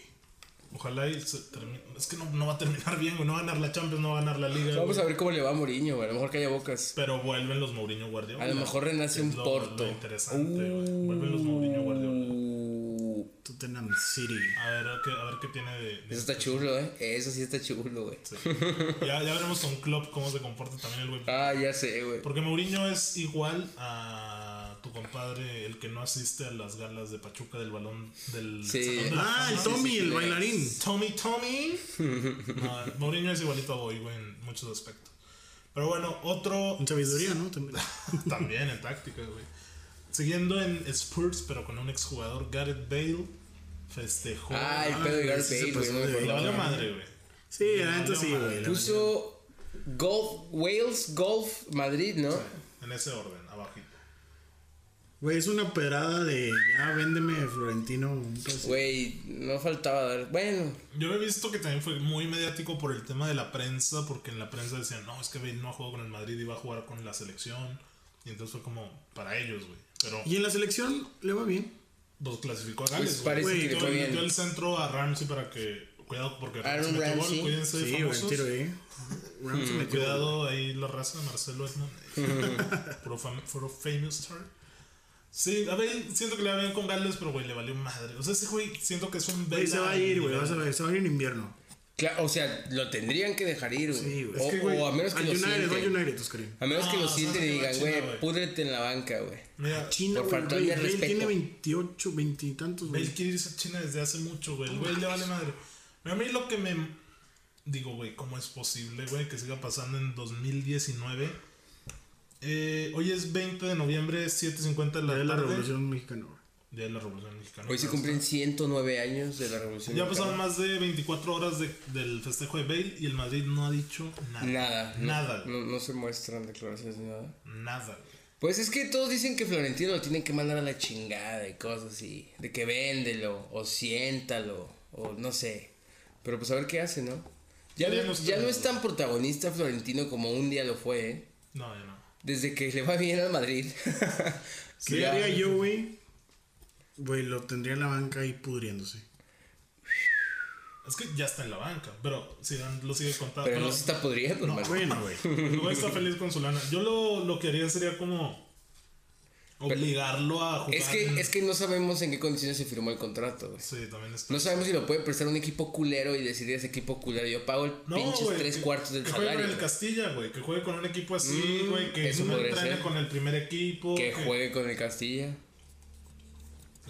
[SPEAKER 1] Ojalá y se termine. Es que no, no va a terminar bien, güey. No va a ganar la Champions, no va a ganar la Liga.
[SPEAKER 2] Vamos
[SPEAKER 1] güey.
[SPEAKER 2] a ver cómo le va a Mourinho, güey. A lo mejor calla bocas.
[SPEAKER 1] Pero vuelven los Mourinho Guardiola.
[SPEAKER 2] A lo mejor renace
[SPEAKER 1] Es
[SPEAKER 2] un
[SPEAKER 1] lo-
[SPEAKER 2] Porto.
[SPEAKER 1] Lo interesante, güey.
[SPEAKER 3] Uh.
[SPEAKER 1] Vuelven los Mourinho Guardiola.
[SPEAKER 2] Uh,
[SPEAKER 3] Tottenham City.
[SPEAKER 1] A ver, a qué- a ver qué tiene de. de-
[SPEAKER 2] eso está chulo, eh. Eso sí está chulo, güey.
[SPEAKER 1] Sí. Ya, ya veremos con Klopp cómo se comporta también el güey.
[SPEAKER 2] Ah, ya sé, güey.
[SPEAKER 1] Porque Mourinho es igual a tu compadre, el que no asiste a las galas de Pachuca del balón del.
[SPEAKER 2] Sí.
[SPEAKER 1] Salón de la
[SPEAKER 3] Ah, el
[SPEAKER 1] Fama.
[SPEAKER 3] Tommy,
[SPEAKER 2] sí, sí,
[SPEAKER 3] el
[SPEAKER 2] sí.
[SPEAKER 3] bailarín.
[SPEAKER 1] Tommy Tommy. No, Mourinho es igualito a Boy, güey, en muchos aspectos. Pero bueno, otro.
[SPEAKER 3] En sabiduría, ¿no? También.
[SPEAKER 1] Ah. *laughs* También en táctica, güey. Siguiendo en Spurs, pero con un exjugador, Gareth Bale, festejó. pues,
[SPEAKER 2] Ah, el pedo de Gareth Bale, güey. No me
[SPEAKER 1] Le
[SPEAKER 2] acordaba.
[SPEAKER 1] valió madre, güey.
[SPEAKER 3] Sí, la neta sí,
[SPEAKER 1] No,
[SPEAKER 3] güey. la neta.
[SPEAKER 2] Puso Golf, Wales, Golf, Madrid, ¿no?
[SPEAKER 1] En ese orden, abajito.
[SPEAKER 3] Güey, es una pedrada de ya véndeme Florentino un pedazo.
[SPEAKER 2] Güey, no faltaba dar. Bueno,
[SPEAKER 1] Yo he visto que también fue muy mediático por el tema de la prensa, porque en la prensa decían, no, es que Bale no ha jugado con el Madrid y va a jugar con la selección. Y entonces fue como para ellos, güey. Pero
[SPEAKER 3] Y en la selección le va bien.
[SPEAKER 1] Los clasificó a Gales. güey.
[SPEAKER 2] Pues parece
[SPEAKER 1] Güey,
[SPEAKER 2] que le
[SPEAKER 1] yo-
[SPEAKER 2] fue
[SPEAKER 1] yo
[SPEAKER 2] bien.
[SPEAKER 1] el centro a Ramsey para que. Cuidado, porque
[SPEAKER 2] Aaron
[SPEAKER 1] metió gol,
[SPEAKER 2] Ramsey.
[SPEAKER 1] Cuídense,
[SPEAKER 3] Sí, buen
[SPEAKER 1] famosos.
[SPEAKER 3] tiro, eh. Ramsey metió gol.
[SPEAKER 1] Cuidado ahí la raza de Marcelo
[SPEAKER 2] *laughs*
[SPEAKER 1] Edmond. puro, fam- puro famous star. Sí, a ver, siento que le va bien con Gales, pero güey, le valió madre. O sea, ese güey siento que es un
[SPEAKER 3] Güey,
[SPEAKER 1] beta
[SPEAKER 3] se va a ir, güey.
[SPEAKER 1] nivel.
[SPEAKER 3] vas a ver, Se va a ir en invierno.
[SPEAKER 2] Cla- o sea, lo tendrían que dejar ir, güey.
[SPEAKER 3] Sí, güey. Ah,
[SPEAKER 2] o,
[SPEAKER 3] Es que,
[SPEAKER 2] o a menos que
[SPEAKER 3] Al
[SPEAKER 2] lo
[SPEAKER 3] United, va
[SPEAKER 2] sienten.
[SPEAKER 3] United, Oscarín.
[SPEAKER 2] A menos que
[SPEAKER 1] No,
[SPEAKER 2] lo
[SPEAKER 1] o sea,
[SPEAKER 2] sienten
[SPEAKER 1] que
[SPEAKER 2] y
[SPEAKER 1] va
[SPEAKER 2] digan,
[SPEAKER 1] China,
[SPEAKER 2] güey,
[SPEAKER 1] güey.
[SPEAKER 2] púdrete en la banca, güey.
[SPEAKER 1] Mira,
[SPEAKER 3] China,
[SPEAKER 2] Por
[SPEAKER 3] güey.
[SPEAKER 2] falta
[SPEAKER 3] güey,
[SPEAKER 2] de
[SPEAKER 3] él
[SPEAKER 2] respeto.
[SPEAKER 3] tiene 28, 20 y tantos,
[SPEAKER 1] Él
[SPEAKER 3] güey.
[SPEAKER 1] quiere irse a China desde hace mucho, güey. El güey le vale madre. Pero a mí lo que me. Digo, güey, ¿cómo es posible, güey, que siga pasando en 2019? Eh, hoy es 20 de noviembre, 7.50 de la
[SPEAKER 3] La
[SPEAKER 1] tarde.
[SPEAKER 3] de la Revolución Mexicana, güey.
[SPEAKER 1] Día de la Revolución Mexicana.
[SPEAKER 2] Hoy se
[SPEAKER 1] Claro
[SPEAKER 2] cumplen 109 años de la Revolución
[SPEAKER 1] Ya
[SPEAKER 2] Mexicana.
[SPEAKER 1] pasaron más de 24 horas de- del festejo de Bale y el Madrid no ha dicho nada.
[SPEAKER 2] Nada. no-
[SPEAKER 1] Nada.
[SPEAKER 2] No, no se muestran declaraciones ni nada.
[SPEAKER 1] Nada, güey.
[SPEAKER 2] Pues es que todos dicen que Florentino lo tienen que mandar a la chingada y cosas así. De que véndelo, o siéntalo, o no sé. Pero pues a ver qué hace, ¿no? Ya,
[SPEAKER 1] Ya
[SPEAKER 2] no,
[SPEAKER 1] no está.
[SPEAKER 2] ya no es tan protagonista Florentino como un día lo fue, ¿eh?
[SPEAKER 1] No, ya no.
[SPEAKER 2] Desde que le va bien
[SPEAKER 1] *laughs*
[SPEAKER 2] al Madrid.
[SPEAKER 3] ¿Qué
[SPEAKER 2] Ya.
[SPEAKER 3] haría yo, güey? Güey, lo tendría en la banca ahí pudriéndose.
[SPEAKER 1] Es que ya está en la banca, pero si lo sigue contando.
[SPEAKER 2] Pero no se está podriendo, hermano.
[SPEAKER 3] Bueno,
[SPEAKER 2] *laughs*
[SPEAKER 3] güey.
[SPEAKER 1] El güey está feliz con su lana. Yo lo, lo que haría sería como obligarlo a jugar.
[SPEAKER 2] Es que,
[SPEAKER 1] en-
[SPEAKER 2] es que no sabemos en qué condiciones se firmó el contrato, güey.
[SPEAKER 1] Sí, también está.
[SPEAKER 2] No sabemos si lo puede prestar un equipo culero y decidir ese equipo culero. Yo pago el pinches
[SPEAKER 1] güey,
[SPEAKER 2] tres
[SPEAKER 1] que-
[SPEAKER 2] cuartos del
[SPEAKER 1] que juegue
[SPEAKER 2] salario.
[SPEAKER 1] con el
[SPEAKER 2] güey.
[SPEAKER 1] Castilla, güey. Que juegue con un equipo así,
[SPEAKER 2] Mm,
[SPEAKER 1] güey. que
[SPEAKER 2] eso
[SPEAKER 1] no
[SPEAKER 2] podría
[SPEAKER 1] entrene
[SPEAKER 2] ser.
[SPEAKER 1] con el primer equipo.
[SPEAKER 2] Que juegue con el Castilla.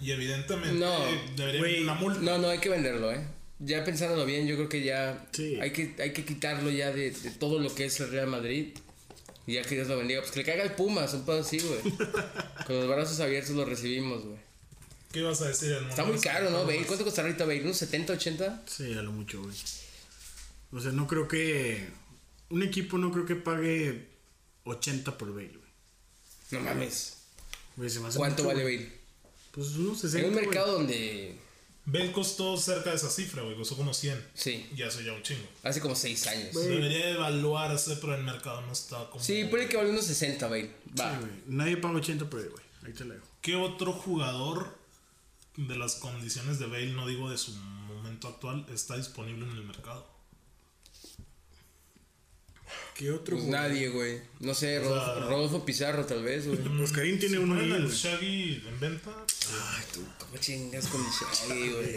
[SPEAKER 1] Y evidentemente
[SPEAKER 2] No,
[SPEAKER 1] debería
[SPEAKER 3] güey,
[SPEAKER 1] haber una multa.
[SPEAKER 2] No, no, hay que venderlo, ¿eh? Ya pensándolo bien, yo creo que ya
[SPEAKER 3] Sí.
[SPEAKER 2] hay, que, hay que quitarlo ya de, de todo lo que es el Real Madrid. Y ya que Dios lo bendiga. Pues que le caiga el Pumas, un pedo así, güey.
[SPEAKER 3] *laughs*
[SPEAKER 2] Con los brazos abiertos lo recibimos, güey.
[SPEAKER 1] ¿Qué vas a decir, hermano?
[SPEAKER 2] Está muy caro, ¿no, Bale?
[SPEAKER 1] güey?
[SPEAKER 2] ¿Cuánto costará ahorita Bale? ¿Unos 70, 80?
[SPEAKER 3] Sí, a lo mucho, güey. O sea, no creo que. Un equipo no creo que pague 80 por Bale, güey.
[SPEAKER 2] No mames.
[SPEAKER 3] Güey, se me hace
[SPEAKER 2] ¿Cuánto
[SPEAKER 3] mucho,
[SPEAKER 2] vale
[SPEAKER 3] güey.
[SPEAKER 2] Bale?
[SPEAKER 3] Pues unos 60.
[SPEAKER 2] En un
[SPEAKER 3] güey.
[SPEAKER 2] mercado donde...
[SPEAKER 1] Bale costó cerca de esa cifra, güey. Costó como 100.
[SPEAKER 2] Sí,
[SPEAKER 1] Y eso ya un chingo.
[SPEAKER 2] hace como 6 años.
[SPEAKER 3] Güey.
[SPEAKER 1] Debería evaluarse, pero el mercado no está como.
[SPEAKER 2] Sí, puede que vale unos 60, Bale.
[SPEAKER 3] Sí,
[SPEAKER 2] Va.
[SPEAKER 3] güey. Nadie paga 80 por él, güey. Ahí te la dejo.
[SPEAKER 1] ¿Qué otro jugador de las condiciones de Bale, no digo de su momento actual, está disponible en el mercado?
[SPEAKER 3] ¿Qué otro?
[SPEAKER 2] Pues nadie, güey. No sé, Rodolfo, Rodolfo Pizarro tal vez, güey.
[SPEAKER 3] Oscarín tiene
[SPEAKER 1] Si
[SPEAKER 3] uno ahí,
[SPEAKER 1] ponen al
[SPEAKER 3] güey.
[SPEAKER 1] Shaggy en venta?
[SPEAKER 2] ¿Cómo chingas con mi Shaggy, güey?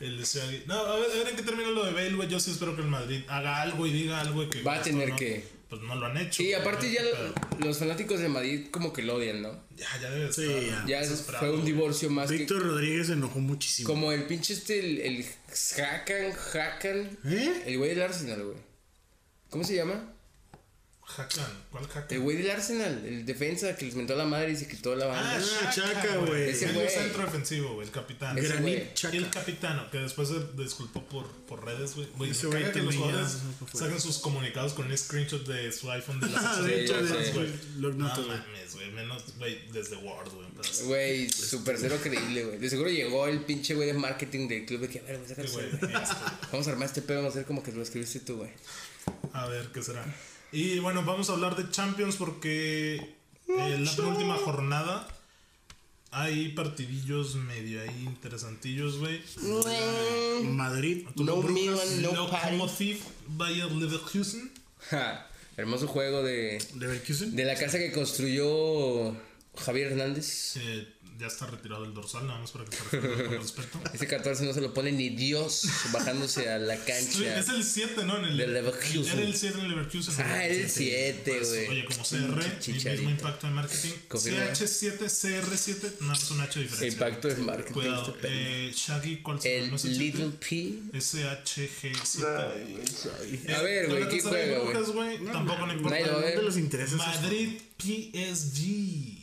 [SPEAKER 1] El Shaggy. No, a ver, a ver en qué termina lo de Bale, güey. Yo sí espero que el Madrid haga algo y diga algo. y Que,
[SPEAKER 2] Va a
[SPEAKER 1] esto
[SPEAKER 2] tener
[SPEAKER 1] no-
[SPEAKER 2] que-
[SPEAKER 1] Pues no lo han hecho.
[SPEAKER 2] Y
[SPEAKER 1] güey,
[SPEAKER 2] aparte
[SPEAKER 1] ¿no?
[SPEAKER 2] ya lo-
[SPEAKER 1] Pero
[SPEAKER 2] los fanáticos de Madrid como que lo odian, ¿no?
[SPEAKER 1] Ya, ya debe
[SPEAKER 3] Sí,
[SPEAKER 1] estar
[SPEAKER 3] ya.
[SPEAKER 2] Ya
[SPEAKER 1] desesperado,
[SPEAKER 2] fue un
[SPEAKER 1] güey.
[SPEAKER 2] divorcio más que...
[SPEAKER 3] Víctor Rodríguez se enojó muchísimo.
[SPEAKER 2] Como el pinche este, el, el Hakan, Hakan,
[SPEAKER 3] ¿Eh?
[SPEAKER 2] el güey del Arsenal, güey. ¿Cómo se llama?
[SPEAKER 1] Hakan, ¿cuál Hakan?
[SPEAKER 2] El güey del Arsenal, el defensa que les mentó la madre y se quitó la banda.
[SPEAKER 3] Ah, Chaka, güey.
[SPEAKER 2] Ese
[SPEAKER 1] Es
[SPEAKER 2] güey.
[SPEAKER 1] el centro defensivo, güey, el capitán.
[SPEAKER 2] Ese
[SPEAKER 3] Granit
[SPEAKER 2] güey.
[SPEAKER 3] Chaka.
[SPEAKER 1] El capitano, que después se disculpó por, por redes, güey. Güey,
[SPEAKER 3] Ese
[SPEAKER 1] me
[SPEAKER 3] güey
[SPEAKER 1] caga que los
[SPEAKER 3] tenía-
[SPEAKER 1] jugadores
[SPEAKER 3] no fue.
[SPEAKER 1] sacan sus comunicados con un screenshot de su iPhone de las
[SPEAKER 3] *laughs* Ah, de
[SPEAKER 1] sesiones
[SPEAKER 3] hecho,
[SPEAKER 1] de
[SPEAKER 2] sí,
[SPEAKER 1] fotos,
[SPEAKER 2] sí.
[SPEAKER 1] güey.
[SPEAKER 3] Los
[SPEAKER 1] No
[SPEAKER 3] notas, güey.
[SPEAKER 1] mames, güey. Menos, güey, desde Word, güey. pero-
[SPEAKER 2] Güey,
[SPEAKER 3] pues,
[SPEAKER 2] super cero creíble, güey. De seguro llegó el pinche güey de marketing del club de que, a ver, güey, saca
[SPEAKER 1] Sí,
[SPEAKER 2] el
[SPEAKER 1] güey,
[SPEAKER 2] celular.
[SPEAKER 1] este, güey.
[SPEAKER 2] Vamos a armar este pedo, vamos a hacer como que lo escribiste tú, güey.
[SPEAKER 1] A ver qué será. Y bueno, vamos a hablar de Champions porque eh, en la penúltima jornada hay partidillos medio ahí interesantillos, güey.
[SPEAKER 3] Madrid.
[SPEAKER 2] No
[SPEAKER 3] Brujas.
[SPEAKER 2] Milan, no Paris.
[SPEAKER 1] Lokomotiv Bayer Leverkusen.
[SPEAKER 2] Ja, hermoso juego de,
[SPEAKER 3] Leverkusen.
[SPEAKER 2] de la casa que construyó Javier Hernández.
[SPEAKER 1] Eh, ya está retirado el dorsal, nada más para que se refiera con
[SPEAKER 2] *laughs*
[SPEAKER 1] respeto.
[SPEAKER 2] Ese 14 no se lo pone ni Dios bajándose a la
[SPEAKER 1] Sí,
[SPEAKER 2] cancha.
[SPEAKER 1] es el 7, ¿no? En el,
[SPEAKER 2] Del Leverkusen.
[SPEAKER 1] Era el 7 en el Leverkusen.
[SPEAKER 2] Ah, era el siete,
[SPEAKER 1] Pues,
[SPEAKER 2] güey.
[SPEAKER 1] Oye, como CR, el
[SPEAKER 2] Chicharito.
[SPEAKER 1] mismo impacto de marketing.
[SPEAKER 2] Confirma.
[SPEAKER 1] CH7, CR7, no es un H de diferencia.
[SPEAKER 2] Impacto de marketing,
[SPEAKER 1] Cuidado.
[SPEAKER 2] este pedo.
[SPEAKER 1] Eh, Shaggy, ¿cuál se
[SPEAKER 2] El
[SPEAKER 1] llama? ¿No es el siete?
[SPEAKER 2] Little P.
[SPEAKER 1] SHG7. Eh,
[SPEAKER 2] A ver, güey, ¿qué
[SPEAKER 1] Galatasaray
[SPEAKER 2] juega, güey?
[SPEAKER 1] Brujas, güey? Tampoco no
[SPEAKER 2] Nadie lo
[SPEAKER 1] importa.
[SPEAKER 2] va a ver.
[SPEAKER 3] ¿Dónde los intereses?
[SPEAKER 1] Madrid PSG.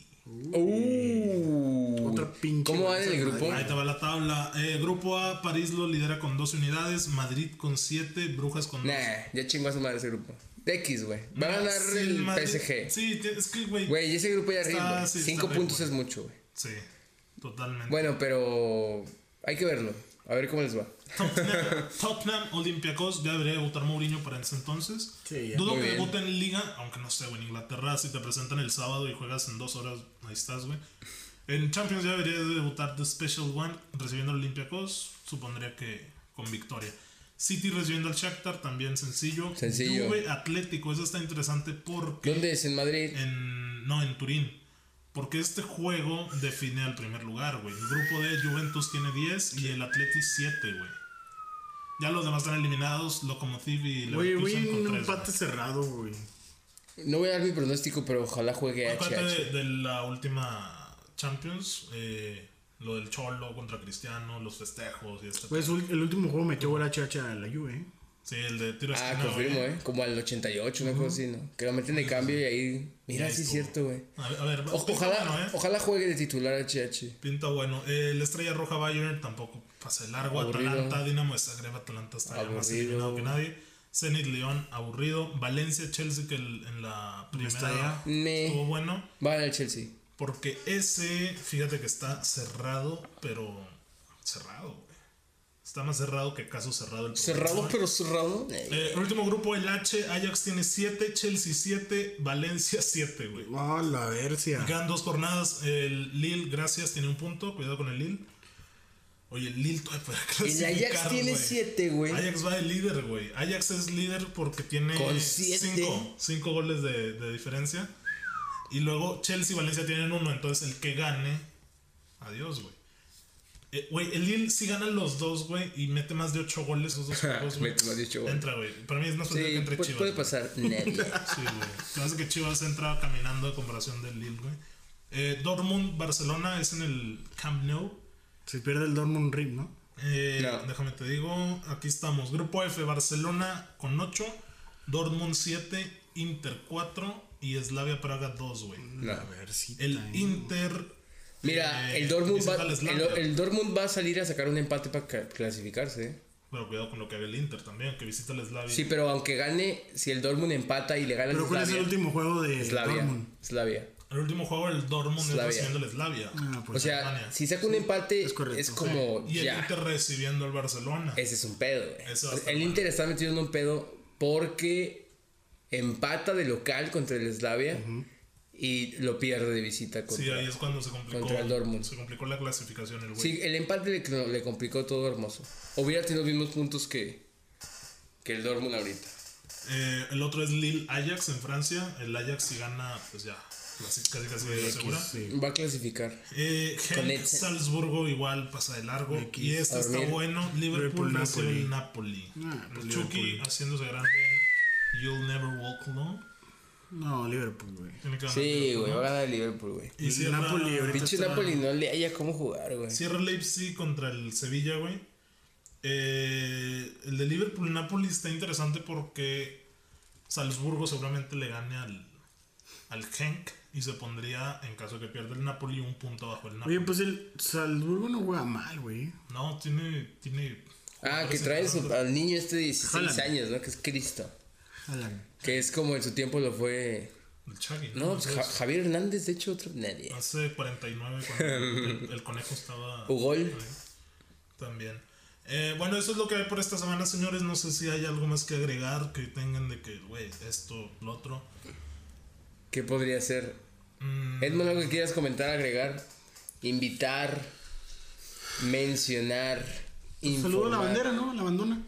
[SPEAKER 2] Uh.
[SPEAKER 3] Otra pinche
[SPEAKER 2] ¿Cómo va en
[SPEAKER 3] mancha
[SPEAKER 2] el
[SPEAKER 3] de
[SPEAKER 2] grupo?
[SPEAKER 1] Ahí te va la tabla. Eh, grupo A, París lo lidera con 12 unidades, Madrid con 7, Brujas con 2.
[SPEAKER 2] Nah, ya chingó a su madre ese grupo. De X, güey. Va a ganar
[SPEAKER 1] Sí,
[SPEAKER 2] el
[SPEAKER 1] Madrid-
[SPEAKER 2] PSG.
[SPEAKER 1] Sí, t- es que, güey.
[SPEAKER 2] Güey, ese grupo ya
[SPEAKER 1] Está-
[SPEAKER 2] arriba.
[SPEAKER 1] sí, está
[SPEAKER 2] Cinco
[SPEAKER 1] bien,
[SPEAKER 2] puntos
[SPEAKER 1] güey.
[SPEAKER 2] es mucho, güey.
[SPEAKER 1] Sí, totalmente.
[SPEAKER 2] Bueno, pero hay que verlo. A ver cómo les va.
[SPEAKER 1] Tottenham, Tottenham, Olympiacos, ya debería debutar Mourinho para ese entonces.
[SPEAKER 3] Sí, ya.
[SPEAKER 1] Dudo
[SPEAKER 2] Muy
[SPEAKER 1] que
[SPEAKER 2] bien.
[SPEAKER 1] debute en Liga, aunque no sé, güey. En Inglaterra, si te presentan el sábado y juegas en dos horas, ahí estás, güey. En Champions ya debería de debutar The Special One recibiendo al Olympiacos, supondría que con victoria. City recibiendo al Shakhtar, también sencillo.
[SPEAKER 2] Sencillo.
[SPEAKER 1] Juve Atlético, eso está interesante porque...
[SPEAKER 2] ¿Dónde es? En Madrid.
[SPEAKER 1] Eh. En, no, en Turín. Porque este juego define al primer lugar, güey. El grupo de Juventus tiene 10 y el Atleti 7, güey. Ya los demás están eliminados, Lokomotiv y
[SPEAKER 3] Güey,
[SPEAKER 1] Leverkusen
[SPEAKER 3] voy
[SPEAKER 1] con
[SPEAKER 3] en un
[SPEAKER 1] tres, güey.
[SPEAKER 3] empate cerrado, güey.
[SPEAKER 2] No voy a dar mi pronóstico, pero ojalá juegue
[SPEAKER 1] Acuérdate de,
[SPEAKER 2] HH.
[SPEAKER 1] de la última Champions, eh, lo del Cholo contra Cristiano, los festejos y este.
[SPEAKER 3] Pues ul- el último juego metió gol HH a la Juve, ¿eh?
[SPEAKER 1] Sí, el de tiro de *laughs*
[SPEAKER 2] Ah,
[SPEAKER 1] esquina,
[SPEAKER 2] confirmo,
[SPEAKER 1] güey.
[SPEAKER 2] ¿eh? Como al 88, una cosa así, ¿no? Que lo meten de cambio y ahí. Mira,
[SPEAKER 1] ahí
[SPEAKER 2] sí es
[SPEAKER 1] estuvo.
[SPEAKER 2] cierto, güey.
[SPEAKER 1] A ver, a ver,
[SPEAKER 2] O-
[SPEAKER 1] pinta
[SPEAKER 2] ojalá,
[SPEAKER 1] bueno, ¿eh?
[SPEAKER 2] ojalá juegue de titular HH.
[SPEAKER 1] Pinta bueno. Eh, la estrella roja Bayern tampoco pasa de largo.
[SPEAKER 2] Aburrido.
[SPEAKER 1] Atalanta, Dinamo de Zagreb, Atalanta está ya más
[SPEAKER 2] Aburrido.
[SPEAKER 1] eliminado que nadie. Zenit León, aburrido. Valencia, Chelsea, que el- en la
[SPEAKER 3] está
[SPEAKER 1] primera Ah,
[SPEAKER 3] ya.
[SPEAKER 2] Me.
[SPEAKER 1] estuvo bueno.
[SPEAKER 2] Va a ganar el Chelsea.
[SPEAKER 1] Porque ese, fíjate que está cerrado, pero cerrado, güey. Está más cerrado que caso cerrado el programa,
[SPEAKER 2] Cerrado,
[SPEAKER 1] güey.
[SPEAKER 2] pero cerrado.
[SPEAKER 1] Eh, el último grupo, el H, Ajax tiene 7, Chelsea 7, Valencia 7, güey.
[SPEAKER 3] Oh, la Versia.
[SPEAKER 1] Quedan dos jornadas. El Lille, gracias, tiene un punto. Cuidado con el Lille. Oye, el Lille todavía puede
[SPEAKER 2] El
[SPEAKER 1] clasificar,
[SPEAKER 2] Ajax tiene
[SPEAKER 1] güey.
[SPEAKER 2] 7, güey.
[SPEAKER 1] Ajax va de líder, güey. Ajax es líder porque tiene
[SPEAKER 2] Con siete.
[SPEAKER 1] 5 cinco goles de, de diferencia. Y luego Chelsea y Valencia tienen uno. Entonces el que gane, adiós, güey. Eh, Güey, el Lille si gana los dos, güey, y mete más de 8 goles esos
[SPEAKER 2] *laughs*
[SPEAKER 1] dos juegos, güey.
[SPEAKER 2] Mete más de ocho goles.
[SPEAKER 1] Entra, güey. Para mí es más fácil que
[SPEAKER 2] Sí,
[SPEAKER 1] entre
[SPEAKER 2] pu-
[SPEAKER 1] Chivas.
[SPEAKER 2] puede
[SPEAKER 1] güey. *laughs*
[SPEAKER 2] pasar. Nadie.
[SPEAKER 1] Sí, güey. Se me hace que Chivas entra caminando a comparación del Lille, güey. Eh, Dortmund, Barcelona es en el Camp Nou.
[SPEAKER 3] Se pierde el Dortmund Rim, ¿no?
[SPEAKER 1] Eh,
[SPEAKER 2] No.
[SPEAKER 1] Déjame te digo, aquí estamos. Grupo F, Barcelona con 8, Dortmund 7, Inter 4 y Slavia Praga 2, güey.
[SPEAKER 2] No.
[SPEAKER 3] Versita.
[SPEAKER 1] El Inter...
[SPEAKER 2] Mira,
[SPEAKER 1] eh,
[SPEAKER 2] el Dortmund,
[SPEAKER 1] visita
[SPEAKER 2] va,
[SPEAKER 1] al
[SPEAKER 2] el,
[SPEAKER 1] Slavia.
[SPEAKER 2] el Dortmund va a salir a sacar un empate para ca- clasificarse. ¿eh?
[SPEAKER 1] Pero cuidado con lo que haga el Inter también, que visita el Slavia.
[SPEAKER 2] Sí, pero aunque gane, si el Dortmund empata y le gana
[SPEAKER 3] Pero
[SPEAKER 2] el
[SPEAKER 3] ¿cuál es el
[SPEAKER 2] Slavia,
[SPEAKER 3] último juego de
[SPEAKER 2] Slavia,
[SPEAKER 3] Dortmund?
[SPEAKER 2] Slavia.
[SPEAKER 1] El último juego, el Dortmund
[SPEAKER 2] Slavia.
[SPEAKER 1] es recibiendo el Slavia.
[SPEAKER 3] Ah, pues
[SPEAKER 2] O sea,
[SPEAKER 1] Alemania.
[SPEAKER 2] si saca un empate, es,
[SPEAKER 3] es correcto, sí.
[SPEAKER 2] como
[SPEAKER 1] y el
[SPEAKER 2] ya.
[SPEAKER 1] Inter recibiendo al Barcelona.
[SPEAKER 2] Ese es un pedo, güey. Pues,
[SPEAKER 1] Eso va a estar
[SPEAKER 2] El Inter está metido en un pedo porque empata de local contra el Slavia y lo pierde de visita contra.
[SPEAKER 1] Sí,
[SPEAKER 2] Sí,
[SPEAKER 1] ahí es cuando se complicó.
[SPEAKER 2] contra el Dortmund.
[SPEAKER 1] Se complicó la clasificación el güey.
[SPEAKER 2] el empate le, le complicó todo hermoso. Hubiera tenido los mismos puntos que, que el Dortmund ahorita.
[SPEAKER 1] Eh, el otro es Lille Ajax en Francia. El Ajax si gana, pues ya, clasi- casi casi segura.
[SPEAKER 3] Sí.
[SPEAKER 2] Va a clasificar.
[SPEAKER 1] Eh,
[SPEAKER 2] Con
[SPEAKER 1] Genk,
[SPEAKER 2] Eze.
[SPEAKER 1] Salzburgo igual pasa de largo.
[SPEAKER 3] X.
[SPEAKER 1] Y este
[SPEAKER 2] A
[SPEAKER 1] está
[SPEAKER 2] dormir.
[SPEAKER 1] bueno. Liverpool
[SPEAKER 3] Liverpool,
[SPEAKER 1] recibe el Napoli.
[SPEAKER 3] Ah, pues
[SPEAKER 1] El Chucky
[SPEAKER 3] Liverpool.
[SPEAKER 1] haciéndose grande. en You'll never walk alone.
[SPEAKER 3] No, Liverpool, güey.
[SPEAKER 1] Tiene que ganar
[SPEAKER 2] Sí,
[SPEAKER 1] Liverpool,
[SPEAKER 2] güey, va
[SPEAKER 1] ¿no?
[SPEAKER 2] a ganar el Liverpool, güey.
[SPEAKER 1] Y cierra,
[SPEAKER 3] Napoli ahorita
[SPEAKER 2] Pinche
[SPEAKER 3] está-
[SPEAKER 2] Napoli no le haya cómo jugar, güey.
[SPEAKER 1] cierra Leipzig contra el Sevilla, güey. Eh, el de Liverpool-Napoli está interesante porque Salzburgo seguramente le gane al, al Genk y se pondría, en caso de que pierda el Napoli, un punto abajo el Napoli.
[SPEAKER 3] Oye, pues el Salzburgo no juega mal, güey.
[SPEAKER 1] No, tiene... tiene
[SPEAKER 2] Ah, que
[SPEAKER 1] jugadores
[SPEAKER 2] trae su-
[SPEAKER 1] interesantes.
[SPEAKER 2] al niño este de 16
[SPEAKER 3] Haaland.
[SPEAKER 2] años, ¿no? Que es Cristo.
[SPEAKER 3] Alan.
[SPEAKER 2] Que es como en su tiempo lo fue.
[SPEAKER 1] El Chagui,
[SPEAKER 2] No, pues, Ja-
[SPEAKER 1] Entonces,
[SPEAKER 2] Javier Hernández, de hecho, otro. Nadie.
[SPEAKER 1] Hace 49 cuando el, el conejo estaba...
[SPEAKER 2] *laughs* Ugol.
[SPEAKER 1] ahí. También. Eh, bueno, eso es lo que hay por esta semana, señores. No sé si hay algo más que agregar que tengan de que, güey, esto, lo otro.
[SPEAKER 2] ¿Qué podría ser?
[SPEAKER 1] Mm,
[SPEAKER 2] Edmond, algo que quieras comentar, agregar, invitar, mencionar,
[SPEAKER 3] Saludo a la
[SPEAKER 2] informar.
[SPEAKER 3] bandera, ¿no? La abandona.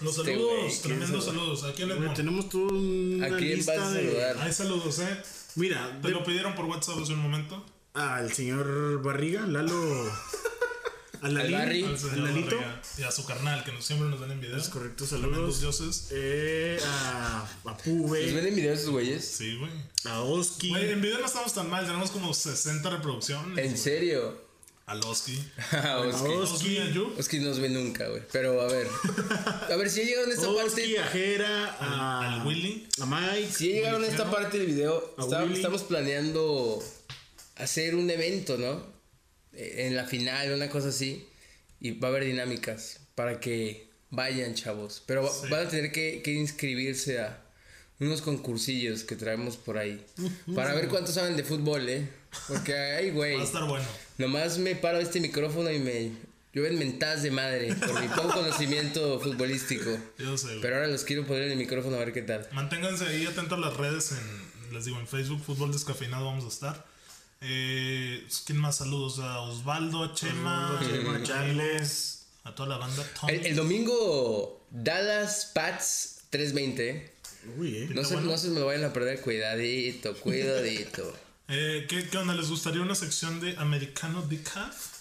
[SPEAKER 1] Los
[SPEAKER 2] Este
[SPEAKER 1] saludos,
[SPEAKER 2] güey, ¿quién
[SPEAKER 1] tremendos
[SPEAKER 2] sabe?
[SPEAKER 1] saludos. Aquí en
[SPEAKER 3] Güey,
[SPEAKER 1] Edmond.
[SPEAKER 3] tenemos toda una
[SPEAKER 2] ¿A quién
[SPEAKER 3] lista
[SPEAKER 2] vas a
[SPEAKER 3] de-
[SPEAKER 2] saludar?
[SPEAKER 1] Hay saludos, ¿eh?
[SPEAKER 3] Mira,
[SPEAKER 1] Te
[SPEAKER 3] de-
[SPEAKER 1] lo pidieron por WhatsApp hace un momento.
[SPEAKER 3] al señor
[SPEAKER 2] *laughs*
[SPEAKER 3] Barriga, Lalo. A Lalín,
[SPEAKER 2] Barri.
[SPEAKER 1] Al
[SPEAKER 2] Al
[SPEAKER 1] señor
[SPEAKER 3] Lalito.
[SPEAKER 1] Barriga Y a su carnal, que nos- siempre nos dan en video.
[SPEAKER 3] Es correcto,
[SPEAKER 1] Tremendos
[SPEAKER 3] saludos.
[SPEAKER 1] dioses.
[SPEAKER 3] Eh, a, a
[SPEAKER 2] ¿Los ven
[SPEAKER 3] Pube,
[SPEAKER 2] en video esos güeyes?
[SPEAKER 1] Sí, güey.
[SPEAKER 3] a Oski.
[SPEAKER 1] Güey, en video no estamos tan mal. Tenemos como 60 reproducciones.
[SPEAKER 2] ¿En serio?
[SPEAKER 1] A Loski.
[SPEAKER 2] *laughs* Oski.
[SPEAKER 1] Oski y a Yu.
[SPEAKER 2] Oski no nos ve nunca, güey. Pero a
[SPEAKER 3] *laughs*
[SPEAKER 2] ver. A ver, si ya llegaron a esta
[SPEAKER 3] Oski,
[SPEAKER 2] parte.
[SPEAKER 3] a Jera, a,
[SPEAKER 1] Al Willy.
[SPEAKER 3] a Mike.
[SPEAKER 2] Si ya llegaron a esta parte del video,
[SPEAKER 3] A
[SPEAKER 2] está-
[SPEAKER 3] Willy.
[SPEAKER 2] estamos planeando hacer un evento, ¿no? Eh, En la final, una cosa así. Y va a haber dinámicas para que vayan, chavos. Pero va-
[SPEAKER 1] Sí.
[SPEAKER 2] van a tener que, que inscribirse a unos concursillos que traemos por
[SPEAKER 3] *laughs*
[SPEAKER 2] ahí. Para ver cuántos saben de fútbol, ¿eh? Porque, ay, güey.
[SPEAKER 1] Va a estar bueno.
[SPEAKER 2] Nomás me paro este micrófono y me llueven mentadas de madre por mi
[SPEAKER 3] *laughs*
[SPEAKER 2] poco conocimiento futbolístico.
[SPEAKER 1] Yo sé, güey.
[SPEAKER 2] Pero ahora los quiero poner en el micrófono a ver qué tal.
[SPEAKER 1] Manténganse ahí atentos a las redes. En, les digo, en Facebook, Fútbol Descafeinado vamos a estar. Eh, ¿Quién más saludos? A Osvaldo, a Chema,
[SPEAKER 3] Osvaldo, a Chema,
[SPEAKER 1] a
[SPEAKER 3] Charles.
[SPEAKER 1] a toda la banda. Tom.
[SPEAKER 2] El, el domingo, Dallas Pats 320.
[SPEAKER 3] Uy, eh.
[SPEAKER 2] No se,
[SPEAKER 1] bueno.
[SPEAKER 2] no se me lo vayan a perder. Cuidadito, cuidadito. *laughs*
[SPEAKER 1] Eh, ¿qué, qué onda? ¿Les gustaría una sección de Americano Decaf?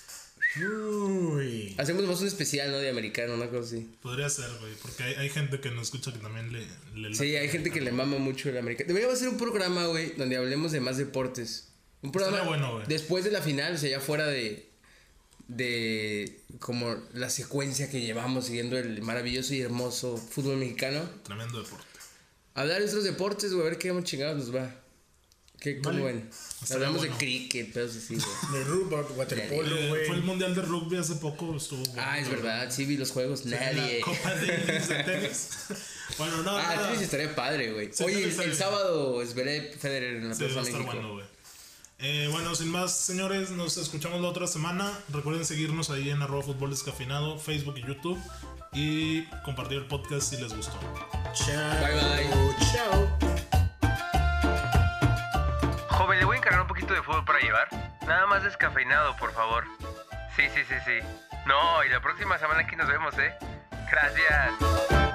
[SPEAKER 3] Uy.
[SPEAKER 2] Hacemos más un especial, ¿no? De americano, una cosa así.
[SPEAKER 1] Podría ser, güey, porque hay, hay gente que no escucha que también le... le
[SPEAKER 2] Sí, hay gente que le mama mucho el americano. Deberíamos hacer un programa, güey, donde hablemos de más deportes. Un programa
[SPEAKER 1] Estaría bueno, güey.
[SPEAKER 2] después de la final, o sea, ya fuera de de como la secuencia que llevamos siguiendo el maravilloso y hermoso fútbol mexicano.
[SPEAKER 1] Tremendo deporte.
[SPEAKER 2] Hablar de otros deportes, güey, a ver qué chingados nos va. ¿Qué, cómo
[SPEAKER 1] Vale.
[SPEAKER 2] ven?
[SPEAKER 1] Estaría
[SPEAKER 2] Hablamos
[SPEAKER 1] bueno.
[SPEAKER 2] de cricket, pedos así,
[SPEAKER 1] *laughs*
[SPEAKER 2] güey.
[SPEAKER 3] De Rupert, waterpolo,
[SPEAKER 1] Eh, fue el
[SPEAKER 3] güey.
[SPEAKER 1] mundial de rugby hace poco, estuvo bueno.
[SPEAKER 2] Ah, es verdad, sí vi los juegos, nadie.
[SPEAKER 1] La *laughs* Copa Davis de tenis. *laughs* bueno, no,
[SPEAKER 2] Ah,
[SPEAKER 1] nada.
[SPEAKER 2] Atlas estaría padre, güey.
[SPEAKER 1] Sí,
[SPEAKER 2] Oye,
[SPEAKER 1] creo que
[SPEAKER 2] el,
[SPEAKER 1] está
[SPEAKER 2] el
[SPEAKER 1] bien.
[SPEAKER 2] sábado esperé Federer en la
[SPEAKER 1] Sí, va
[SPEAKER 2] Plaza
[SPEAKER 1] a estar
[SPEAKER 2] México.
[SPEAKER 1] bueno, güey. Eh, bueno, sin más, señores, nos escuchamos la otra semana. Recuerden seguirnos ahí en arroba fútbol descafeinado, Facebook y YouTube. Y compartir el podcast si les gustó.
[SPEAKER 3] Chao.
[SPEAKER 2] Bye, bye.
[SPEAKER 3] Chao.
[SPEAKER 4] Joven, le voy a encargar un poquito de fútbol para llevar. Nada más descafeinado, por favor. Sí, sí, sí, sí. No, y la próxima semana aquí nos vemos, ¿eh? Gracias.